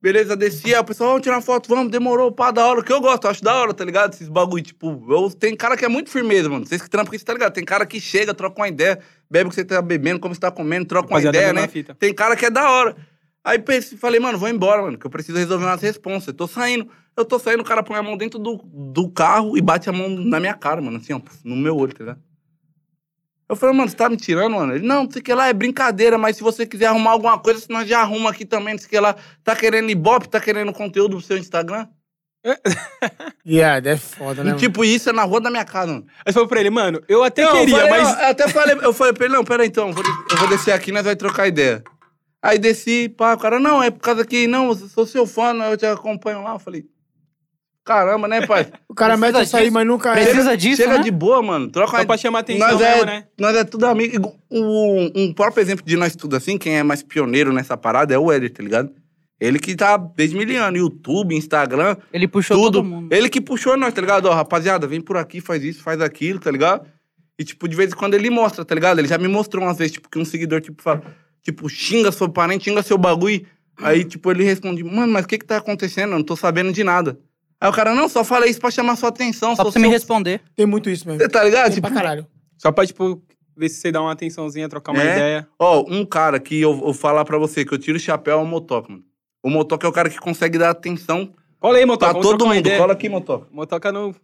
Beleza, descia, o pessoal, vamos tirar foto, vamos, demorou, pá, da hora, o que eu gosto, eu acho da hora, tá ligado? Esses bagulho, tipo, eu, tem cara que é muito firmeza, mano. Vocês que trampam com isso, tá ligado? Tem cara que chega, troca uma ideia, bebe o que você tá bebendo, como você tá comendo, troca uma Rapaziada, ideia, mesma né? fita. Tem cara que é da hora. Aí pensei, falei, mano, vou embora, mano, que eu preciso resolver umas responsas. Eu tô saindo. Eu tô saindo, o cara põe a mão dentro do, do carro e bate a mão na minha cara, mano, assim, ó, no meu olho, tá ligado? Eu falei, mano, você tá me tirando, mano? Ele, não, não sei o que lá, é brincadeira, mas se você quiser arrumar alguma coisa, se nós já arruma aqui também, não sei o que lá. Tá querendo ibope, tá querendo conteúdo pro seu Instagram? Yeah, é foda, né? E mano? tipo, isso é na rua da minha casa, mano. Aí você falou pra ele, mano, eu até queria, eu falei, mas. ó, eu até falei, eu falei pra ele, não, pera aí, então, eu vou, des- eu vou descer aqui, nós vai trocar ideia. Aí desci, pá, o cara, não, é por causa que, não, eu sou seu fã, não, eu te acompanho lá. Eu falei, caramba, né, pai? O cara Precisa mete isso aí, disso. mas nunca é. Precisa- disso, Chega né? de boa, mano, troca Só uma- pra chamar atenção nós mesmo, é, né? Nós é tudo amigo. Igu- Um, um próprio exemplo de nós tudo assim, quem é mais pioneiro nessa parada é o Éder, tá ligado? Ele que tá desde mil anos, YouTube, Instagram, Ele puxou tudo. todo mundo. Ele que puxou nós, tá ligado? Ó, rapaziada, vem por aqui, faz isso, faz aquilo, tá ligado? E, tipo, de vez em quando ele mostra, tá ligado? Ele já me mostrou umas vezes, tipo, que um seguidor, tipo, fala, tipo, xinga seu parente, xinga seu bagulho. Aí, tipo, ele responde, mano, mas o que que tá acontecendo? Eu não tô sabendo de nada. Aí o cara, não, só fala isso pra chamar sua atenção. sou Só pra você me seu- responder. Tem muito isso mesmo. Você tá ligado? Tem Tipo, pra caralho. Só pra, tipo, ver se você dá uma atençãozinha, trocar uma É. ideia. Ó, um cara que eu vou falar pra você, que eu tiro o chapéu é o Motoca, mano. O Motoca é o cara que consegue dar atenção Cola aí, Motoca. pra vamos Tá todo trocar uma mundo. ideia. Cola aqui, Motoca. Motoca no.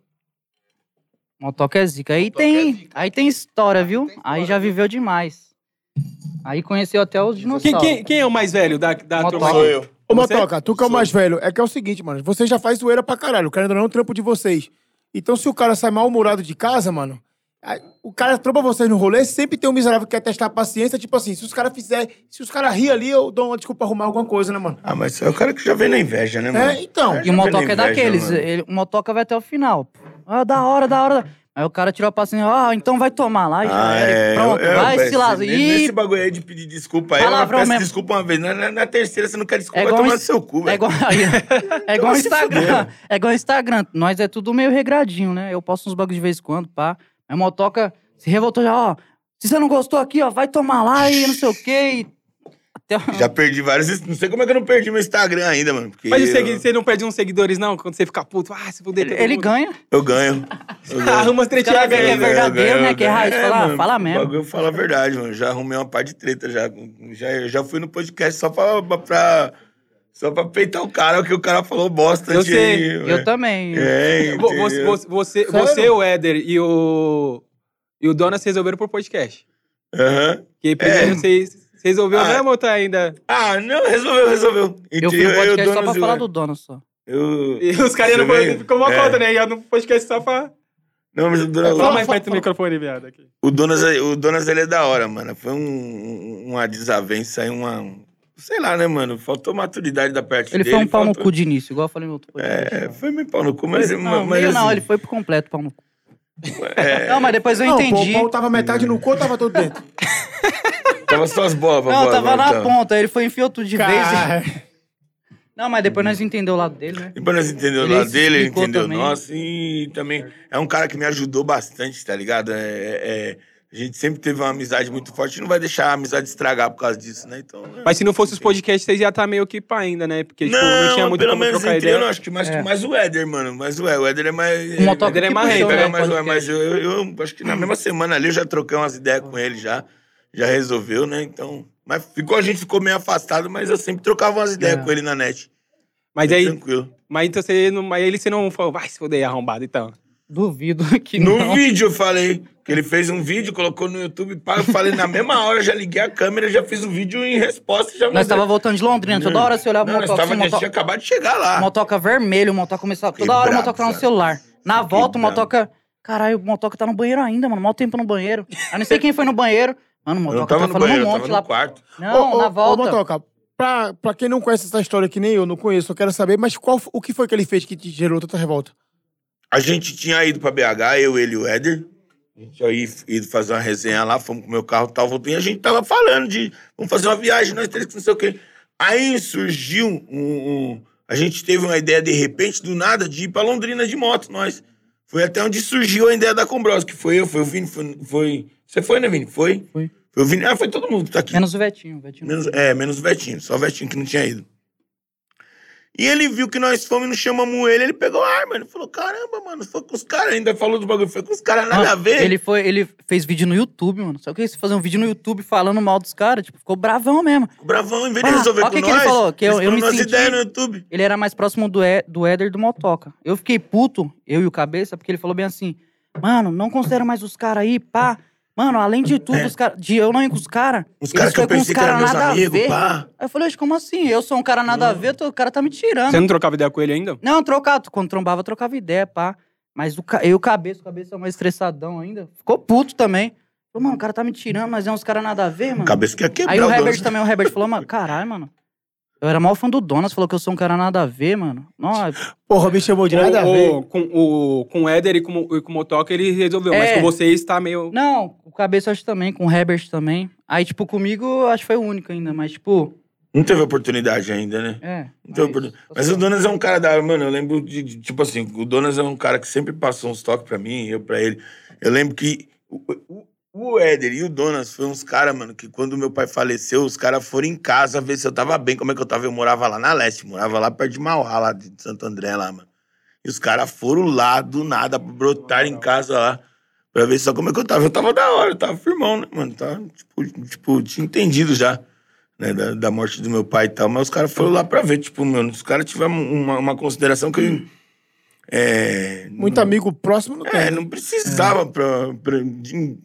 Motoca é zica. Aí Motoca é tem, zica. aí tem história, viu? Tem história, Aí já viu? viveu demais. Aí conheceu até os Quem, dinossauros. quem, quem é o mais velho da, da Motoca. turma? Sou eu. Ô, Você? Motoca, tu que é o mais velho, é que é o seguinte, mano. Você já faz zoeira pra caralho. Querendo ou não, é um trampo de vocês. Então, se o cara sai mal-humorado de casa, mano, aí o cara tromba vocês no rolê, sempre tem um miserável que quer testar a paciência. Tipo assim, se os caras fizer, se os caras rirem ali, eu dou uma desculpa pra arrumar alguma coisa, né, mano? Ah, mas você é o cara que já vem na inveja, né, mano? É, então. É, E já o vem motoca na é inveja, daqueles. mano. ele- o motoca vai até o final. Ah, da hora, da hora. Aí o cara tirou a passinha. Ah, então vai tomar lá. e já Ah, era. é. Pronto, eu- eu- vai mas se lá. Nesse nesse Ih, bagulho aí de pedir desculpa aí, eu Palavrão peço mesmo. desculpa uma vez. Na, na- na terceira você não é quer desculpa, É vai igual tomar no ins- seu cu, É velho. igual, é igual Vai se Instagram. fuder. É igual Instagram. Nós é tudo meio regradinho, né? Eu posto uns bagulho de vez em quando, pá. Mas motoca se revoltou já, ó. Se você não gostou aqui, ó, vai tomar lá e não sei o quê. E... Até... Já perdi vários. Não sei como é que eu não perdi meu Instagram ainda, mano. Porque Mas eu, o segui- você não perde uns seguidores, não? Quando você fica puto, ah, se fuder Ele, todo ele mundo. ganha. eu ganho. Eu ganho. Arruma as Cara, tretinhas vem ganha. aqui. verdadeiro, né, que é raiz, fala- mano, fala o mesmo. bagulho fala a verdade, mano. Já arrumei uma par de treta, já. Já, já fui no podcast só pra, pra- pra- Só pra peitar o cara, o que o cara falou bosta Eu de. sei, Eu também. É, Vo- Você, entendeu? você, você, Sério? você, o Éder e o. E o Donas resolveram por podcast. Aham. Que primeiro vocês. Você resolveu Ah. mesmo ou tá ainda? Ah, não, resolveu, resolveu. Eu fui no podcast só pra Zoeira. falar do dono só. Eu... E os caras não Você foram- veio? ficou uma É. conta, né? E eu no podcast só pra. Não, mas o Donas, Fala fala, mais fala, perto do microfone, viado. Aqui. o Donas, o Donas ele é da hora, mano. Foi um, um- uma desavença aí, uma. um- Sei lá, né, mano? Faltou maturidade da parte Ele dele. foi um pau no faltou- cu de início, igual eu falei no outro podcast. É, foi meio pau no cu, mas. Não, mas, meio não, assim, É. ele foi por completo pau no cu. Não, mas depois eu entendi. Não, pô, o pau tava metade no cu, tava todo dentro. Tava só as bolas, pra Não, fora, tava mano, na ponta, ele foi enfiou tudo de vez. Cara, Não, mas depois nós entendemos o lado dele, né? Depois nós entendeu Ele o lado dele, ele explicou entendeu o também. nosso. E também é um cara que me ajudou bastante, tá ligado? É- é- é, a gente sempre teve uma amizade muito forte. Não vai deixar a amizade estragar por causa disso, né? Então. é. Mas se não fosse os podcasts, vocês já tá meio que pá ainda, né? Porque, tipo, não, tinha muito pelo como menos trocar entre ideia. eu, não, acho que mais, É. mais o Éder, mano. Mas o Éder, o Éder é mais. O motoca Ele é que é. mais puxou, rei, Pega né, mais, podcast. mas eu, eu- eu acho que na mesma semana ali eu já troquei umas ideias com ele já. Já resolveu, né? Então. Mas ficou, a gente ficou meio afastado, mas eu sempre trocava umas ideias É. com ele na net. Mas É aí, Tranquilo. mas então você não, mas ele você não falou, vai se fuder, arrombado, então. Duvido que no não. Um vídeo eu falei. Que ele fez um vídeo, colocou no YouTube, pá, eu falei na mesma hora, já liguei a câmera, já fiz o vídeo em resposta. Já Nós tava voltando de Londrina, toda hora você olhava pro é- Não, nós motoca, tava, assim, a gente tinha motoca, acabado de chegar lá. motoca vermelho, o motoca começava, toda hora o brabo, motoca tava no sabe? celular. Na volta o brabo. motoca, caralho, o motoca tá no banheiro ainda, mano, mal tempo no banheiro. A não sei quem foi no banheiro, Mano, o Eu não Motoca tava tá no falando banheiro, um eu monte tava lá. no quarto. Não, Ô, ô, na volta. Ô, Motoca, pra, pra quem não conhece essa história que nem eu, não conheço, eu quero saber, mas qual, f- o que foi que ele fez que te gerou tanta revolta? A gente tinha ido pra BH, eu, ele e o Éder. A gente tinha ido- ido fazer uma resenha lá, fomos com o meu carro e tal, voltando. E a gente tava falando de vamos fazer uma viagem, nós três, que não sei o quê. Aí surgiu um, um- A gente teve uma ideia, de repente, do nada, de ir pra Londrina de moto, nós. Foi até onde surgiu a ideia da Combros, que foi eu, foi o Vini, foi. foi- Você foi, né, Vini? Foi? Foi. Foi o Vini. Ah, foi todo mundo que tá aqui. Menos o Vetinho, o Vetinho. Menos, é, menos o Vetinho, só o Vetinho que não tinha ido. E ele viu que nós fomos e não chamamos ele, ele pegou a arma, ele falou, caramba, mano, foi com os caras, ainda falou do bagulho, foi com os caras, nada Mano, a ver. Ah, Ele, foi, ele fez vídeo no YouTube, mano. Só que se fazer um vídeo no YouTube falando mal dos caras, tipo, ficou bravão mesmo. O Bravão, em vez de Ah, resolver olha o com que que nós, ele falou, que eu- eles eu me foram nas senti- ideias no YouTube. Ele era mais próximo do, é, do Éder e do Motoca. Eu fiquei puto, eu e o Cabeça, porque ele falou bem assim: Mano, não considera mais os caras aí, pá. Mmano, além de tudo, É. os cara, de eu não ir com os caras. Os caras que eu pensei que eram meus amigos, pá. Aí eu falei, "Oxe, como assim? Eu sou um cara nada a ver, tô- o cara tá me tirando. Você não trocava ideia com ele ainda? Não, trocava. Quando trombava, trocava ideia, pá. Mas o, ca- eu, o cabeça, o cabeça é mais estressadão ainda. Ficou puto também. Falou, mano, o cara tá me tirando, mas é uns caras nada a ver, mano. Cabeça que ia quebrar Aí o dono. Herbert também, o Herbert falou, mano, caralho, mano. Eu era maior fã do Donas, falou que eu sou um cara nada a ver, mano. Não, Tipo- Porra, me chamou de nada a O- ver. o- com, o, com o Éder e com, o- e com o Motoca ele resolveu, mas É. com vocês tá meio... não, o cabeça eu acho também, com o Herbert também. Aí, tipo, comigo, eu acho que foi o único ainda, mas, tipo, Não teve oportunidade ainda, né? é. Não teve oportunidade. Mas o Donas é um cara da. Mano, eu lembro de, de- Tipo assim, o Donas é um cara que sempre passou uns toques pra mim, eu pra ele. Eu lembro que o, o, o Éder e o Donas foram uns caras, mano, que quando meu pai faleceu, os caras foram em casa ver se eu tava bem, como é que eu tava. Eu morava lá na leste, morava lá perto de Mauá, lá de Santo André, lá, mano. E os caras foram lá do nada, brotaram em casa lá. Pra ver só como é que eu tava. Eu tava da hora, eu tava firmão, né, mano? Tava, tipo, tipo, tinha entendido já né, da, da morte do meu pai e tal, mas os caras foram lá pra ver, tipo, mano, os caras tiveram uma, uma consideração que eu, é, Muito amigo próximo não tem. né? é, não precisava pra, pra- de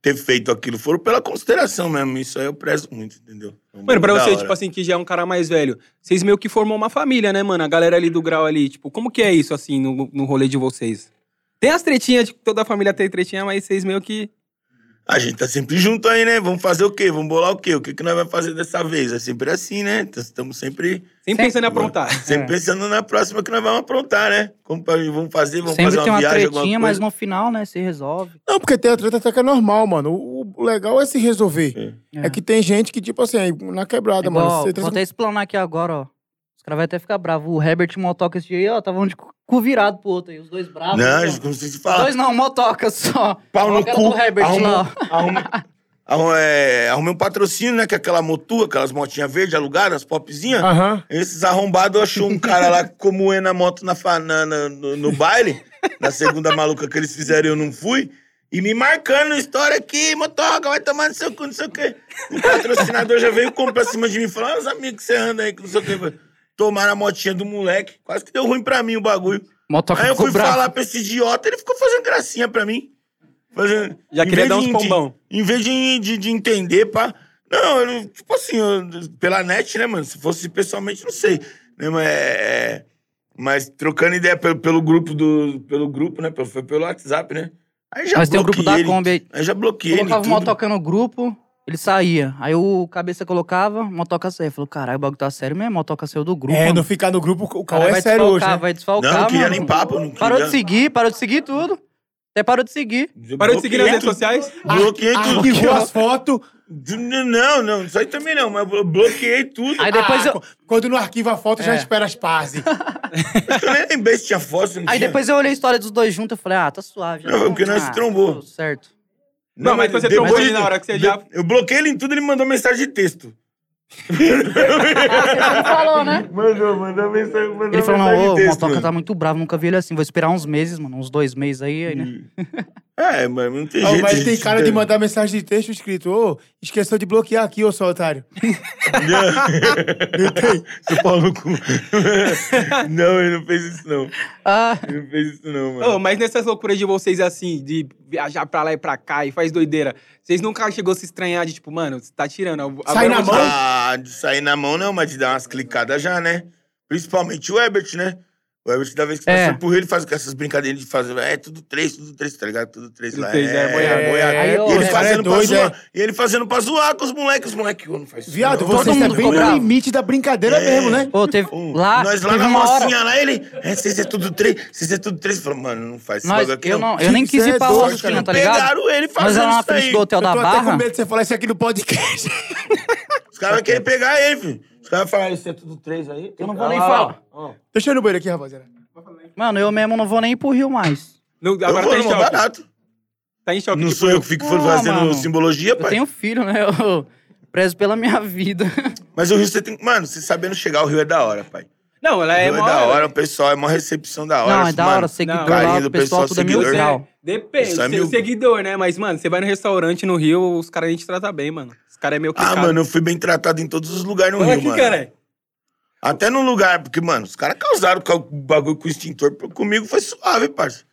ter feito aquilo, foram pela consideração mesmo, isso aí eu prezo muito, entendeu? É Mano, pra Da você, hora. tipo assim, que já é um cara mais velho, vocês meio que formou uma família, né, mano? A galera ali do grau ali, tipo, como que é isso, assim, no, no rolê de vocês? Tem as tretinhas, tipo, toda a família tem tretinha, mas vocês meio que... A gente tá sempre junto aí, né? Vamos fazer o quê? Vamos bolar o quê? O que, que nós vamos fazer dessa vez? É sempre assim, né? Estamos sempre, Sempre pensando em aprontar. sempre pensando na próxima que nós vamos aprontar, né? Como pra- vamos fazer, vamos Sempre fazer uma tem uma viagem, tretinha, alguma mas coisa. no final, né, se resolve. Não, porque tem a treta até que é normal, mano. O, o legal é se resolver. É. É. que tem gente que, tipo assim, é na quebrada, mano. Igual, Você vou treta- até explanar aqui agora, ó. Os caras vão até ficar bravos. O Herbert e o Motoca esse dia aí, ó, tava um de cu virado pro outro aí. Os dois bravos. Não, ó. gente, como se Os fala. dois não, o Motoca só. Pau no Motoca era cu. do Herbert lá, Arruma, ó. arruma, arruma, é, arrumei um patrocínio, né? Que é aquela motua, aquelas motinhas verdes alugadas, popzinhas. Aham. Esses arrombados achou um cara lá como é na moto na, fa- na- na- no, no baile, na segunda maluca que eles fizeram, eu não fui. E me marcando história aqui, motoca, vai tomar no seu cu, não sei o quê. O patrocinador já veio como pra cima de mim e falou: ah, os amigos que você anda aí, que não sei o quê. Tomaram a motinha do moleque. Quase que deu ruim pra mim o bagulho. Motoca Aí eu ficou fui bravo. falar pra esse idiota, ele ficou fazendo gracinha pra mim. Fazendo... Já em queria vez dar uns de- pombão. de- em vez de, de, de entender, pá. Não, eu não- tipo assim, eu- pela net, né, mano? Se fosse pessoalmente, não sei. Né, mas, é- mas trocando ideia pelo, pelo grupo do. Pelo grupo, né? Pelo, foi pelo WhatsApp, né? Aí já Mas tem o grupo bloqueei da ele, Kombi aí. Aí já bloqueei ele. Colocava o tudo. Motoca no grupo, ele saía. Aí o cabeça colocava, o Motoca saía. Falou, caralho, o bagulho tá sério mesmo, o Motoca saiu do grupo. É, mano. não ficar no grupo, o O cara Cauê é vai sério hoje. desfalcar, né? vai desfalcar, Não, não queria mano. nem papo, não queria. Parou de seguir, parou de seguir tudo. Até parou de seguir. Parou de seguir nas redes Bloqueei tudo. sociais? Bloqueei Ah, tudo. Arquivou as fotos. Não, não, isso aí também não, mas eu bloqueei tudo. Aí depois Ah, eu... qu- Quando não arquiva a foto, já É. espera as pazes. Eu nem lembrei se tinha foto, se não Aí tinha. depois eu olhei a história dos dois juntos, eu falei, ah, tá suave. já Não, tá porque bom. nós Ah, trombou. tudo Certo. Não, mas você depois trombou ele de- na hora que você de- já- Eu bloqueei ele em tudo, ele mandou mensagem de texto. falou, né? Mandou, mandou mensagem, mandou Ele falou, mensagem não, ô, de o texto. Motoca tá mano. muito bravo, nunca vi ele assim. Vou esperar uns meses, mano, uns dois meses aí, aí né? Hum. É, mano, não tem Ó, jeito. mas gente, tem cara tá- de mandar mensagem de texto escrito: Ô, esqueceu de bloquear aqui, ô seu otário. Seu pau no cu. não, ele não fez isso, não. Ah, Ele não fez isso, não, mano. Ô, mas nessas loucuras de vocês, assim, de viajar pra lá e pra cá e faz doideira, vocês nunca chegou a se estranhar de, tipo, mano, você tá tirando... agora Sai eu na vou te mão? dar- Ah, de sair na mão não, mas de dar umas clicadas já, né? Principalmente o Ebert, né? O Herbert, da vez que É. passou por Rio, ele faz com essas brincadeiras de fazer. É tudo três, tudo três, tá ligado? Tudo três Tudo lá. três, é, boiada. é, boiada. Aí, ó, E ele é, fazendo pra doido, zoar. E ele fazendo pra zoar com os moleques. Os moleques, ô, não faz isso. Viado, não. você Todo está mundo bem ficou no bravo. limite da É. brincadeira mesmo, né? Pô, teve. Um. Lá, Nós lá teve na uma hora. mocinha lá, ele. É, vocês é tudo três, vocês é tudo três. Falou, mano, não faz esse Nós, bagulho aqui. eu, não, eu nem Isso quis é ir pra doido, Londrina, cara. tá ligado? Pegaram ele Mas fazendo lá na isso frente aí. do hotel da Eu tô até com Barra. medo de você falar isso aqui no podcast. Os caras querem pegar ele, filho. Os caras falaram, esse é tudo três aí. Eu não vou nem falar. Deixa eu ir no banheiro aqui, rapaziada. Mano, eu mesmo não vou nem ir pro Rio mais. Não, Agora agora eu vou, tá em irmão, choque. barato. Tá em choque. Não tipo, sou eu que fico Não, fazendo mano. simbologia, Eu pai. tenho filho, né? Eu prezo pela minha vida. Mas o Rio você tem. Mano, você sabendo chegar, o Rio é da hora, pai. Não, ela O é Rio é, mó- da hora, o pessoal, é uma recepção da hora. Não, é da mano. hora, seguidor não. lá, Carinho o do pessoal pessoal, tudo é mil seguidor. grau. Depende, Isso seu é mil- seguidor, né? Mas, mano, você vai no restaurante no Rio, os caras a gente trata bem, mano. Os caras é meio que Ah, mano, eu fui bem tratado em todos os lugares é no Olha Rio, aqui, mano. cara. Até no lugar, porque, mano, os caras causaram com o bagulho com o extintor. Comigo foi suave, parça.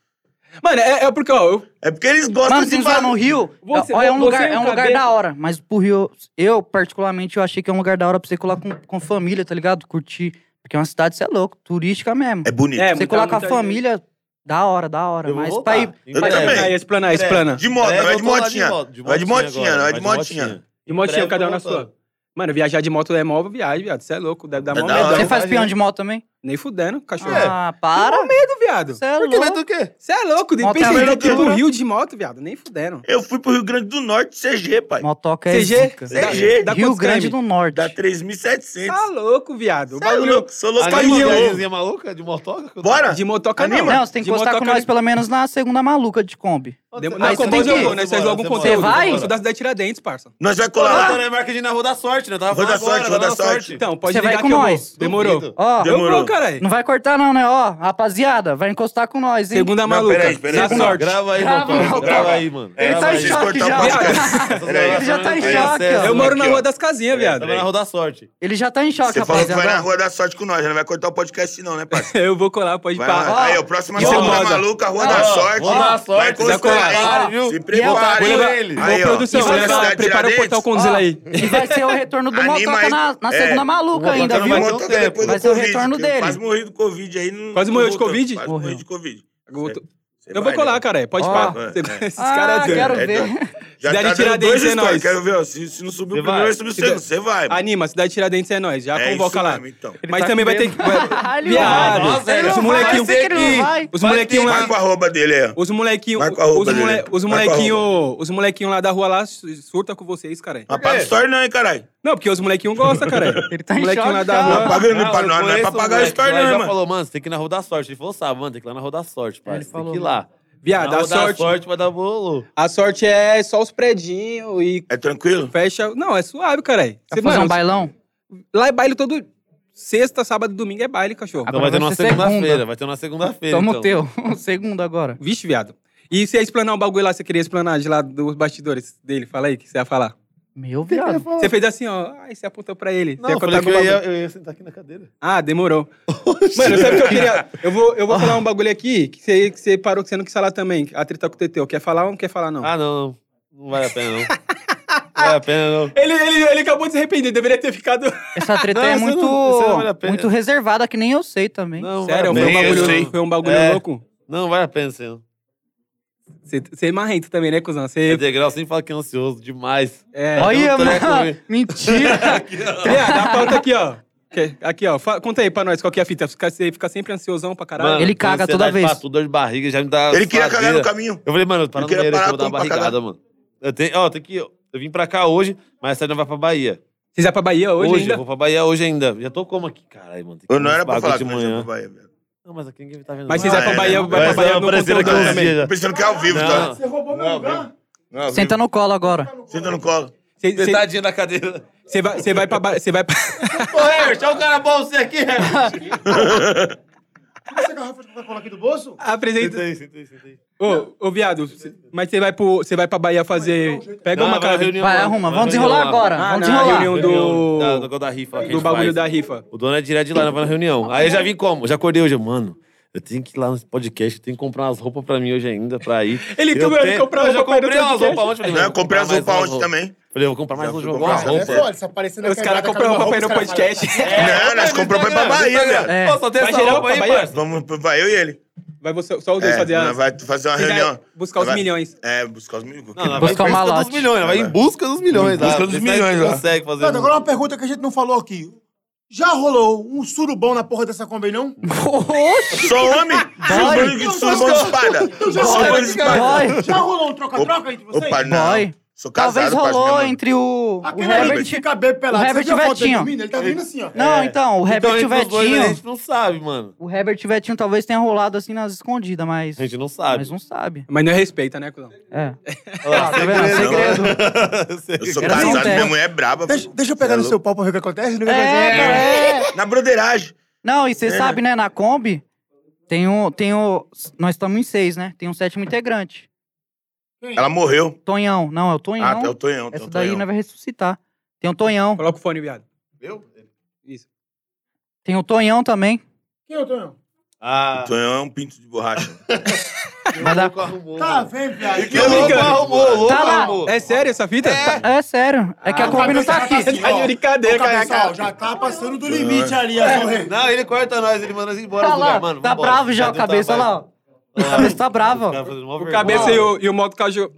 Mano, é, é porque, ó, eu- É porque eles gostam Mano, de se lá no bagulho. Rio, Você- olha, é um você lugar, e o é um lugar Cabeça- da hora. Mas pro Rio, eu, particularmente, eu achei que é um lugar da hora pra você colar com, com família, tá ligado? Curtir. Porque é uma cidade, você é louco, turística mesmo. É bonito. É, você muita- colar com a muita gente. família, da hora, da hora. Eu vou mas voltar. pra ir. Em Eu breve. também. Aí, explana, explana. De moto, Em breve vai eu de tô lá motinha. moto, é, de Vai de motinha motinha, agora, vai vai de de motinha. motinha. E motinha, breve é cada um na eu tô sua. Mano, viajar de moto é mó viagem, viado. Você é louco, deve dar É mó da medo. hora. Você faz verdade, peão né? de moto também? Nem fudendo, cachorro. Ah, Para para! medo, viado. Você é Por que louco. medo do quê? Você é louco, Moto é depende de melhor ir que pro outra. Rio de moto, viado. Nem fudendo. Eu fui pro Rio Grande do Norte, CG, pai. Motoca é CG? zica. Dá- CG. dá Rio quantos creme? Grande do Norte. Dá 3.700. Tá louco, viado. O Cê é bagulho louco, sou louco pra Anima uma Rio. viagemzinha maluca de motoca? Bora? de motoca não. Anima? Não, você tem que De postar com motoca nós não. pelo menos na segunda maluca de Kombi. Demo... Aí Não, você como tem eu que ir. jogo, né? Você joga algum Você conteúdo. vai? Eu sou da cidade Tiradentes, parça. Nós vai Ah, Olá, colar lá. né? Marca de ir na Rua da Sorte, né? Eu tava Rua da falando agora, Sorte, lá Rua na da Sorte. Então, pode Você vai ligar com que eu nós. vou. Demorou. Duvido. Ó, Eu Demorou. vou, caralho. não vai cortar não, né? Ó, rapaziada, vai encostar com nós, hein? Segunda Não, maluca. peraí, peraí, Dá peraí. sorte. Grava aí, Grava, motoca. motoca. Grava aí, mano. É, Ele tá em vocês choque cortar o já. podcast. Peraí. Ele já tá em Aí, choque, acesso. ó. Eu moro na Aqui, ó. Rua das Casinhas, viado. Tava na Rua da Sorte. Ele já tá em choque, Você falou que vai na rapaziada. Rua da Sorte com nós, né? não vai cortar o podcast não, né, parceiro? Eu vou colar, pode Vai parar. lá. Aí, ó, próxima Isso é semana moda. maluca, Rua Ó, da Sorte. Rua da Vai Sorte, já constar, colar. hein? Viu? Se prepara, Botar hein? com ele. Ô, Aí, ó. produção, Isso é olha só, cidade prepara o Tiradentes. portal com Ó, aí. E vai ser o retorno do Anima Motoca aí. na, na É. segunda maluca Motoca ainda, não viu? vai Volta depois Vai do ser o Covid, retorno que eu dele. Quase morri do Covid aí. Não, Quase não morreu de voltou. Covid? Quase Morreu. morri de Covid. Eu vou- Você Eu vou vai, colar, né? cara. Pode Ó. parar. É. Esses Ah, caras. quero É, ver. Já Cidade tá dando Tiradentes dois é stories. nóis. Quero ver, ó, se, se não subir o Você vai. primeiro, vai subir o segundo. Você vai. mano. Anima, Cidade Tiradentes é nóis. Já É convoca isso lá. mesmo, então. Mas tá também vai ter com que. medo. vai- Ele Viado. vai. Nossa, ele os não vai, molequinhos. eu sei que ele não vai. Os Vai molequinhos ter. lá. Vai com a roupa dele aí, ó. Os molequinhos. Vai com a roupa Os, mole- dele. os Vai com a molequinhos. Os molequinhos lá da rua lá su- surta com vocês, cara. Não apaga o story não, hein, caralho. Não, porque os molequinhos gostam, cara. Ele tá em molequinho choque lá da já. rua. Não apaga não, pra eu nós, não é pra conheço o pagar o moleque, story nós não, já irmão. falou, né, mano, você tem que ir na Rua da Sorte. Ele falou, sabe, mano, tem que ir lá na Rua da Sorte, pai. Ele Você tem falou, que ir lá. Viado, Na a Rua da "Ah, sorte. Sorte vai dar bolo. A sorte é só os predinhos e É tranquilo? fecha. Não, é suave, cara. Vai fazer um bailão? Lá é baile todo. Sexta, sábado, domingo é baile, cachorro. Agora Não, Então vai ter vai numa ser segunda. segunda-feira. Vai ter numa segunda-feira, Toma então. o teu. Segundo agora. Vixe, viado. E se ia explanar o bagulho lá, você queria explanar de lá dos bastidores dele? Fala aí o que você ia falar. Meu viado. Você fez assim, ó. Aí você apontou pra ele. Não, você eu falei que tá com o eu bagulho. ia, eu ia sentar aqui na cadeira. Ah, demorou. Mano, sabe o que eu queria? Eu vou, eu vou falar um bagulho aqui que você, que você parou que você não quis falar também. A treta com o Teteu. Quer falar ou não quer falar, não? Ah, não, não. Não vale a pena, não. não vale a pena, não. Ele, ele, ele acabou de se arrepender. Deveria ter ficado... Essa treta Não, é isso não- muito, isso não vale a pena. muito reservada, que nem eu sei também. não vale a Sério, foi um pena. eu bagulho, sei. foi um bagulho É. louco. Não vale a pena, senhor. Você, você é marrento também, né, cuzão? É Você... degrau sem falar que é ansioso demais. É. Olha, eu não um treco, mano. hein? Mentira. Viado, a pauta aqui, ó. Que- Aqui, ó. Fa- Conta aí pra nós qual que é a fita. Fica- Você fica sempre ansiosão pra caralho. Mano, Ele tenho caga toda ansiedade vez. pra tudo, dor de barriga, já me dá. Ele suadeira. queria cagar no caminho. Eu falei, mano, para Ele no queria banheiro que eu parar vou dar uma tudo pra barrigada, cagar. mano. Eu tenho, ó, tem que. Eu vim pra cá hoje, mas essa não vai pra Bahia. Vocês vai pra Bahia hoje, Hoje, eu ainda? vou pra Bahia hoje ainda. Já tô como aqui, caralho, mano. Tem que Eu não comer era esse pra bagulho de falar que nós manhã. íamos pra Bahia, velho. Não, mas aqui ninguém tá vendo. Mas vocês Ah, vai pra é, Bahia, né? vai pra Mas Bahia no aparecendo conteúdo aqui uns também. dias já. Tô Pensando que é ao vivo, Não. tá? Você roubou meu Não, lugar. Não, Senta no colo agora. vivo. Senta no colo. Cê- cê- Sentadinha na cadeira. Você vai, você vai pra. Ba- Você vai pra... Ô, Herbert, olha o cara bom você aqui, Herbert. Tira essa garrafa de Coca-Cola aqui do bolso? Apresenta. aí, senta aí, senta aí. Ô, ô, viado, cê- mas você vai, pro, você vai pra Bahia fazer. Pega Não, uma vai na cara. reunião Vai, lá. arruma. um Vai Vamos na reunião desenrolar lá. agora. Ah, na Vamos desenrolar. reunião Reunião Da, do. negócio da rifa. lá que a Do gente bagulho faz. da rifa. O dono é direto de lá, não vai na reunião. Aí eu já vim como? Já acordei hoje, mano. Eu tenho que ir lá nesse podcast, eu tenho que comprar umas roupas pra mim hoje ainda, pra ir. Ele eu tem- ele comprou eu roupa pra ir já no comprei umas podcast. roupas ontem. falei, Não, mano, eu comprei as vou comprar mais roupas umas ontem também. Falei, eu vou comprar mais Já um fui jogo. comprar Ó, uma roupa. É foda, se aparecer na Os caras quebrada, um- compram acaba roupa aí no os caras falam, podcast. não, nós compramos pra Bahia, velho. Ó, só tem Vai essa geral roupa pra aí, Bahia? parça. Vamos, pra- vai eu e ele. Vai você, só os dois É, fazer a... nós vai fazer uma Vocês vai reunião. buscar os Vai- milhões. É, buscar os milhões. Não, não, vai em Buscar busca um dos malote. milhões, ela vai em Vai. busca dos milhões. Em busca lá. dos Vê se milhões, lá. consegue fazer. Mano, um- agora uma pergunta que a gente não falou aqui. Já rolou um surubão na porra dessa Kombi, não? Só homem? Surubão de- Surubão de espada. Surubão de espada. Boy, Já rolou um troca-troca entre vocês? Opa, não. Boy. Sou casado, Talvez parça, rolou minha mãe. entre o, o Aquele ali Herbert. que fica bem pelado. o Você Herbert viu a foto dele Vetinho. dormindo? Ele tá vindo assim, ó. Não, então, o Então, Herbert e o entre os dois, A Vetinho. gente não sabe, mano. O Herbert e o Vetinho talvez tenha rolado assim nas escondidas, mas. A gente não sabe. Mas não sabe. Mas não é respeita, né, cuzão? É. Olha lá, tá vendo? É, Segredo. Eu sou Era casado, solteiro. minha mulher é braba. Deixa, pô. deixa eu pegar Cê é no louco. seu pau pra ver o que acontece. não É, vai fazer- cara, é. Na broderagem. Não, e você sabe, né, na Kombi, tem um. Tem um nós estamos em seis, né? Tem um sétimo integrante. Ela morreu. Tonhão. Não, é o Tonhão. Ah, tá, o Tonhão. tá, Essa o daí Tonhão. não vai ressuscitar. Tem o Tonhão. Coloca o fone, viado. Tem o Tonhão também. Quem é o Tonhão? Ah, O Tonhão é um pinto de borracha. Vai dar... Tá, vem, viado. que louco ligando. arrumou, louco Tá lá. arrumou. É sério essa fita? Tá- É sério. É que a Ah, Kombi não tá aqui. cabeça, Tá de brincadeira, Ô, cabeçal, cara. já tá passando do limite ali, ó. Jorge. Não, ele corta nós, ele manda nós embora Tá do lugar, lá. mano. Tá vambora. bravo já o Cadê o cabeça, olha lá. trabalho? ó. O cabeça tá bravo, Os caras ó. fazendo mó O vergonha. cabeça e o, e o moto cachorro...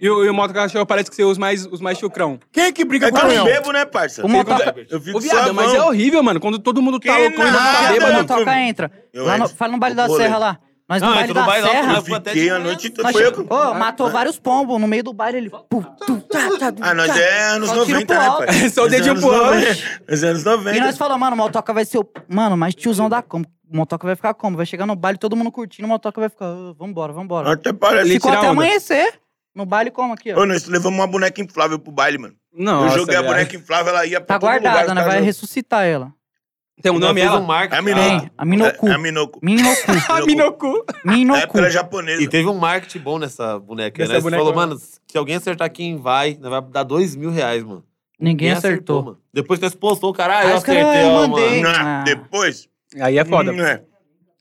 E o, e o moto cachorro parece que você é os mais, os mais chucrão. Quem é que briga É com que o eu não Tonhão? bebo, né, parça? O moto... Eu fico Ô, viado, mas é suavão. horrível, mano. Quando todo mundo tá Que louco, quando nada, tá Cadê bêbado. a mano. motoca entra? Eu Lá no, entro. fala no baile Eu da vou Serra ler. lá. Nós Não, no entra baile no da baile lá, Serra. Eu Tava até fiquei de a manhã. noite toda. Nós Foi eu che- Ô, matou vários pombos no meio do baile. Ele. Pum, tum, tá, tá, Ah, nós tá. é anos Só tiro 90, pro né, alto. pai? Só o dedinho Nós é pro anos alto. 90. Nós é anos 90. E nós falamos, mano, o motoca vai ser o. Mano, mais tiozão da Kombi. O motoca vai ficar como? Vai chegar no baile, todo mundo curtindo, o motoca vai ficar. "Ah, vambora, vambora. Até parece. Ele Ficou tira até onda. amanhecer. No baile como aqui, ó. Tá Ô, nós levamos uma boneca inflável pro baile, mano. Não, é eu joguei a boneca inflável, ela ia Tá pra todo lugar. guardada, os né? caras Vai jogam- ressuscitar ela. Tem um nome, Nós fez ela? um marketing. É a Minoco. Tem, a Minoku. É, é a Minoco. Minoku. Ah, Minoku. Na época Minoku. ela é E japonesa. teve um marketing bom nessa boneca, Dessa né? Você boneca falou, lá. mano, se alguém acertar quem vai, nós vai dar dois mil reais, mano. Ninguém acertou. mano. Depois nós postou, cara, ah, Aí eu os caras, acertei, ah, eu ó, mandei. mano. Ah, Ah. Depois. Aí é foda. Hum, é.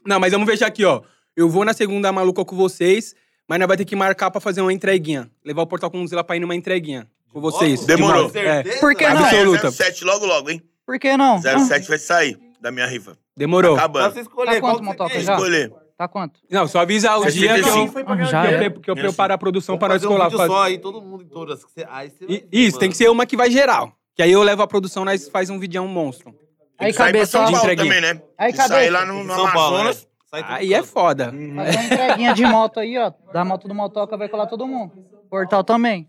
Não, mas vamos fechar aqui, ó. Eu vou na segunda maluca com vocês, mas nós vai ter que marcar pra fazer uma entreguinha. Levar o Portal Conduzila pra ir numa entreguinha. Com vocês. Demorou. De moto. É, Por que Vai não? sair Absoluta. 07 Ah, logo, logo, hein? Por que não? 07 vai sair da minha rifa. demorou. Pra Acabando. você Ah. Tá escolher quanto, qual Motoca, que você já? quer. Escolher. Tá quanto? Não, só avisa É o dia que eu, 75. Foi pra Ah, ganhar já que eu dinheiro. pre- que eu Esse. preparo a produção pra Fazer nós um colar. vídeo faz- só aí, todo mundo em todas. que você- Aí você vai I- ver, Isso, tem mano. que ser uma que vai geral. Que aí eu levo a produção, nós faz um videão monstro. Aí, Sai pra cabeça, São ó. Paulo entreguinha. também, né? Aí, E Sair cabeça. lá no, no São Paulo, né? Amazonas. Sai tudo Aí é canto. foda. Fazer uma entreguinha de moto aí, ó. Da moto do motoca vai colar todo mundo. Portal também.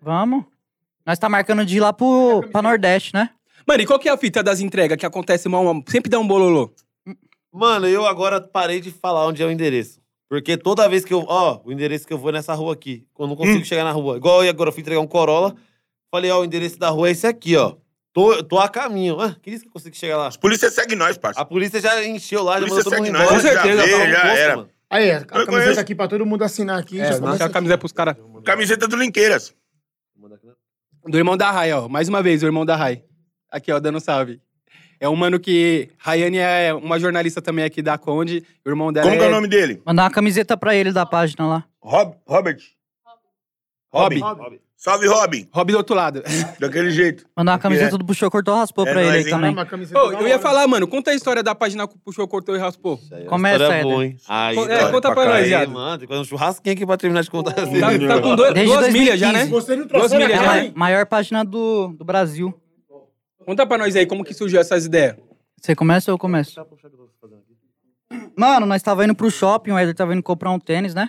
Vamos. Nós tá marcando de ir lá pro pra Nordeste, né? Mano, e qual que é a fita das entregas que acontece mal? Sempre dá um bololô. Mano, eu agora parei de falar onde é o endereço. Porque toda vez que eu. Ó, o endereço que eu vou é nessa rua aqui. Eu não Hum. consigo chegar na rua. Igual eu agora, eu fui entregar um Corolla. Falei, ó, o endereço da rua é esse aqui, ó. Tô, tô a caminho. Ah, que isso que eu consigo chegar lá? As polícia segue nós, A Tá parça. polícia já encheu lá, já Polícia mandou todo mundo segue nós, embora. já vê, tava no já posto, era. mano. Aí, a camiseta conheço. aqui pra todo mundo assinar aqui. É, já lança começa a aqui. camiseta pros caras. Camiseta do Linqueiras. Do irmão da Rai, ó. Mais uma vez, o irmão da Rai. Aqui, ó, dando salve. É um mano que. Rayane é uma jornalista também aqui da Conde. O irmão dela Como que é é o nome dele? Mandar uma camiseta pra ele da página lá. Rob, Robert. Robin. Salve, Robin. Robin do outro lado. Daquele jeito. Mandar uma é. camiseta do Puxou Cortou Raspou É pra ele nóis, aí hein? também. Uma camiseta Ô, da eu ia hora. falar, mano, conta a história da página que puxou, cortou e raspou. Tá, é Começa, História Éder. boa, hein? Aí, Con- é, história conta pra nós, caralho, viado. mano. Tem que fazer um churrasquinho aqui pra terminar de contar. assim. Tá, tá com dois- Desde duas milhas já, né? 2015. Você não Duas trouxe milhas É já, a hein? ma- maior página do, do Brasil. Conta pra nós aí como que surgiu essas ideias. Você começa ou eu começo? Mano, nós tava indo pro shopping, o Eder tava indo comprar um tênis, né?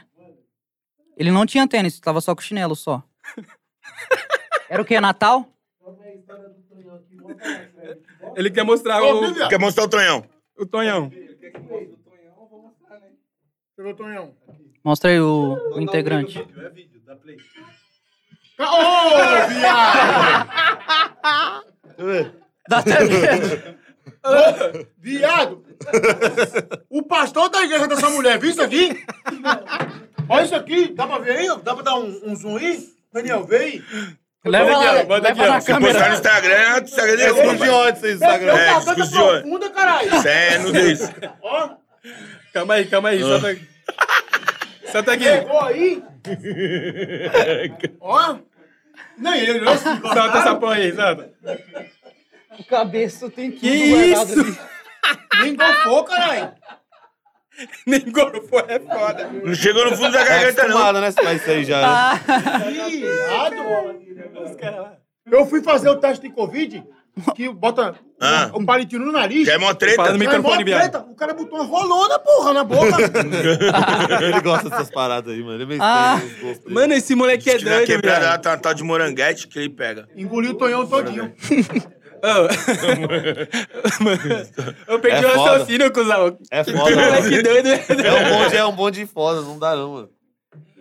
Ele não tinha tênis, tava só com chinelo só. Era o quê? Natal? Ele quer mostrar o, Quer mostrar o Tonhão? o Tonhão. Pegou o Tonhão. Mostra aí o, o integrante. Ô, viado! Dá até medo. Viado! O pastor da igreja dessa mulher, viu isso aqui? Olha isso aqui, dá pra ver aí? ó? Dá pra dar um, um zoom aí? Daniel, vê aí. Leva lá, manda aqui, leva ó. na Postar no câmera. Instagram, o Instagram dele Desculpa de é onde vocês Meu Instagram? É, garganta tá discurso de olho. profunda, caralho. Isso é nudez. Ó, Calma aí, calma aí. Ah. Senta aqui. Senta aqui. pegou aí. Ó. Não, ele olhou assim. Solta essa porra aí, solta. O cabeça tem tudo Que guardado isso? ali. Nem golfou, caralho. Nem gorfou, é foda. Não chegou no fundo da Tá garganta, não. acostumado, né? Mas isso aí já, né? Ah. Viado, mano. Eu fui fazer o teste de Covid, que bota Ah. um palitinho no nariz. Já é mó treta. Fala no Mas microfone, mó viado. treta, O cara botou uma rolona, porra, na boca. Ele gosta dessas paradas aí, mano. Ele é meio Ah. estranho. esse gosto dele. Mano, esse moleque é Se tiver doido, quebrada, velho. ela tem uma tal de moranguete que ele pega. Engoliu o Tonhão todinho. Ô. Mano, Eu perdi É o foda. raciocínio, cuzão. É Que foda, moleque mano. doido, velho. É um bonde, é um bonde de foda, não dá não, mano.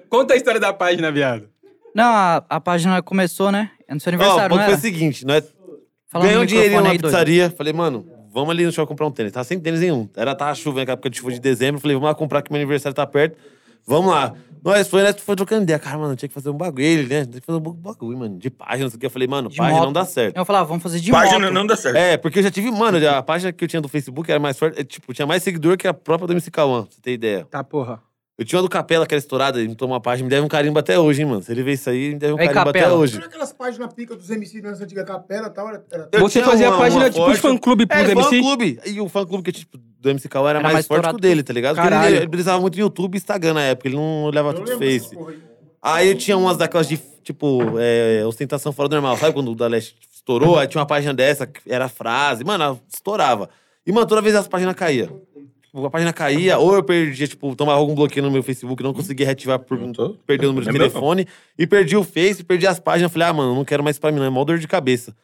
Conta a história da página, viado. Não, a, a página começou, né? É no seu Ó, o aniversário, ponto não foi o era? seguinte, nós Fala ganhamos um no microfone dinheirinho na aí, doido. pizzaria. Falei, mano, vamos ali no shopping comprar um tênis. Tava sem tênis nenhum. Era, tava chuva naquela época de chuva de dezembro. Falei, vamos lá comprar que meu aniversário tá perto. Vamos lá. Nós foi, nós foi trocando ideia. Cara, mano, tinha que fazer um bagulho, né? Tinha que fazer um bagulho, mano. De página, não sei o que. Eu falei, mano, De página não moto. dá certo. Eu falava, vamos fazer de Página moto. não dá certo. É, porque eu já tive, mano, a página que eu tinha do Facebook era mais forte. é, Tipo, tinha mais seguidor que a própria do MC Cauã, pra você ter ideia. Tá, porra. Eu tinha uma do Capela, que era estourada, ele me tomou uma página, me deve um carimbo até hoje, hein, mano. Se ele vê isso aí, me deve um Ei, carimbo até Capela. hoje. Olha aquelas páginas pica dos MC nas antigas capela e tal. Era, era... Eu Você tinha fazia uma- a página uma tipo de forte. fã-clube pro É, MC? fã-clube. E o fã-clube que tipo, do MC Cal era, Era mais, mais forte que o estourado. dele, tá ligado? Porque Caralho. Ele, ele brisava muito no YouTube e Instagram na época, ele não olhava Eu tudo lembro Face. dessa porra aí. Aí eu tinha umas daquelas de, tipo, é, ostentação fora do normal. Sabe quando o da Leste estourou? Aí tinha uma página dessa, que era frase. Mano, ela estourava. E, mano, toda vez as páginas caíam. Tipo, a página caía, ou eu perdia, tipo, tomava algum bloqueio no meu Facebook, não conseguia reativar por Hum. tô? perder o número É de meu, telefone. E perdi o Face, perdi as páginas. Falei, ah, mano, não quero mais pra mim, não. É mó dor de cabeça.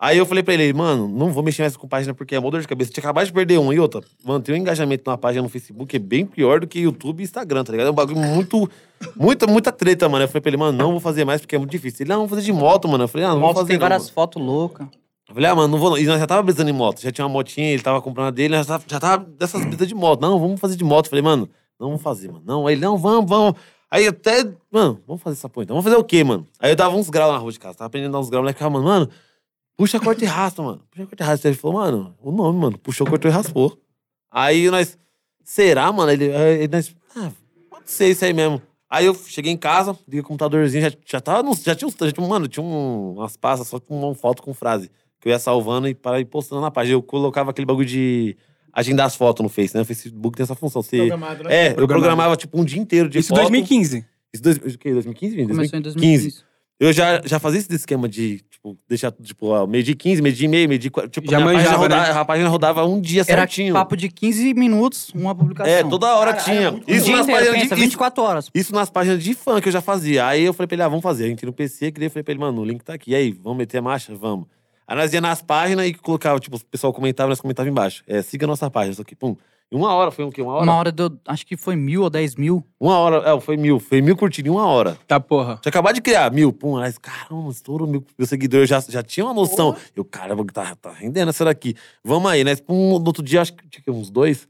Aí eu falei pra ele, mano, não vou mexer mais com página porque é mó dor de cabeça. Eu tinha acabado de perder um e outra. Mano, ter um engajamento numa página no Facebook é bem pior do que YouTube e Instagram, tá ligado? É um bagulho muito. Muita, muita treta, mano. Eu falei pra ele, mano, não vou fazer mais porque é muito difícil. Ele, não, vou fazer de moto, mano. Eu falei, ah, não vou Moto fazer tem não, várias mano. fotos loucas. Eu falei, ah, mano, não vou não. E nós já tava brisando em moto. Já tinha uma motinha, ele tava comprando a dele, nós já tava, já tava dessas brisas de moto. Não, vamos fazer de moto. Eu falei, mano, não vamos fazer, mano. Não, aí, ele, não, vamos, vamos. Aí até, mano, vamos fazer essa porra então. Vamos fazer o quê, mano? Aí eu dava uns graus na rua de casa. Tava aprendendo a dar uns graus. O moleque ficava, mano, mano, puxa, corta e raspa, mano. Puxa, corta e raspa. Ele falou, mano, o nome, mano. Puxou, cortou e raspou. Aí nós, será, mano? Ele, aí ele nós, ah, pode ser isso aí mesmo. Aí eu cheguei em casa, liguei o computadorzinho, já, já tava, no, já tinha uns, já tinha, mano, tinha um, umas pastas só com uma foto com frase, que eu ia salvando e para ir postando na página. Eu colocava aquele bagulho de agendar as fotos no Face, né? O Facebook tem essa função. Você, Programado, né? é, eu programava tipo um dia inteiro de Isso em foto. 2015. Isso dois, o quê? 2015? Começou em 2015. Eu já, já fazia esse esquema de, tipo, deixar, tipo, ó, meio dia 15, meio dia e meio, meio dia... e quar- Tipo, Já minha página manjava, rodava, né? A página rodava um dia Era certinho. papo de 15 minutos, uma publicação. É, toda hora tinha. Isso isso, dia nas inteiro, páginas pensa, de, isso, 24 horas. isso nas páginas de fã que eu já fazia. Aí eu falei pra ele, ah, vamos fazer. A gente no PC, criei, falei pra ele, mano, o link tá aqui. E aí, vamos meter a marcha? Vamos. Aí nós ia nas páginas e colocava, tipo, o pessoal comentava, nós comentava embaixo. É, siga a nossa página, isso aqui, pum. E uma hora, foi um quê? Uma hora? Uma hora deu, acho que foi mil ou 10 mil. Uma hora, é, foi mil. Foi mil curtidas em uma hora. Tá, porra. Tinha acabado de criar mil, pum, mas caramba, estourou mil. Meu seguidor eu já, já tinha uma noção. Eu, caramba, tá, tá rendendo essa daqui. Vamos aí, né? Pum, no outro dia, acho que tinha uns dois.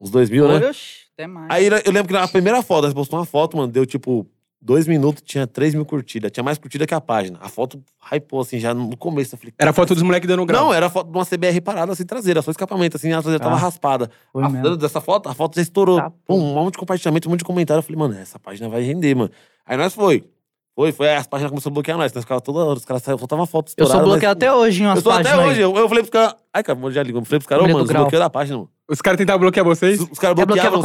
Uns dois mil, né? Oxe, até mais. Aí eu lembro que na primeira foto, nós postou uma foto, mano, deu tipo dois minutos, tinha três mil curtidas. Tinha mais curtida que a página. A foto hypou, assim, já no começo. Eu falei, Era foto dos moleques dando grau. não, era foto de uma CBR parada, assim, traseira, só escapamento, assim, a traseira Ah. tava raspada. Foi A- mesmo. dessa foto, a foto já estourou. Tá, Pum, um monte de compartilhamento, um monte de comentário. Eu falei, mano, essa página vai render, mano. Aí nós foi. Foi, foi, aí as páginas começaram a bloquear nós. Nós ficava toda hora, os caras saíam, faltava foto Eu estourada. sou bloqueado nós- até hoje em umas né? Eu sou páginas até aí. hoje. Eu, eu falei pros caras. Ai, cara, já ligou. Eu falei pros caras, ô, Mulher do mano, grau. desbloqueia da página, mano. Os caras tentavam bloquear vocês? Os, os caras Já bloqueava bloqueavam o os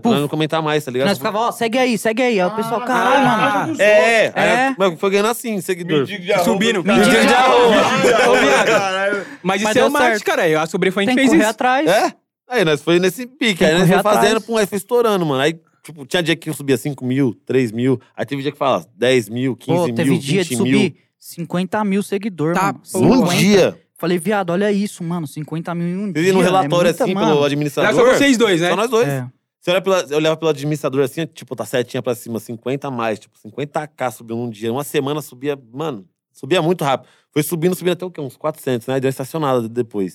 comentários, pra puf. não comentar mais, tá ligado? Nós ficava, ó, segue aí, segue aí. Aí o pessoal, Ah, caralho, ah, mano. dos outros. É, é. É. Aí, mas foi ganhando assim, seguidor. Mendigo de arroba Subindo. do caralho. Mendigo de arroba. Mendigo de arroba, Ô, viado. caralho. Tá Mas, Mas isso é deu o marketing, certo. cara. Eu- A sobrefante Tem que fez correr isso. atrás. É? Aí nós foi nesse pique. Tem Aí que nós foi correr atrás. fazendo, pum, aí foi estourando, mano. Aí, tipo, tinha dia que eu subia 5 mil, 3 mil. Aí teve dia que fala 10 mil, 15 Pô, mil, teve dia 20 de mil. subir 50 mil seguidores, Tá, mano. Um 50. dia. Falei, viado, olha isso, mano. 50 mil em um dia. E no relatório, é muita, assim, mano. pelo Era administrador. só vocês dois, né? Só nós dois. É. Você olha pela, eu olhava pelo administrador assim, tipo, tá setinha pra cima, 50 a mais, tipo, 50k subiu num dia. Uma semana subia, mano, subia muito rápido. Foi subindo, subindo até o quê? Uns 400, né? Aí Deu uma estacionada depois.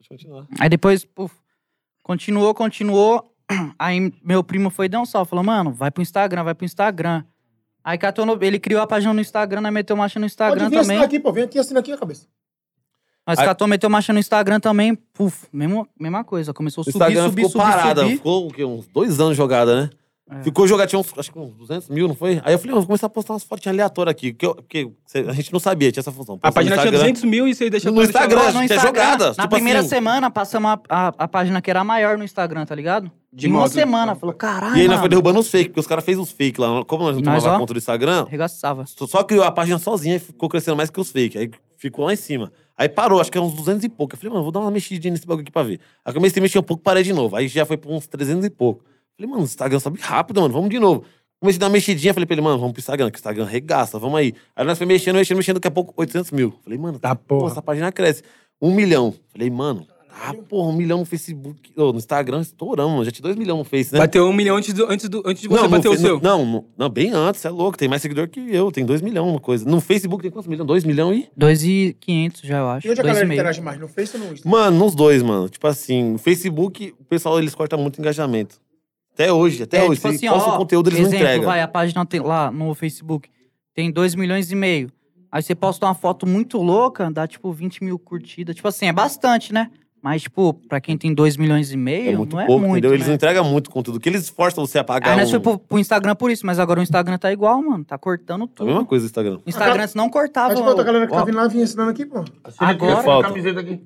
Deixa eu continuar. Aí depois, puf, continuou, continuou. Aí meu primo foi dar um salve. Falou, mano, vai pro Instagram, vai pro Instagram. Aí catou no- ele criou a página no Instagram, né? Meteu marcha no Instagram Pode vir também. assinar aqui, pô. Vem aqui, assina aqui a cabeça. Mas Aí- catou, meteu marcha no Instagram também. Puf, mesmo, mesma coisa. Começou a O subir, Instagram subir, É. ficou subir, parada. subir. Ficou o quê? Uns dois anos jogada, né? Ficou jogativo, uns, acho que uns 200 mil, não foi? Aí eu falei, "Mano, vou começar a postar umas fotinhas aleatórias aqui, que eu- porque cê- a gente não sabia, tinha essa função. A Posta no página tinha Tá Instagram. 200 mil e vocês deixaram No pra deixar Instagram, lá. no que é jogada, Na tipo primeira assim. semana, passamos a, a, a página que era a maior no Instagram, tá ligado? De De uma moto. semana. Falou, caralho, E aí nós mano." foi derrubando os fake, porque os caras fez os fake lá. Como nós não Nós, tomava Ah. ó. conta do Instagram, Arregaçava. só- só criou a página sozinha e ficou crescendo mais que os fake. Aí ficou lá em cima. Aí parou, acho que era uns 200 e pouco. Eu falei, mano, vou dar uma mexidinha nesse bagulho aqui pra ver. Aí comecei a mexer um pouco, parei de novo. Aí já foi pra uns 300 e pouco. Falei, mano, o Instagram sobe rápido, mano, vamos de novo. Comecei a dar uma mexidinha, falei pra ele, mano, vamos pro Instagram, que o Instagram regaça, vamos aí. Aí nós foi mexendo, mexendo, mexendo, daqui a pouco 800 mil. Falei, mano, Tá Pô, porra. essa página cresce. Um milhão. Falei, mano, tá, porra, um milhão no Facebook. ô, no Instagram, estouramos, mano. Já tinha dois milhões no Face, né? Bateu um milhão antes, do- antes, do, antes de você não, bater no o Fe- seu. Não, não, não, bem antes, você é louco. Tem mais seguidor que eu, tem dois milhões, uma coisa. No Facebook tem quantos milhões? Dois milhões e. 2,500 já, eu acho. E onde a galera 2,5. interage mais? No Face ou no Insta? Mano, nos dois, mano. Tipo assim, no Facebook, o pessoal eles cortam muito engajamento. Até hoje, até hoje. tipo se assim, posta ó, o conteúdo, eles exemplo, não entregam. vai, a página tem lá no Facebook tem 2 milhões e meio. Aí você posta uma foto muito louca, dá tipo 20 mil curtidas. Tipo assim, é bastante, né? Mas, tipo, pra quem tem 2 milhões e meio, É muito não é pouco, muito. entendeu? Eles né? não entregam muito conteúdo. Que eles forçam você a Aí pagar. nós Um... foi pro, pro Instagram por isso, mas agora o Instagram tá igual, mano. Tá cortando É A mesma tudo. coisa, o Instagram. O Instagram se não cortava. Mas, pô, a galera que ó, tá vindo lá vinha ensinando aqui, pô. Agora- Falta. camiseta aqui.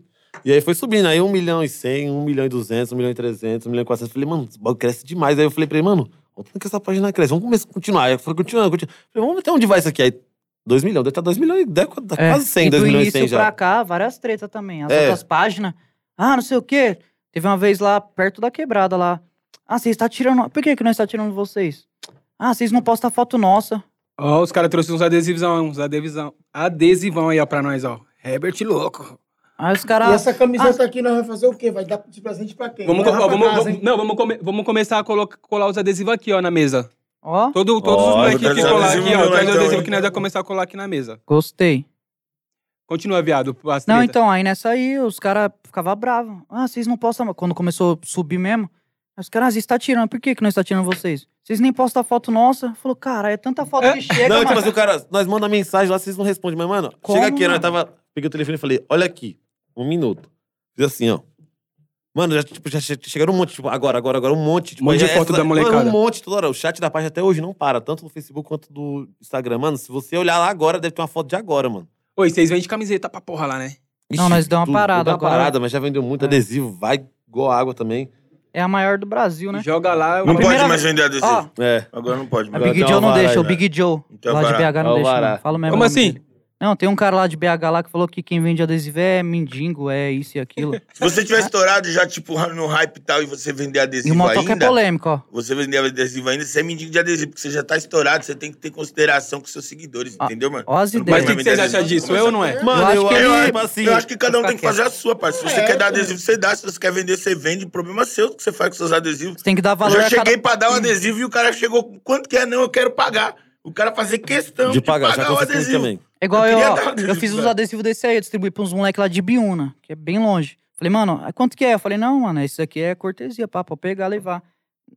E aí foi subindo, aí 1 milhão e 100, 1 milhão e 200, 1 milhão e 300, 1 milhão e 400. Falei, mano, esse bagulho cresce demais. Aí eu falei pra ele, mano, olha o tanto que essa página cresce, vamos começar, continuar. Aí eu falei, continuando, continuando. Falei, vamos até onde vai isso aqui? Aí 2 milhões, deve estar 2 milhões, e- deve tá é. quase 100, E 2 do milhões e início 100 já. pra cá, várias tretas também. As É. outras páginas. Ah, não sei o quê. Teve uma vez lá, perto da quebrada lá. Ah, vocês tá tirando... Por que que nós tá tirando vocês? Ah, vocês não postam foto nossa. Ó, os caras trouxeram uns adesivão, uns adesivão. Adesivão aí, ó, pra nós, ó. Herbert louco. Aí os E caras... essa camiseta aqui nós vamos fazer o quê? Vai dar de presente pra quem? Vamos, Vai co- lá ó, pra vamos- casa, vamos- hein? não, vamos, come- vamos começar a colo- colar os adesivos aqui, ó, na mesa. Ó, Todo, todos Ó, os eu moleques vou que trazer colar adesivo aqui, ó. meu lá, Traz o então, adesivo hein? que nós vamos começar a colar aqui na mesa. gostei. Continua, viado. as Não, treta. então, aí nessa aí, os caras ficavam bravos. Ah, vocês não postam. Quando começou a subir mesmo, aí os caras, ah, vocês tá tirando. Por que, que nós tá tirando vocês? Vocês nem postam foto nossa. Falou, cara, é tanta foto que chega. Não, mano. tipo assim, o cara, nós manda mensagem lá, vocês não respondem. Mas, mano, Como, chega aqui, mano? nós tava, peguei o telefone e falei, olha aqui, um minuto. Fiz assim, ó. Mano, já, tipo, já che- chegaram um monte, tipo, agora, agora, agora, um monte. Um Tipo, monte aí de é foto toda- da mano, molecada. Um monte toda hora. O chat da página até hoje não para, tanto do Facebook quanto do Instagram. Mano, se você olhar lá agora, deve ter uma foto de agora, mano. Oi, vocês vendem camiseta pra porra lá, né? Não, Ixi, nós deu uma tudo. parada Deu uma agora. parada, mas já vendeu muito É. adesivo, vai igual água também. É a maior do Brasil, né? Joga lá. Não eu- primeira pode mais vender adesivo. Ó, É. Agora não pode a Agora mais. tem Big um Joe não alvará aí, deixa, o Big Joe. Então, lá de alvará. BH não deixa, Alvará. não. Fala o mesmo Como nome assim? dele. Não, tem um cara lá de BH lá que falou que quem vende adesivo é mendigo, é isso e aquilo. Se você tiver estourado já, tipo, no hype e tal, e você vender e o adesivo motoca é ainda... polêmico, ó. você vender adesivo ainda, você é mendigo de adesivo, porque você já tá estourado, você tem que ter consideração com seus seguidores, Ah, entendeu, mano? ó as Você não Mas ideias. o que, pode que vocês vender acham adesivo, disso? Eu ou não é? Mano, acho eu, que eu, ele- tipo assim, Eu acho que cada um tem que fazer a sua, parça. Se você É, quer dar cara. adesivo, você dá. Se você quer vender, você vende. Problema é seu que você faz com seus adesivos. Você tem que dar Eu valor já a cada... cheguei pra dar um adesivo e o cara chegou. Quanto que é? Não, eu quero pagar. O cara fazer questão de pagar, já o aconteceu comigo adesivo. também. É igual Eu eu, queria ó, dar um eu adesivo, fiz uns velho. adesivos desse aí, eu distribuí pra uns moleques lá de Biúna, que é bem longe. Falei, mano, ah, quanto que é? Eu falei, não, mano, isso aqui é cortesia, pá, pra pegar, levar.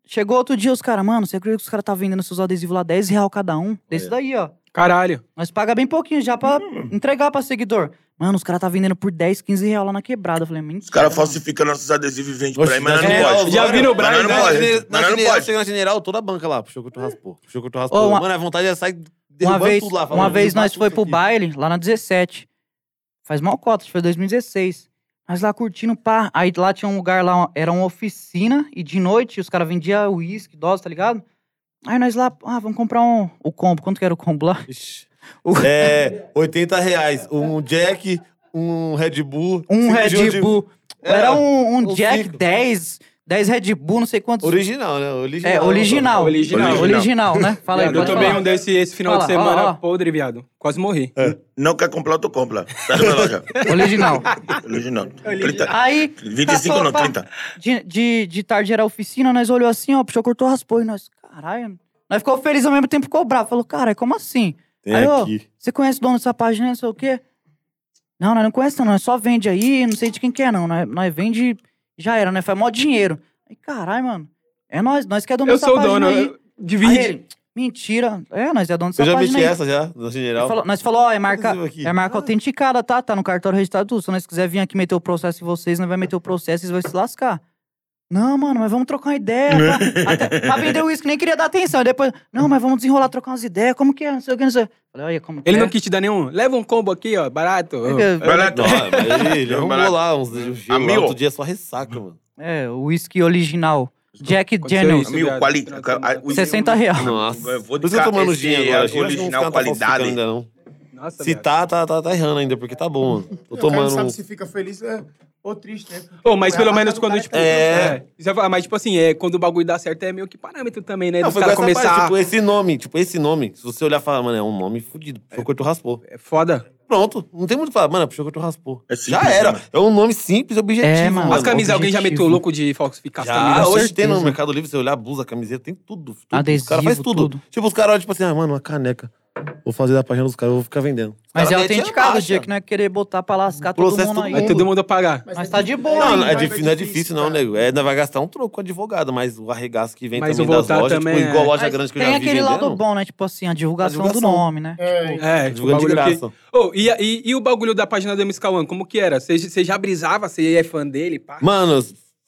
Chegou outro dia, os caras, mano, você acredita que os caras tá vendendo seus adesivos lá 10 real cada um? É. Desse daí, ó. Caralho. Nós paga bem pouquinho já pra Hum. entregar pra seguidor. Mano, os caras tá vendendo por 10, 15 real lá na quebrada. Eu falei, mentira. Os caras mano. falsificam nossos adesivos e vendem Oxe, pra aí, mas na não general, pode. Já agora- viram o Mas Brian, na, nós não né? pode. general- na Mas nós não general, pode. chega na general, toda a banca lá, puxou que tu raspou. Puxou que tu raspou. Ô, uma- Mano, a vontade é sair Uma derrubando vez, tudo lá. falando, uma vez derrubar nós tudo foi isso pro aqui. baile, lá na 17. Faz mal cota, foi 2016. Nós lá curtindo, pá. Aí lá tinha um lugar lá, era uma oficina, e de noite os caras vendiam uísque, dose, tá ligado? Aí nós lá, ah, vamos comprar um, o combo. Quanto que era o combo lá? Ixi. É, 80 reais. Um Jack, um Red Bull. Um cinco Red giros de- Bull. É, Era um, um um Jack cinco. 10, 10 Red Bull, não sei quantos. Original, né? Original. É, original. Original. Original, né? Fala aí, Viado, eu pode tomei falar. um desse esse final Fala, de semana, ó, ó. podre, viado. Quase morri. É. Não quer comprar, tu compra. Tá na loja. Original. Original. 30. Aí. 25 caçou, não, tá pá. 30. De, de, de tarde era a oficina, nós olhou assim, ó, puxou, cortou, raspou. E nós, caralho. Nós ficou feliz ao mesmo tempo ficou bravo. Falou, cara, como assim? Tem Aí, ó, aqui. Você conhece o dono dessa página, não sei o quê? Não, nós não conhecemos, não. Nós só vende aí, não sei de quem que é, não. Nós, nós vende, já era, né? Faz mó dinheiro. Aí, caralho, mano. É nós, nós que é dono Eu dessa sou o página dono. aí. eu- Aí Divide. ele, Mentira. É, nós é dono dessa Eu já página meti aí. essa já, na Ele general. falou- nós falou, ó, é marca, Adesivo aqui. é marca autenticada, tá? Tá no cartório registrado tudo. Se nós quiser vir aqui meter o processo em vocês, nós vai meter o processo e vocês vão se lascar. Não, mano, mas vamos trocar uma ideia. Pra, até, pra vender uísque, nem queria dar atenção. Aí Depois, não, mas vamos desenrolar, trocar umas ideias. Como que é? Não sei o que, não sei. o que. Falei, olha como que Ele é. não quis te dar nenhum. Leva um combo aqui, ó, barato. Vai lá, Não, mas ele arrumou lá uns uns gelo lá, Amigo. outro dia só ressaca, mano. É, o uísque original. Jack Aconteceu Daniels. isso, Amigo, viado. quali... Final de semana. a- o- 60 real. Nossa. Por Eu vou isso que eu tô descar- tomando esse gin agora. gente. Acho que uns Original caras tá falsificando qualidade. ainda não. Nossa, Se viado. tá, tá, tá, tá errando ainda, porque tá bom. mano. Tô O cara não sabe tomando. se fica feliz é, ou triste, né? Ô, mas Foi pelo a menos marca do quando, cara tipo... que É. Já fala, mas, tipo assim, é, quando o bagulho dá certo é meio que parâmetro também, né? Não, Dos foi caras igual essa começar... parte, tipo, esse nome, tipo, esse nome, se você olhar e falar, mano, é um nome fudido, Chocoto Raspou. É foda. Pronto, não tem muito o que falar, mano, é Chocoto Raspou. É já simples, era, né? é um nome simples e objetivo, É, mano. mano. As camisas, alguém já objetivo. meteu louco de falsificar as Já, camisas? hoje certo? tem no Mercado Livre, você olhar blusa, camiseta, tem tudo. tudo. Adesivo, os caras faz tudo. tudo. Tipo, os caras olham, tipo assim, ah, mano, uma caneca. Vou fazer da página dos caras, eu vou ficar vendendo. Os Mas é caras metem a autenticado o marcha. dia que não é querer botar pra lascar todo Processo mundo todo aí. Vai todo mundo pagar. Mas tá de boa, Não, não, é Vai, difícil, não é difícil, não, cara. nego. É, ainda vai gastar um troco com advogado, mas o arregaço que vem Mas também o das voltar lojas, também tipo, igual é. loja Mas grande que eu tem já vi aquele lado vendendo. bom, né? Tipo assim, a divulgação, divulgação. do nome, né? É, É, tipo, o Divulgando de bagulho que... graça. Ô, e, a- e- e o bagulho da página do MSK One, como que era? Você você já brisava? Você é fã dele? Pá? Mano,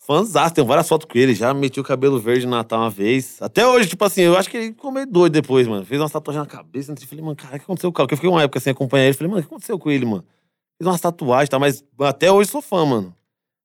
fãzás, tem várias fotos com ele. Já meti o cabelo verde no Natal uma vez. Até hoje, tipo assim, eu acho que ele ficou meio doido depois, mano. Fez uma tatuagem na cabeça. Eu falei, mano, cara, o que aconteceu com o cara? Porque eu fiquei uma época sem acompanhar ele. Falei, mano, o que aconteceu com ele, mano? Fez umas tatuagens, tá? Mas até hoje sou fã, mano.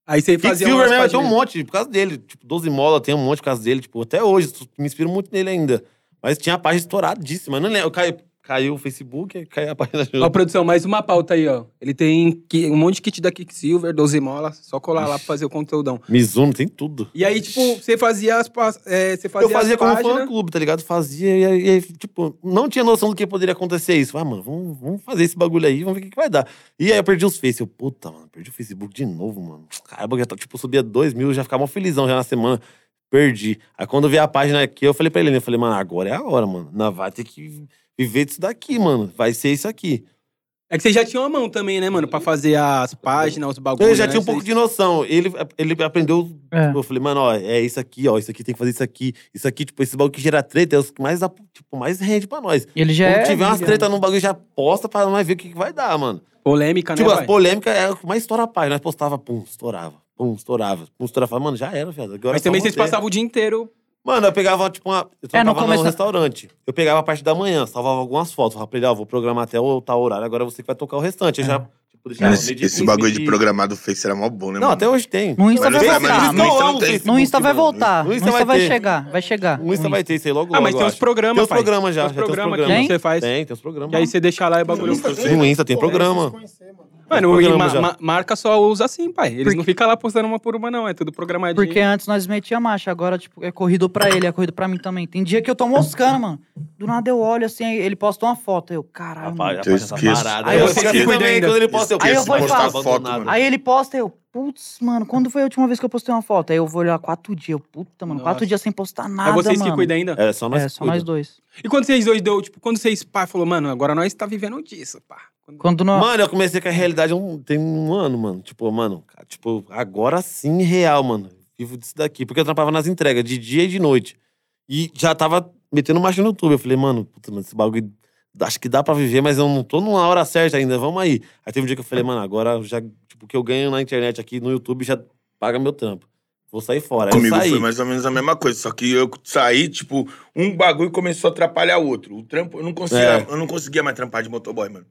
Aí você Kick fazia Silver umas mesmo, tem um páginas- monte por causa dele. Tipo, 12 mola, tem um monte por causa dele. Tipo, até hoje, me inspiro muito nele ainda. Mas tinha a página estouradíssima. Eu Não lembro, caiu, caiu o Facebook, aí caiu a página junto. Ó, produção, mais uma pauta aí, ó. Ele tem ki- um monte de kit da Kicksilver, 12 molas, só colar lá pra fazer o conteúdão. Mizuno, tem tudo. E aí, tipo, você fazia as pá- é, você fazia eu fazia as como páginas, fã-clube, tá ligado? Fazia e aí, e aí, tipo, não tinha noção do que poderia acontecer isso. Ah, mano, vamos, vamos fazer esse bagulho aí, vamos ver o que, que vai dar. E aí eu perdi os Face. Eu, puta, mano, perdi o Facebook de novo, mano. Caramba, eu já, tá- tipo, eu subia dois mil, eu já ficava mó felizão já na semana. Perdi. Aí quando eu vi a página aqui, eu falei pra ele, eu falei, mano, agora é a hora, mano. Nós vai ter que viver disso daqui, mano. Vai ser isso aqui. É que você já tinha uma mão também, né, mano? Pra fazer as páginas, os né? bagulhos. Eu já tinha um pouco de noção. Ele, ele aprendeu. É. tipo, eu falei, mano, ó, é isso aqui, ó. Isso aqui tem que fazer isso aqui. Isso aqui, tipo, esse bagulho que gera treta é os que mais, dá, tipo, mais rende pra nós. Ele já Quando é... tiver umas treta num bagulho, já posta pra nós ver o que, que vai dar, mano. Polêmica, né, tipo, as pai? polêmicas é o que mais estoura a página. Nós postava, pum, estourava. Pum, estourava. Pum, estourava. Falava, Mano, já era, viado. Agora é Mas só também vocês manter. passavam o dia inteiro. Mano, eu pegava, tipo, uma... Eu É, no trabalhava começo- num restaurante. Eu pegava a parte da manhã, salvava algumas fotos. Falava pra ele, ó, vou programar até o tal horário. Agora você que vai tocar o restante. Eu já, tipo, deixava... Esse, meio-dia e esse quinze, bagulho de meio-dia. programar do Face era mó bom, né, Não, mano? até hoje tem. No Insta Mas vai no Insta- voltar. mas no mano. Insta não tem. No Insta vai mano. voltar. No Insta vai ter. chegar. Vai chegar. No Insta vai ter, sei logo Ah, mas logo, tem eu uns acho. programas, Tem uns pai. programas já. Os já tem uns programas que programas. você faz. Tem, tem uns programas. Que aí você deixa lá e o bagulho... No Insta tem programa. Mano, e Programa ma- já. ma- marca só usa assim, pai. Eles Porque- não ficam lá postando uma por uma, não. É tudo programadinho. Porque antes nós metia marcha, agora, tipo, é corrido pra ele, é corrido pra mim também. Tem dia que eu tô moscando, mano. Do nada eu olho assim, aí ele posta uma foto. Eu, caralho. mano. Eu esqueço. parada. Aí eu eu fico assim esqueço. também, quando ele posta, eu Aí eu vou e postar faço. foto, mano. Aí ele posta, eu, putz, mano, quando foi a última vez que eu postei uma foto? Aí eu vou olhar quatro dias. Eu, puta, mano, Nossa. quatro dias sem postar nada. é vocês que mano. cuidam ainda. É, só nós. É, só nós cuida. dois. E quando vocês dois deu, tipo, quando vocês, pá, falou, mano, agora nós tá vivendo disso, pá. Quando- Quando nós. Mano, eu comecei com a realidade um- tem um ano, mano. Tipo, mano, cara, tipo, agora sim real, mano. Vivo disso daqui. Porque eu trampava nas entregas, de dia e de noite. E já tava metendo marcha no YouTube. Eu falei, mano, puta, mano, esse bagulho. Acho que dá pra viver, mas eu não tô numa hora certa ainda. Vamos aí. Aí teve um dia que eu falei, mano, agora eu já. Tipo, o que eu ganho na internet aqui no YouTube já paga meu trampo. Vou sair fora. é Aí Comigo eu saí. foi mais ou menos a mesma coisa, só que eu saí, tipo, um bagulho começou a atrapalhar o outro. O trampo, eu não conseguia, É. eu não conseguia mais trampar de motoboy, mano.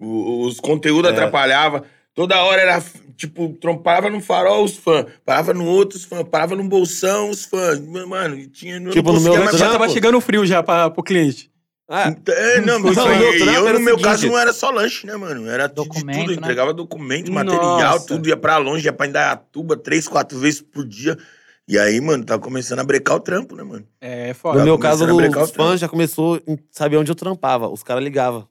O- os conteúdos É. atrapalhava. Toda hora era, tipo, trompava num farol os fãs, parava no outro os fãs, parava num bolsão os fãs. Mano, e tinha... eu não Tipo, no conseguia meu mais Já trampo- tava chegando frio já pra, pro cliente. Ah, É, não, mas Não, eu- meu trampo eu, era no o meu seguinte. caso, não era só lanche, né, mano? Era de- de assim, Documento, tudo. né? Eu entregava documento, material, Nossa. tudo. Ia pra longe, ia pra Indaiatuba três, quatro vezes por dia. E aí, mano, tava começando a brecar o trampo, né, mano? É, No foda. Tá meu começando caso, a brecar o os trampo. fãs já começou a saber onde eu trampava. Os caras ligavam.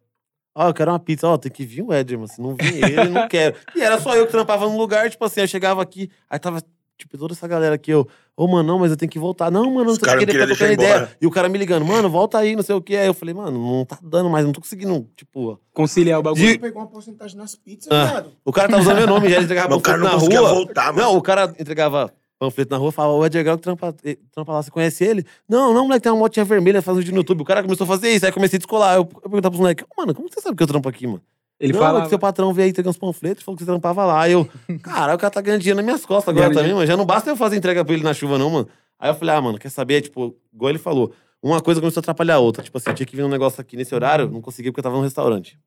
Ó, eu quero uma pizza. Ó, tem que vir o Ederman. Se não vir ele, eu não quero. E era só eu que trampava num lugar, tipo assim, eu chegava aqui, aí tava, tipo, toda essa galera aqui, eu, ô, mano, não, mas eu tenho que voltar. Não, mano, não Os sei o caras que, não ele tá queriam trocando deixar ideia. embora. E o cara me ligando, mano, volta aí, não sei o que. Aí eu falei, mano, não tá dando mais, não tô conseguindo, tipo... Conciliar o bagulho. De- pegou uma porcentagem nas pizzas, Ah. viado. O cara tá usando meu nome, já ele entregava Mas o cara panfleto não na conseguia rua. voltar, mano. Não, o cara entregava panfleto na rua, falava, o Edgar Grau que trampa, eh, trampa lá, você conhece ele? Não, não, moleque, tem uma motinha vermelha, faz um vídeo no YouTube. O cara começou a fazer isso, aí comecei a descolar. Eu, eu perguntava pros moleques, mano, como você sabe que eu trampo aqui, mano? Ele não, é fala. que seu patrão veio aí entregar uns panfletos, falou que você trampava lá. Aí eu, caralho, o cara tá ganhando dinheiro nas minhas costas agora Ganhando também, mano. Já não basta eu fazer entrega pra ele na chuva, não, mano. Aí eu falei, ah, mano, quer saber? Tipo, igual ele falou, uma coisa começou a atrapalhar a outra. Tipo assim, eu tinha que vir um negócio aqui nesse Uhum. horário, não consegui porque eu tava num restaurante.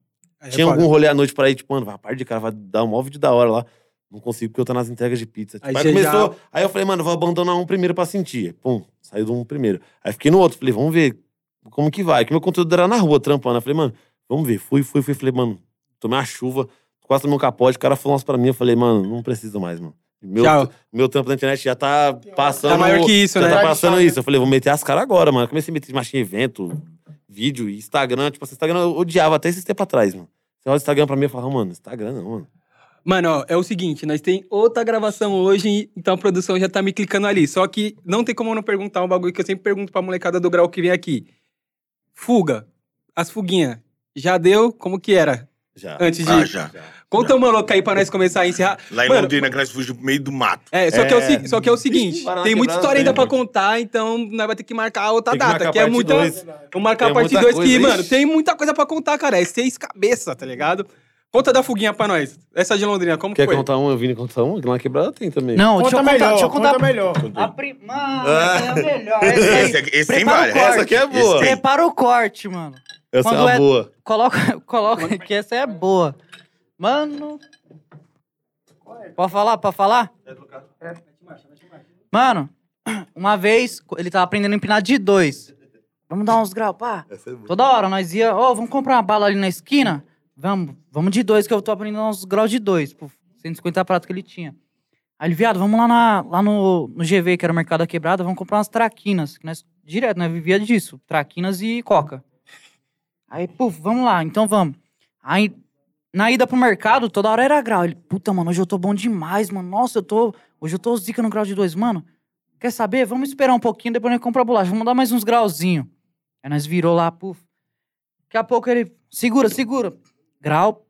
É, tinha foda. algum rolê à noite pra ir, tipo, mano, vai, a parte de cara, vai dar um móvel de da hora lá. Não consigo porque eu tô nas entregas de pizza. Tipo, Aí aí, você já- começou. Aí eu falei, mano, vou abandonar um primeiro pra sentir. Pum, saiu de um primeiro. Aí fiquei no outro, falei, vamos ver como que vai. Que meu conteúdo era na rua, trampando. Eu falei, mano, vamos ver. Fui, fui, fui. Falei, mano, tomei uma chuva, quase tomei um capote. O cara falou umas pra mim. Eu falei, mano, não preciso mais, mano. Meu, Tchau. meu trampo na internet já tá passando. Tá maior que isso, já né? tá passando isso. Eu falei, vou meter as caras agora, mano. Eu comecei a meter marchinha em evento, vídeo, Instagram. Tipo, assim, Instagram eu odiava até esses tempos atrás, mano. Você olha o Instagram pra mim e fala, "Ah, mano, Instagram não, mano. Mano, ó, é o seguinte, nós tem outra gravação hoje, então a produção já tá me clicando ali. Só que não tem como eu não perguntar um bagulho que eu sempre pergunto pra molecada do grau que vem aqui. Fuga. As fuguinhas. Já deu? Como que era? Já. Antes de. Ah, Tá já. Conta uma louca aí pra nós começar a encerrar. Lá em Mano, Londrina, que nós fugimos pro meio do mato. É, só, Que é o, se- só que é o seguinte, Paraná tem muita Quebrada história ainda tem, pra gente. contar, então nós vai ter que marcar outra Tem que data, marcar que, é parte muita... dois. Vamos marcar a Tem parte muita 2 que, coisa, mano, ixi. tem muita coisa pra contar, cara. É seis cabeças, tá ligado? Conta da fuguinha pra nós. Essa de Londrina, como Quer foi? contar uma? Eu vim contar uma? Que lá na quebrada tem também. Não, Conta deixa eu contar. melhor, deixa eu conta contar. melhor. a prim... Mano, essa é a melhor. Essa aí. Esse, aqui- esse tem Prepara o várias. corte. Essa aqui é boa. Esse tem. Prepara o corte, mano. Essa é Quando uma é- boa. Coloca, coloca que essa é boa. Mano. Pode falar? Pode falar? Mano, uma vez ele tava aprendendo a empinar de dois. Vamos dar uns graus, pá. é Toda hora nós ia, ó, vamos comprar uma bala ali na esquina? Vamos, vamos de dois, que eu tô aprendendo uns graus de dois. Pô, 150 pratos que ele tinha. Aí ele, viado, vamos lá, na, lá no, no GV, que era o Mercado da Quebrada, vamos comprar umas traquinas. Que nós, direto, nós vivia disso. Traquinas e coca. Aí, puf, vamos lá, então vamos. Aí, na ida pro mercado, toda hora era grau. Ele, puta, mano, hoje eu tô bom demais, mano. Nossa, eu tô. Hoje eu tô zica no grau de dois, mano. Quer saber? Vamos esperar um pouquinho, depois nós compra a bolacha. Vamos dar mais uns grauzinhos. Aí nós virou lá, puf. Daqui a pouco ele. Segura, segura. Grau.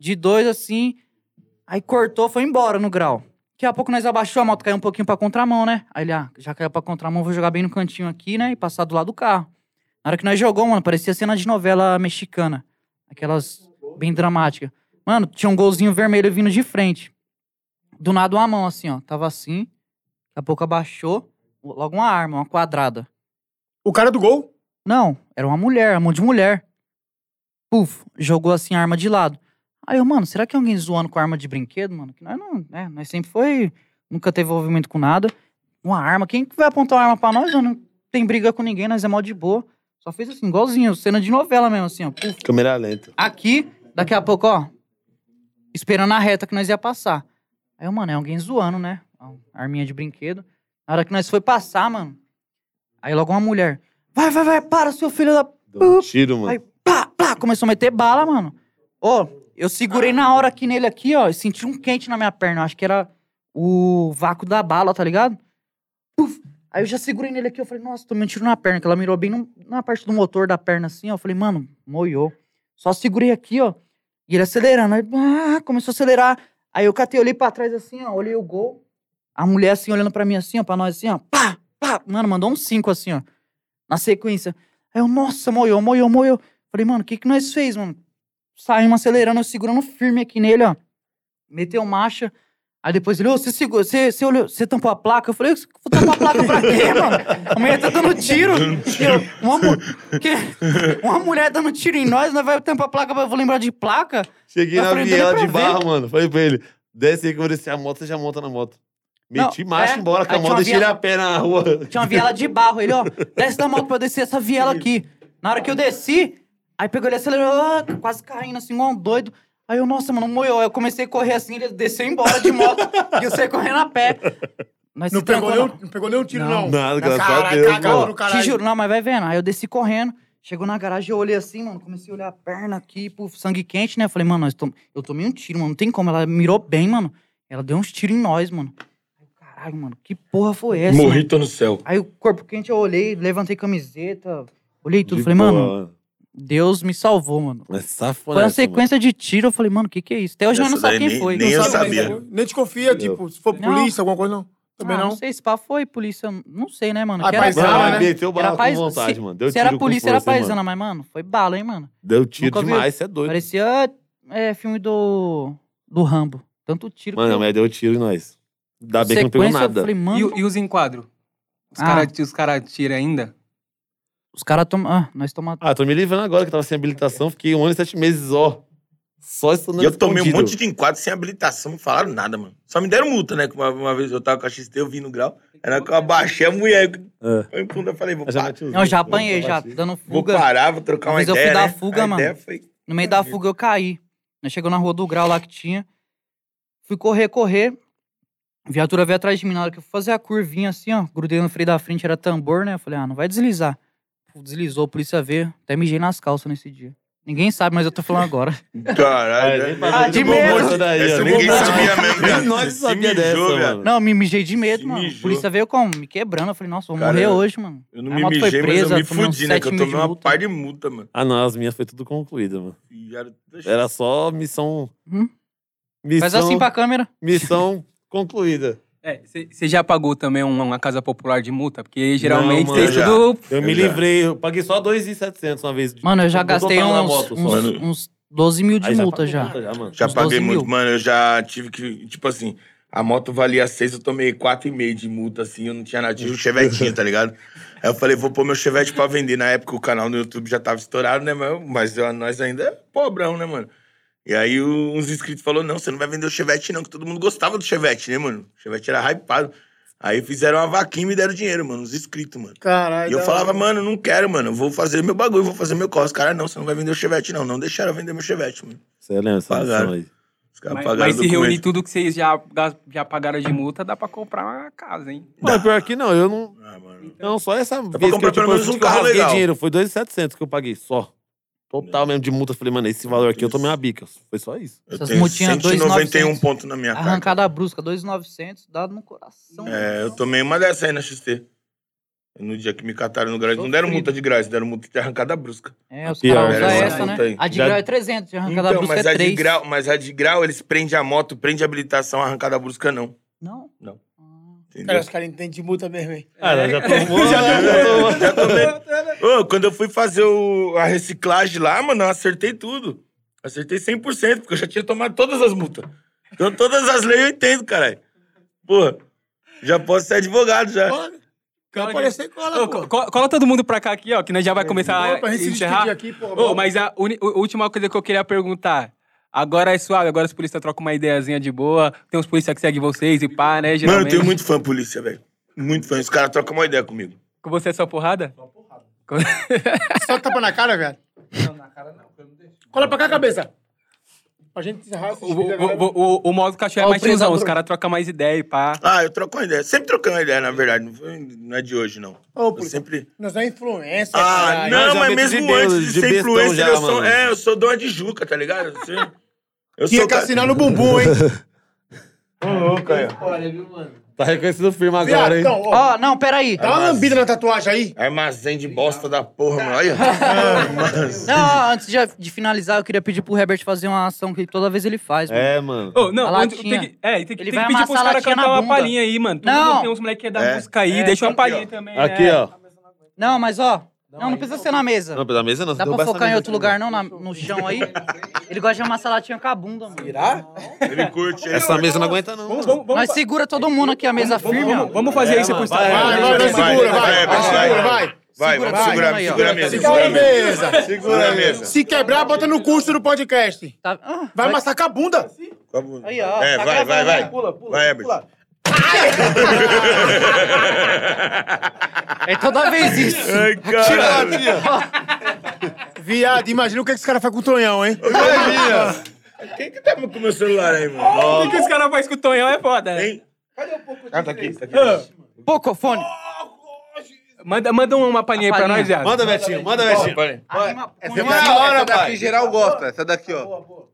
De dois assim. Aí cortou, foi embora no grau. Daqui a pouco nós abaixou a moto, caiu um pouquinho pra contramão, né? Aí ele, ah, já caiu pra contramão, vou jogar bem no cantinho aqui, né? E passar do lado do carro. Na hora que nós jogou, mano, parecia cena de novela mexicana. Aquelas bem dramáticas. Mano, tinha um golzinho vermelho vindo de frente. Do nada, uma mão assim, ó. Tava assim. Daqui a pouco abaixou. Logo uma arma, uma quadrada. O cara do gol? Não, era uma mulher, a mão de mulher. Puf, jogou assim a arma de lado. Aí eu, mano, será que é alguém zoando com arma de brinquedo, mano? Que nós não, né? Nós sempre foi. Nunca teve envolvimento com nada. Uma arma, quem que vai apontar uma arma pra nós? Não tem briga com ninguém, nós é mó de boa. Só fez assim, igualzinho, cena de novela mesmo, assim, ó. Puf, Câmera lenta. aqui, daqui a pouco, ó. Esperando a reta que nós ia passar. Aí, eu, mano, é alguém zoando, né? Uma Arminha de brinquedo. Na hora que nós foi passar, mano. Aí logo uma mulher. Vai, vai, vai, para, seu filho da. Deu um tiro, mano. Aí, pá, pá, começou a meter bala, mano. Ô, eu segurei na hora aqui nele aqui, ó, e senti um quente na minha perna. Acho que era o vácuo da bala, tá ligado? Puf. Aí eu já segurei nele aqui, eu falei, nossa, tomei um tiro na perna, que ela mirou bem no- na parte do motor da perna, assim, ó. Eu falei, mano, moiou. Só segurei aqui, ó. E ele acelerando. Aí, ah, começou a acelerar. Aí eu catei, olhei pra trás assim, ó, olhei o gol. A mulher assim, olhando pra mim assim, ó, pra nós assim, ó. Pá, pá. Mano, mandou um cinco assim, ó. Na sequência. Aí eu, nossa, moiou, moiou, moiou. Falei, mano, o que que nós fez, mano? Saímos acelerando, eu segurando firme aqui nele, ó. Meteu marcha. Aí depois ele, ô, você segurou, você, você olhou, você tampou a placa? Eu falei, eu vou tampar a placa pra quê, mano? A mulher tá dando tiro. Eu, uma, mu- que- uma mulher dando tiro em nós, nós vai tampar a placa, eu vou lembrar de placa? Cheguei Mas na falei, dá viela pra de ver. barro, mano. Falei pra ele, desce aí que eu vou descer a moto, você já monta na moto. Não, Meti marcha é. embora com a Aí tinha moto, uma deixei ele viela- a pé na rua. Tinha uma viela de barro. Ele, ó, desce da moto pra eu descer essa viela aqui. Na hora que eu desci, aí pegou ele e acelerou, ah, quase caindo assim, igual um doido. Aí eu, nossa, mano, moeu. Aí eu comecei a correr assim, ele desceu embora de moto. e eu saí correndo a pé. Nós Não se pegou, trancou nenhum, na- não pegou nenhum tiro, Não. não. Nada, graças a Caralho, Deus, cagado mano. do caralho. Te juro, não, mas vai vendo. Aí eu desci correndo, chegou na garagem, eu olhei assim, mano, comecei a olhar a perna aqui, pô, sangue quente, né? Eu Falei, mano, nós tom- eu tomei um tiro, mano, não tem como. Ela mirou bem, mano. Ela deu uns tiros em nós, mano. Aí eu, Caralho, mano, que porra foi essa? mano? Morri, tô no céu. Aí o corpo quente eu olhei, levantei camiseta, olhei tudo. De falei, boa, mano, Deus me salvou, mano. Mas safona Foi uma essa, mano. sequência de tiro, eu falei, mano, o que que é isso? Até hoje eu não Essa sabe daí quem nem- foi. nem Não eu sabe- Sabe, sabia. nem- Nem desconfia, tipo, se for Não. polícia, alguma coisa, não. Também Ah, não. não sei se pá, foi polícia, não sei, né, mano? Ah, Que era paisana, bala, né? Mano, meteu bala com pais- vontade, se, mano. Deu se tiro era com polícia, era força, hein, mano. paisana, mas, mano, foi bala, hein, mano? Deu tiro Nunca vi. demais, você é doido. Parecia é, filme do, do Rambo. Tanto tiro. Mano, a que eu- mulher deu tiro em nós. Ainda bem que não pegou sequência, eu nada. Falei, mano, E, o- e os enquadros? Os Ah. caras os cara tiram ainda? os caras tomam. Ah, nós tomamos. Ah, tô me livrando agora que eu tava sem habilitação. Fiquei um ano e sete meses, ó. Só estudando E eu tomei um escondido. monte de enquadro sem habilitação, não falaram nada, mano. Só me deram multa, né? Que uma, uma vez eu tava com a XT, eu vim no grau. Era que eu abaixei a mulher. É. Eu, quando eu falei, vou, Eu já pa- meti os Não, já dois, né? apanhei, eu já, bati. dando vou fuga. parar, vou trocar uma Mas eu fui ideia. dar né? fuga, a mano. ideia foi. No meio da fuga eu caí. Nós chegou na rua do grau lá que tinha. Fui correr, correr. A viatura veio atrás de mim. Na hora que eu fui fazer a curvinha assim, ó, grudei no freio da frente, era tambor, né? Eu falei, ah, não vai deslizar. Deslizou, a polícia veio. Até mijei nas calças nesse dia. Ninguém sabe, mas eu tô falando agora. Caralho. Ah, nem né? fazia Esse de bom medo. monte- Daí, ó, nem Esse bom monte nós- de minha mesmo, né? nem cara. nós Se sabia dessa, mano. Não, me mijei de medo, Se mano. mijou. A polícia veio como? Me quebrando. Eu falei, nossa, vou Cara, morrer hoje, mano. Eu não Aí me a moto foi mijei, mas eu presa, me tomei uns fudi, né? Que 7 eu mil de tomei uma multa. par de multa, mano. Ah, não, as minhas foi tudo concluída, mano. E era- Era só missão. Hum? Missão, Faz assim pra câmera. missão concluída. É, você já pagou também uma, uma casa popular de multa? Porque geralmente mano, tem já. tudo. Eu me Eu já. livrei, eu paguei só 2,700 uma vez. Mano, eu já Botou gastei pra na uns, moto só. uns, Mano. uns 12 mil de Aí multa pagou já. multa já, tá mano. Já Uns paguei 12 mil. muito, mano. Eu já tive que. Tipo assim, a moto valia 6, eu tomei 4,5 de multa, assim, eu não tinha nada. Tive um chevetinho, tá ligado? Aí eu falei, vou pôr meu chevette pra vender. Na época o canal no YouTube já tava estourado, né, mano? Mas eu- nós ainda é pobrão, né, mano? E aí o- uns inscritos falaram, não, você não vai vender o chevette, não, que todo mundo gostava do chevette, né, mano? O chevette era hypado. Aí fizeram uma vaquinha e me deram dinheiro, mano, os inscritos, mano. Caralho. E eu da falava, hora. mano, não quero, mano. eu Vou fazer meu bagulho, vou fazer meu corre. Os caras, não, você não vai vender o chevette, não. Não deixaram eu vender meu chevette, mano. Você lembra essa Pagaram. missão aí? Os caras Mas, pagaram mas o se documento. reunir tudo que vocês já, gas- já pagaram de multa, dá pra comprar uma casa, hein? Mano, pior que não, eu não. Ah, mano. Não, só essa vez pra que eu, comprar tipo, pelo eu menos um senti que eu carro rasguei legal. dinheiro. Foi 2,700 que eu paguei só. Total mesmo de multa. eu Falei, mano, esse valor aqui eu tomei uma bica. Foi só isso. Eu Essas tenho multinhas, 191 2.900. pontos um na minha carta. Arrancada brusca, 2,900, dado no coração. É, eu tomei uma dessa aí na XT. No dia que me cataram no garagem. Não deram Sofrido. multa de graça, deram multa de arrancada brusca. É, os Pior, caras usam era essa, essa né? multa aí. A de Já- grau é 300, de arrancada então, brusca mas, é a de 3. grau, mas a de grau, eles prendem a moto, prende a habilitação, a arrancada brusca não. Não? Não. Ah. Cara, Entendeu? os caras entendem de multa mesmo, hein? Cara, já tomou. É. Já tomei. Ô, quando eu fui fazer o- a reciclagem lá, mano, eu acertei tudo. Acertei 100%, porque eu já tinha tomado todas as multas. Então todas as leis eu entendo, caralho. Porra, já posso ser advogado já. Quer aparecer, cola, Ô, pô. co- co- cola todo mundo pra cá aqui, ó, que nós já vai começar Cola pra a gente se encerrar. despedir aqui, pô. Ô, mas a, uni- a última coisa que eu queria perguntar. Agora é suave, agora os polícia trocam uma ideiazinha de boa. Tem uns polícia que seguem vocês e pá, né? Geralmente. Mano, eu tenho muito fã polícia, velho. Muito fã. Os caras trocam uma ideia comigo. Com você é só porrada? Só porrada. Só tapa na cara, velho. Não, na cara não, Cola pra cá a cabeça. Pra gente encerrar esse O, o, o, o modo cachorro é Ó, o mais tiozão, presador. os caras trocam mais ideia e pá. Ah, eu troco uma ideia. Sempre trocando uma ideia, na verdade. Não, foi- não é de hoje, não. Ô, Eu polícia, sempre. nós é influência, Ah, caralho. eu não, já mas meto de mesmo bêbado, antes de de ser bestão influencer, já, eu sou. mano. É, eu sou dona de Juca, tá ligado? Eu sou- Eu Tinha sou. que ca- assinar no bumbum, hein? Ô, louco, aí, ó. Tá reconhecido firme agora, Viado, hein? então, ó. Ó, não, peraí. Dá uma lambida na tatuagem aí. Armazém de bosta da porra, mano. Olha. Armazém. Não, ó, antes de, de finalizar, eu queria pedir pro Herbert fazer uma ação que toda vez ele faz, mano. É, mano. Ô, não, A onde- latinha. tem que, é, tem que, tem Ele que vai pedir pros amassar a caras latinha na cantar uma bunda. palhinha aí, mano. Todo Não. mundo Tem uns moleques da É. música aí, É, deixa uma aqui, palhinha ó. também. Aqui, é. ó. Não, mas ó, não, não precisa ser na mesa. Não, pela mesa não. Dá derruba pra essa focar em mesa outro aqui, lugar, né? não? na- no chão aí. Ele gosta de amassar a latinha com a bunda, mano. Tá? Ele curte. mano. Essa mesa não aguenta, não. Vamos, vamos, Mas segura todo mundo aqui, a mesa firme, ó. vamos- vamos fazer isso pro Instagram. Vai, vai, vai, vai, segura, vai, vai. Vai, vai, segura, vai. vai. Vai, Segura, vamos segurar, segura aí, ó. segura a mesa. Segura a mesa. Segura a mesa. Se quebrar, bota no custo do podcast. Tá- ah, Vai massacrar a bunda. Aí, ó, É, tá vai, vai, gravando, vai. né? Vai, Herbert. É toda vez isso. Ai, caralho. Viado, imagina o que esse cara faz com o Tonhão, hein? Quem que tá com o meu celular aí, mano? O que, que os caras fazem com o Tonhão é foda. Hein? Ah, tá aqui, tá aqui. Pocofone. Manda, manda uma palhinha aí pra palhinha. nós, viado. Manda, Betinho, manda, Betinho. da hora, pai. Aqui, geral gosta. Essa daqui, ó.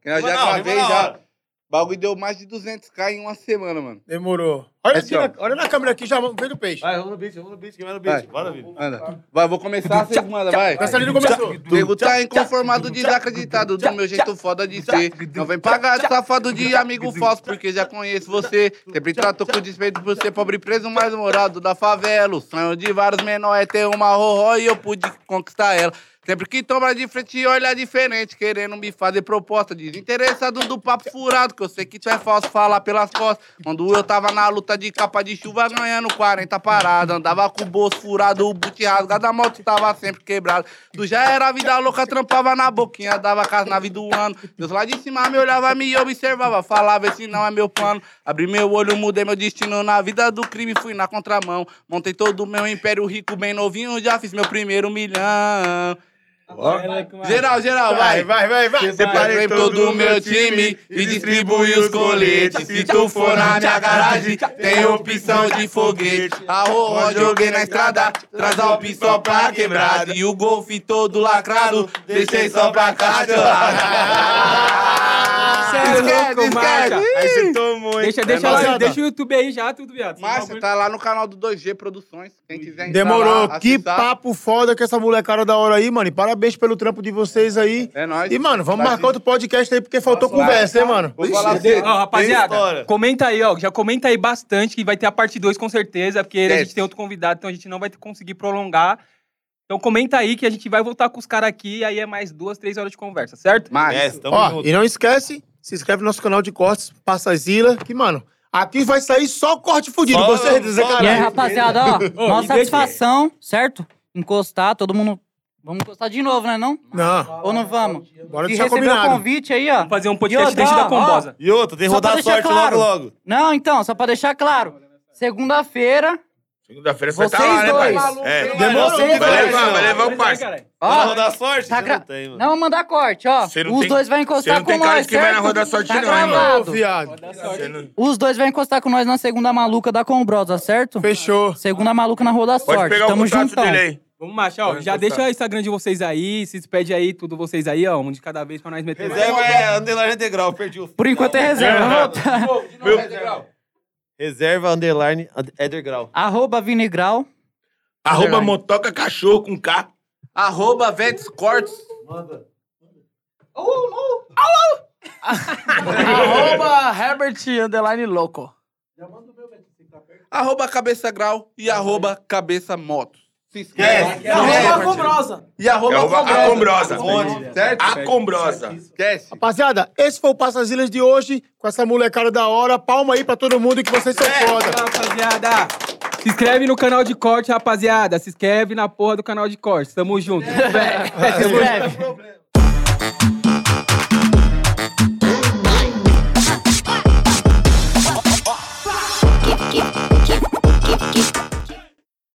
Que nós já Rima na hora, gravei rima na já. hora. O bagulho deu mais de 200k em uma semana, mano. Demorou. Olha, Aqui, aqui ó. na, olha na câmera aqui, já vê do peixe. Vai, vamos no beat, vamos no beat, vai no beat. Vai. Bora, Vitor. Anda. Vai, vou começar, vocês mandam, vai. Dançarino começou. O Nego tá inconformado de já acreditado do meu jeito foda de ser. Não vem pagar de safado de amigo falso, porque já conheço você. Sempre trato com despeito por ser pobre preso, mais morado da favela. O sonho de vários menores é ter uma roró e eu pude conquistar ela. Sempre que toma de frente, olha diferente, querendo me fazer proposta. Desinteressado do papo furado, que eu sei que tu é falso, fala pelas costas. Quando eu tava na luta de capa de chuva, ganhando 40 paradas. Andava com o bolso furado, o boot rasgado, a moto tava sempre quebrada. Tu já era vida louca, trampava na boquinha, dava casa na vida do ano. Deus lá de cima me olhava, me observava, falava, esse não é meu plano. Abri meu olho, mudei meu destino na vida do crime, fui na contramão. Montei todo o meu império rico, bem novinho, já fiz meu primeiro milhão. Geral, geral, vai. vai, vai, vai. Separei todo o meu time e distribui os coletes. Se tu for na minha garagem, tem opção de foguete. A Roró joguei na estrada, traz a op só pra quebrada. E o golfe todo lacrado, deixei só pra cacholada. Cê é louco, Marcia. Aí você tomou, hein? Deixa, deixa, Vai, lá, Marcia. deixa o YouTube aí já, tudo, viado. Márcio, tá lá no canal do 2G Produções. Quem quiser entrar Demorou. lá, tá? que acessar. papo foda que essa molecada da hora aí, mano. E parabéns pelo trampo de vocês aí. É nóis. E, mano, vamos Tá marcar outro podcast aí, porque faltou conversa, hein, mano? Vou falar pra De- você. assim, ó, rapaziada, é história. comenta aí, ó. Já comenta aí bastante que vai ter a parte 2 com certeza, porque a Certo. gente tem outro convidado, então a gente não vai conseguir prolongar. Então comenta aí que a gente vai voltar com os caras aqui e aí é mais duas, três horas de conversa, certo? Márcio, Yes, tamo Ó, junto. e não esquece, se inscreve no nosso canal de cortes, passa as ilhas, que, mano, aqui vai sair só corte fudido. Só- Vocês dizem, só- E aí, caralho. rapaziada, ó, e maior deixa- satisfação, certo? Encostar, todo mundo. Vamos encostar de novo, né? Não? Não, Ou não vamos? bora E deixar recebeu o combinado. convite aí, ó. Vamos fazer um podcast E, ó, dentro da ó, Combosa. E outra, tem que Só rodar pra a deixar sorte claro. logo, logo. Não, então, só pra deixar claro. Segunda-feira, Segunda-feira você vocês tá lá, né, pai? dois. É. Demorou, Vocês Vai dois. levar, vai levar o parça. Vai Ó, rodar a sorte? tá Já gra- não tem, mano. não vou mandar corte, ó. Você não Os tem- dois vão você encostar não com tem cara nós, que vai na certo? rodar sorte, tá não, hein, Ô, mano? gravado. viado. Você não- Os dois vão encostar com nós na segunda maluca da Combrosa, certo? Fechou. Segunda maluca na roda Pode sorte. pegar Tamo o contato juntão. dele aí. Vamos, Márcio, ó. Vamos Já encostar. deixa o Instagram de vocês aí, se despede aí, tudo vocês aí, ó. Um de cada vez pra nós meter. Reserva é underline integral, perdi o... Por enquanto é reserva. Vamos voltar. Reserva underline ad- underground. Arroba Vinigral. Arroba motoca cachorro com K. arroba Vets Cortes. Arroba Herbert Underline Loco. arroba cabeça grau e arroba cabeça moto. Se Esquece. esquece. Não, Arroba é, E É arroba, Arroba Acombrosa. acombrosa. Acombrosa. Esquece. Rapaziada, esse foi o Passa as Ilhas de hoje, com essa molecada da hora. Palma aí pra todo mundo que vocês são foda. Rapaziada, se inscreve no canal de corte, rapaziada. Se É. inscreve na porra do canal de corte. Tamo junto. Se inscreve.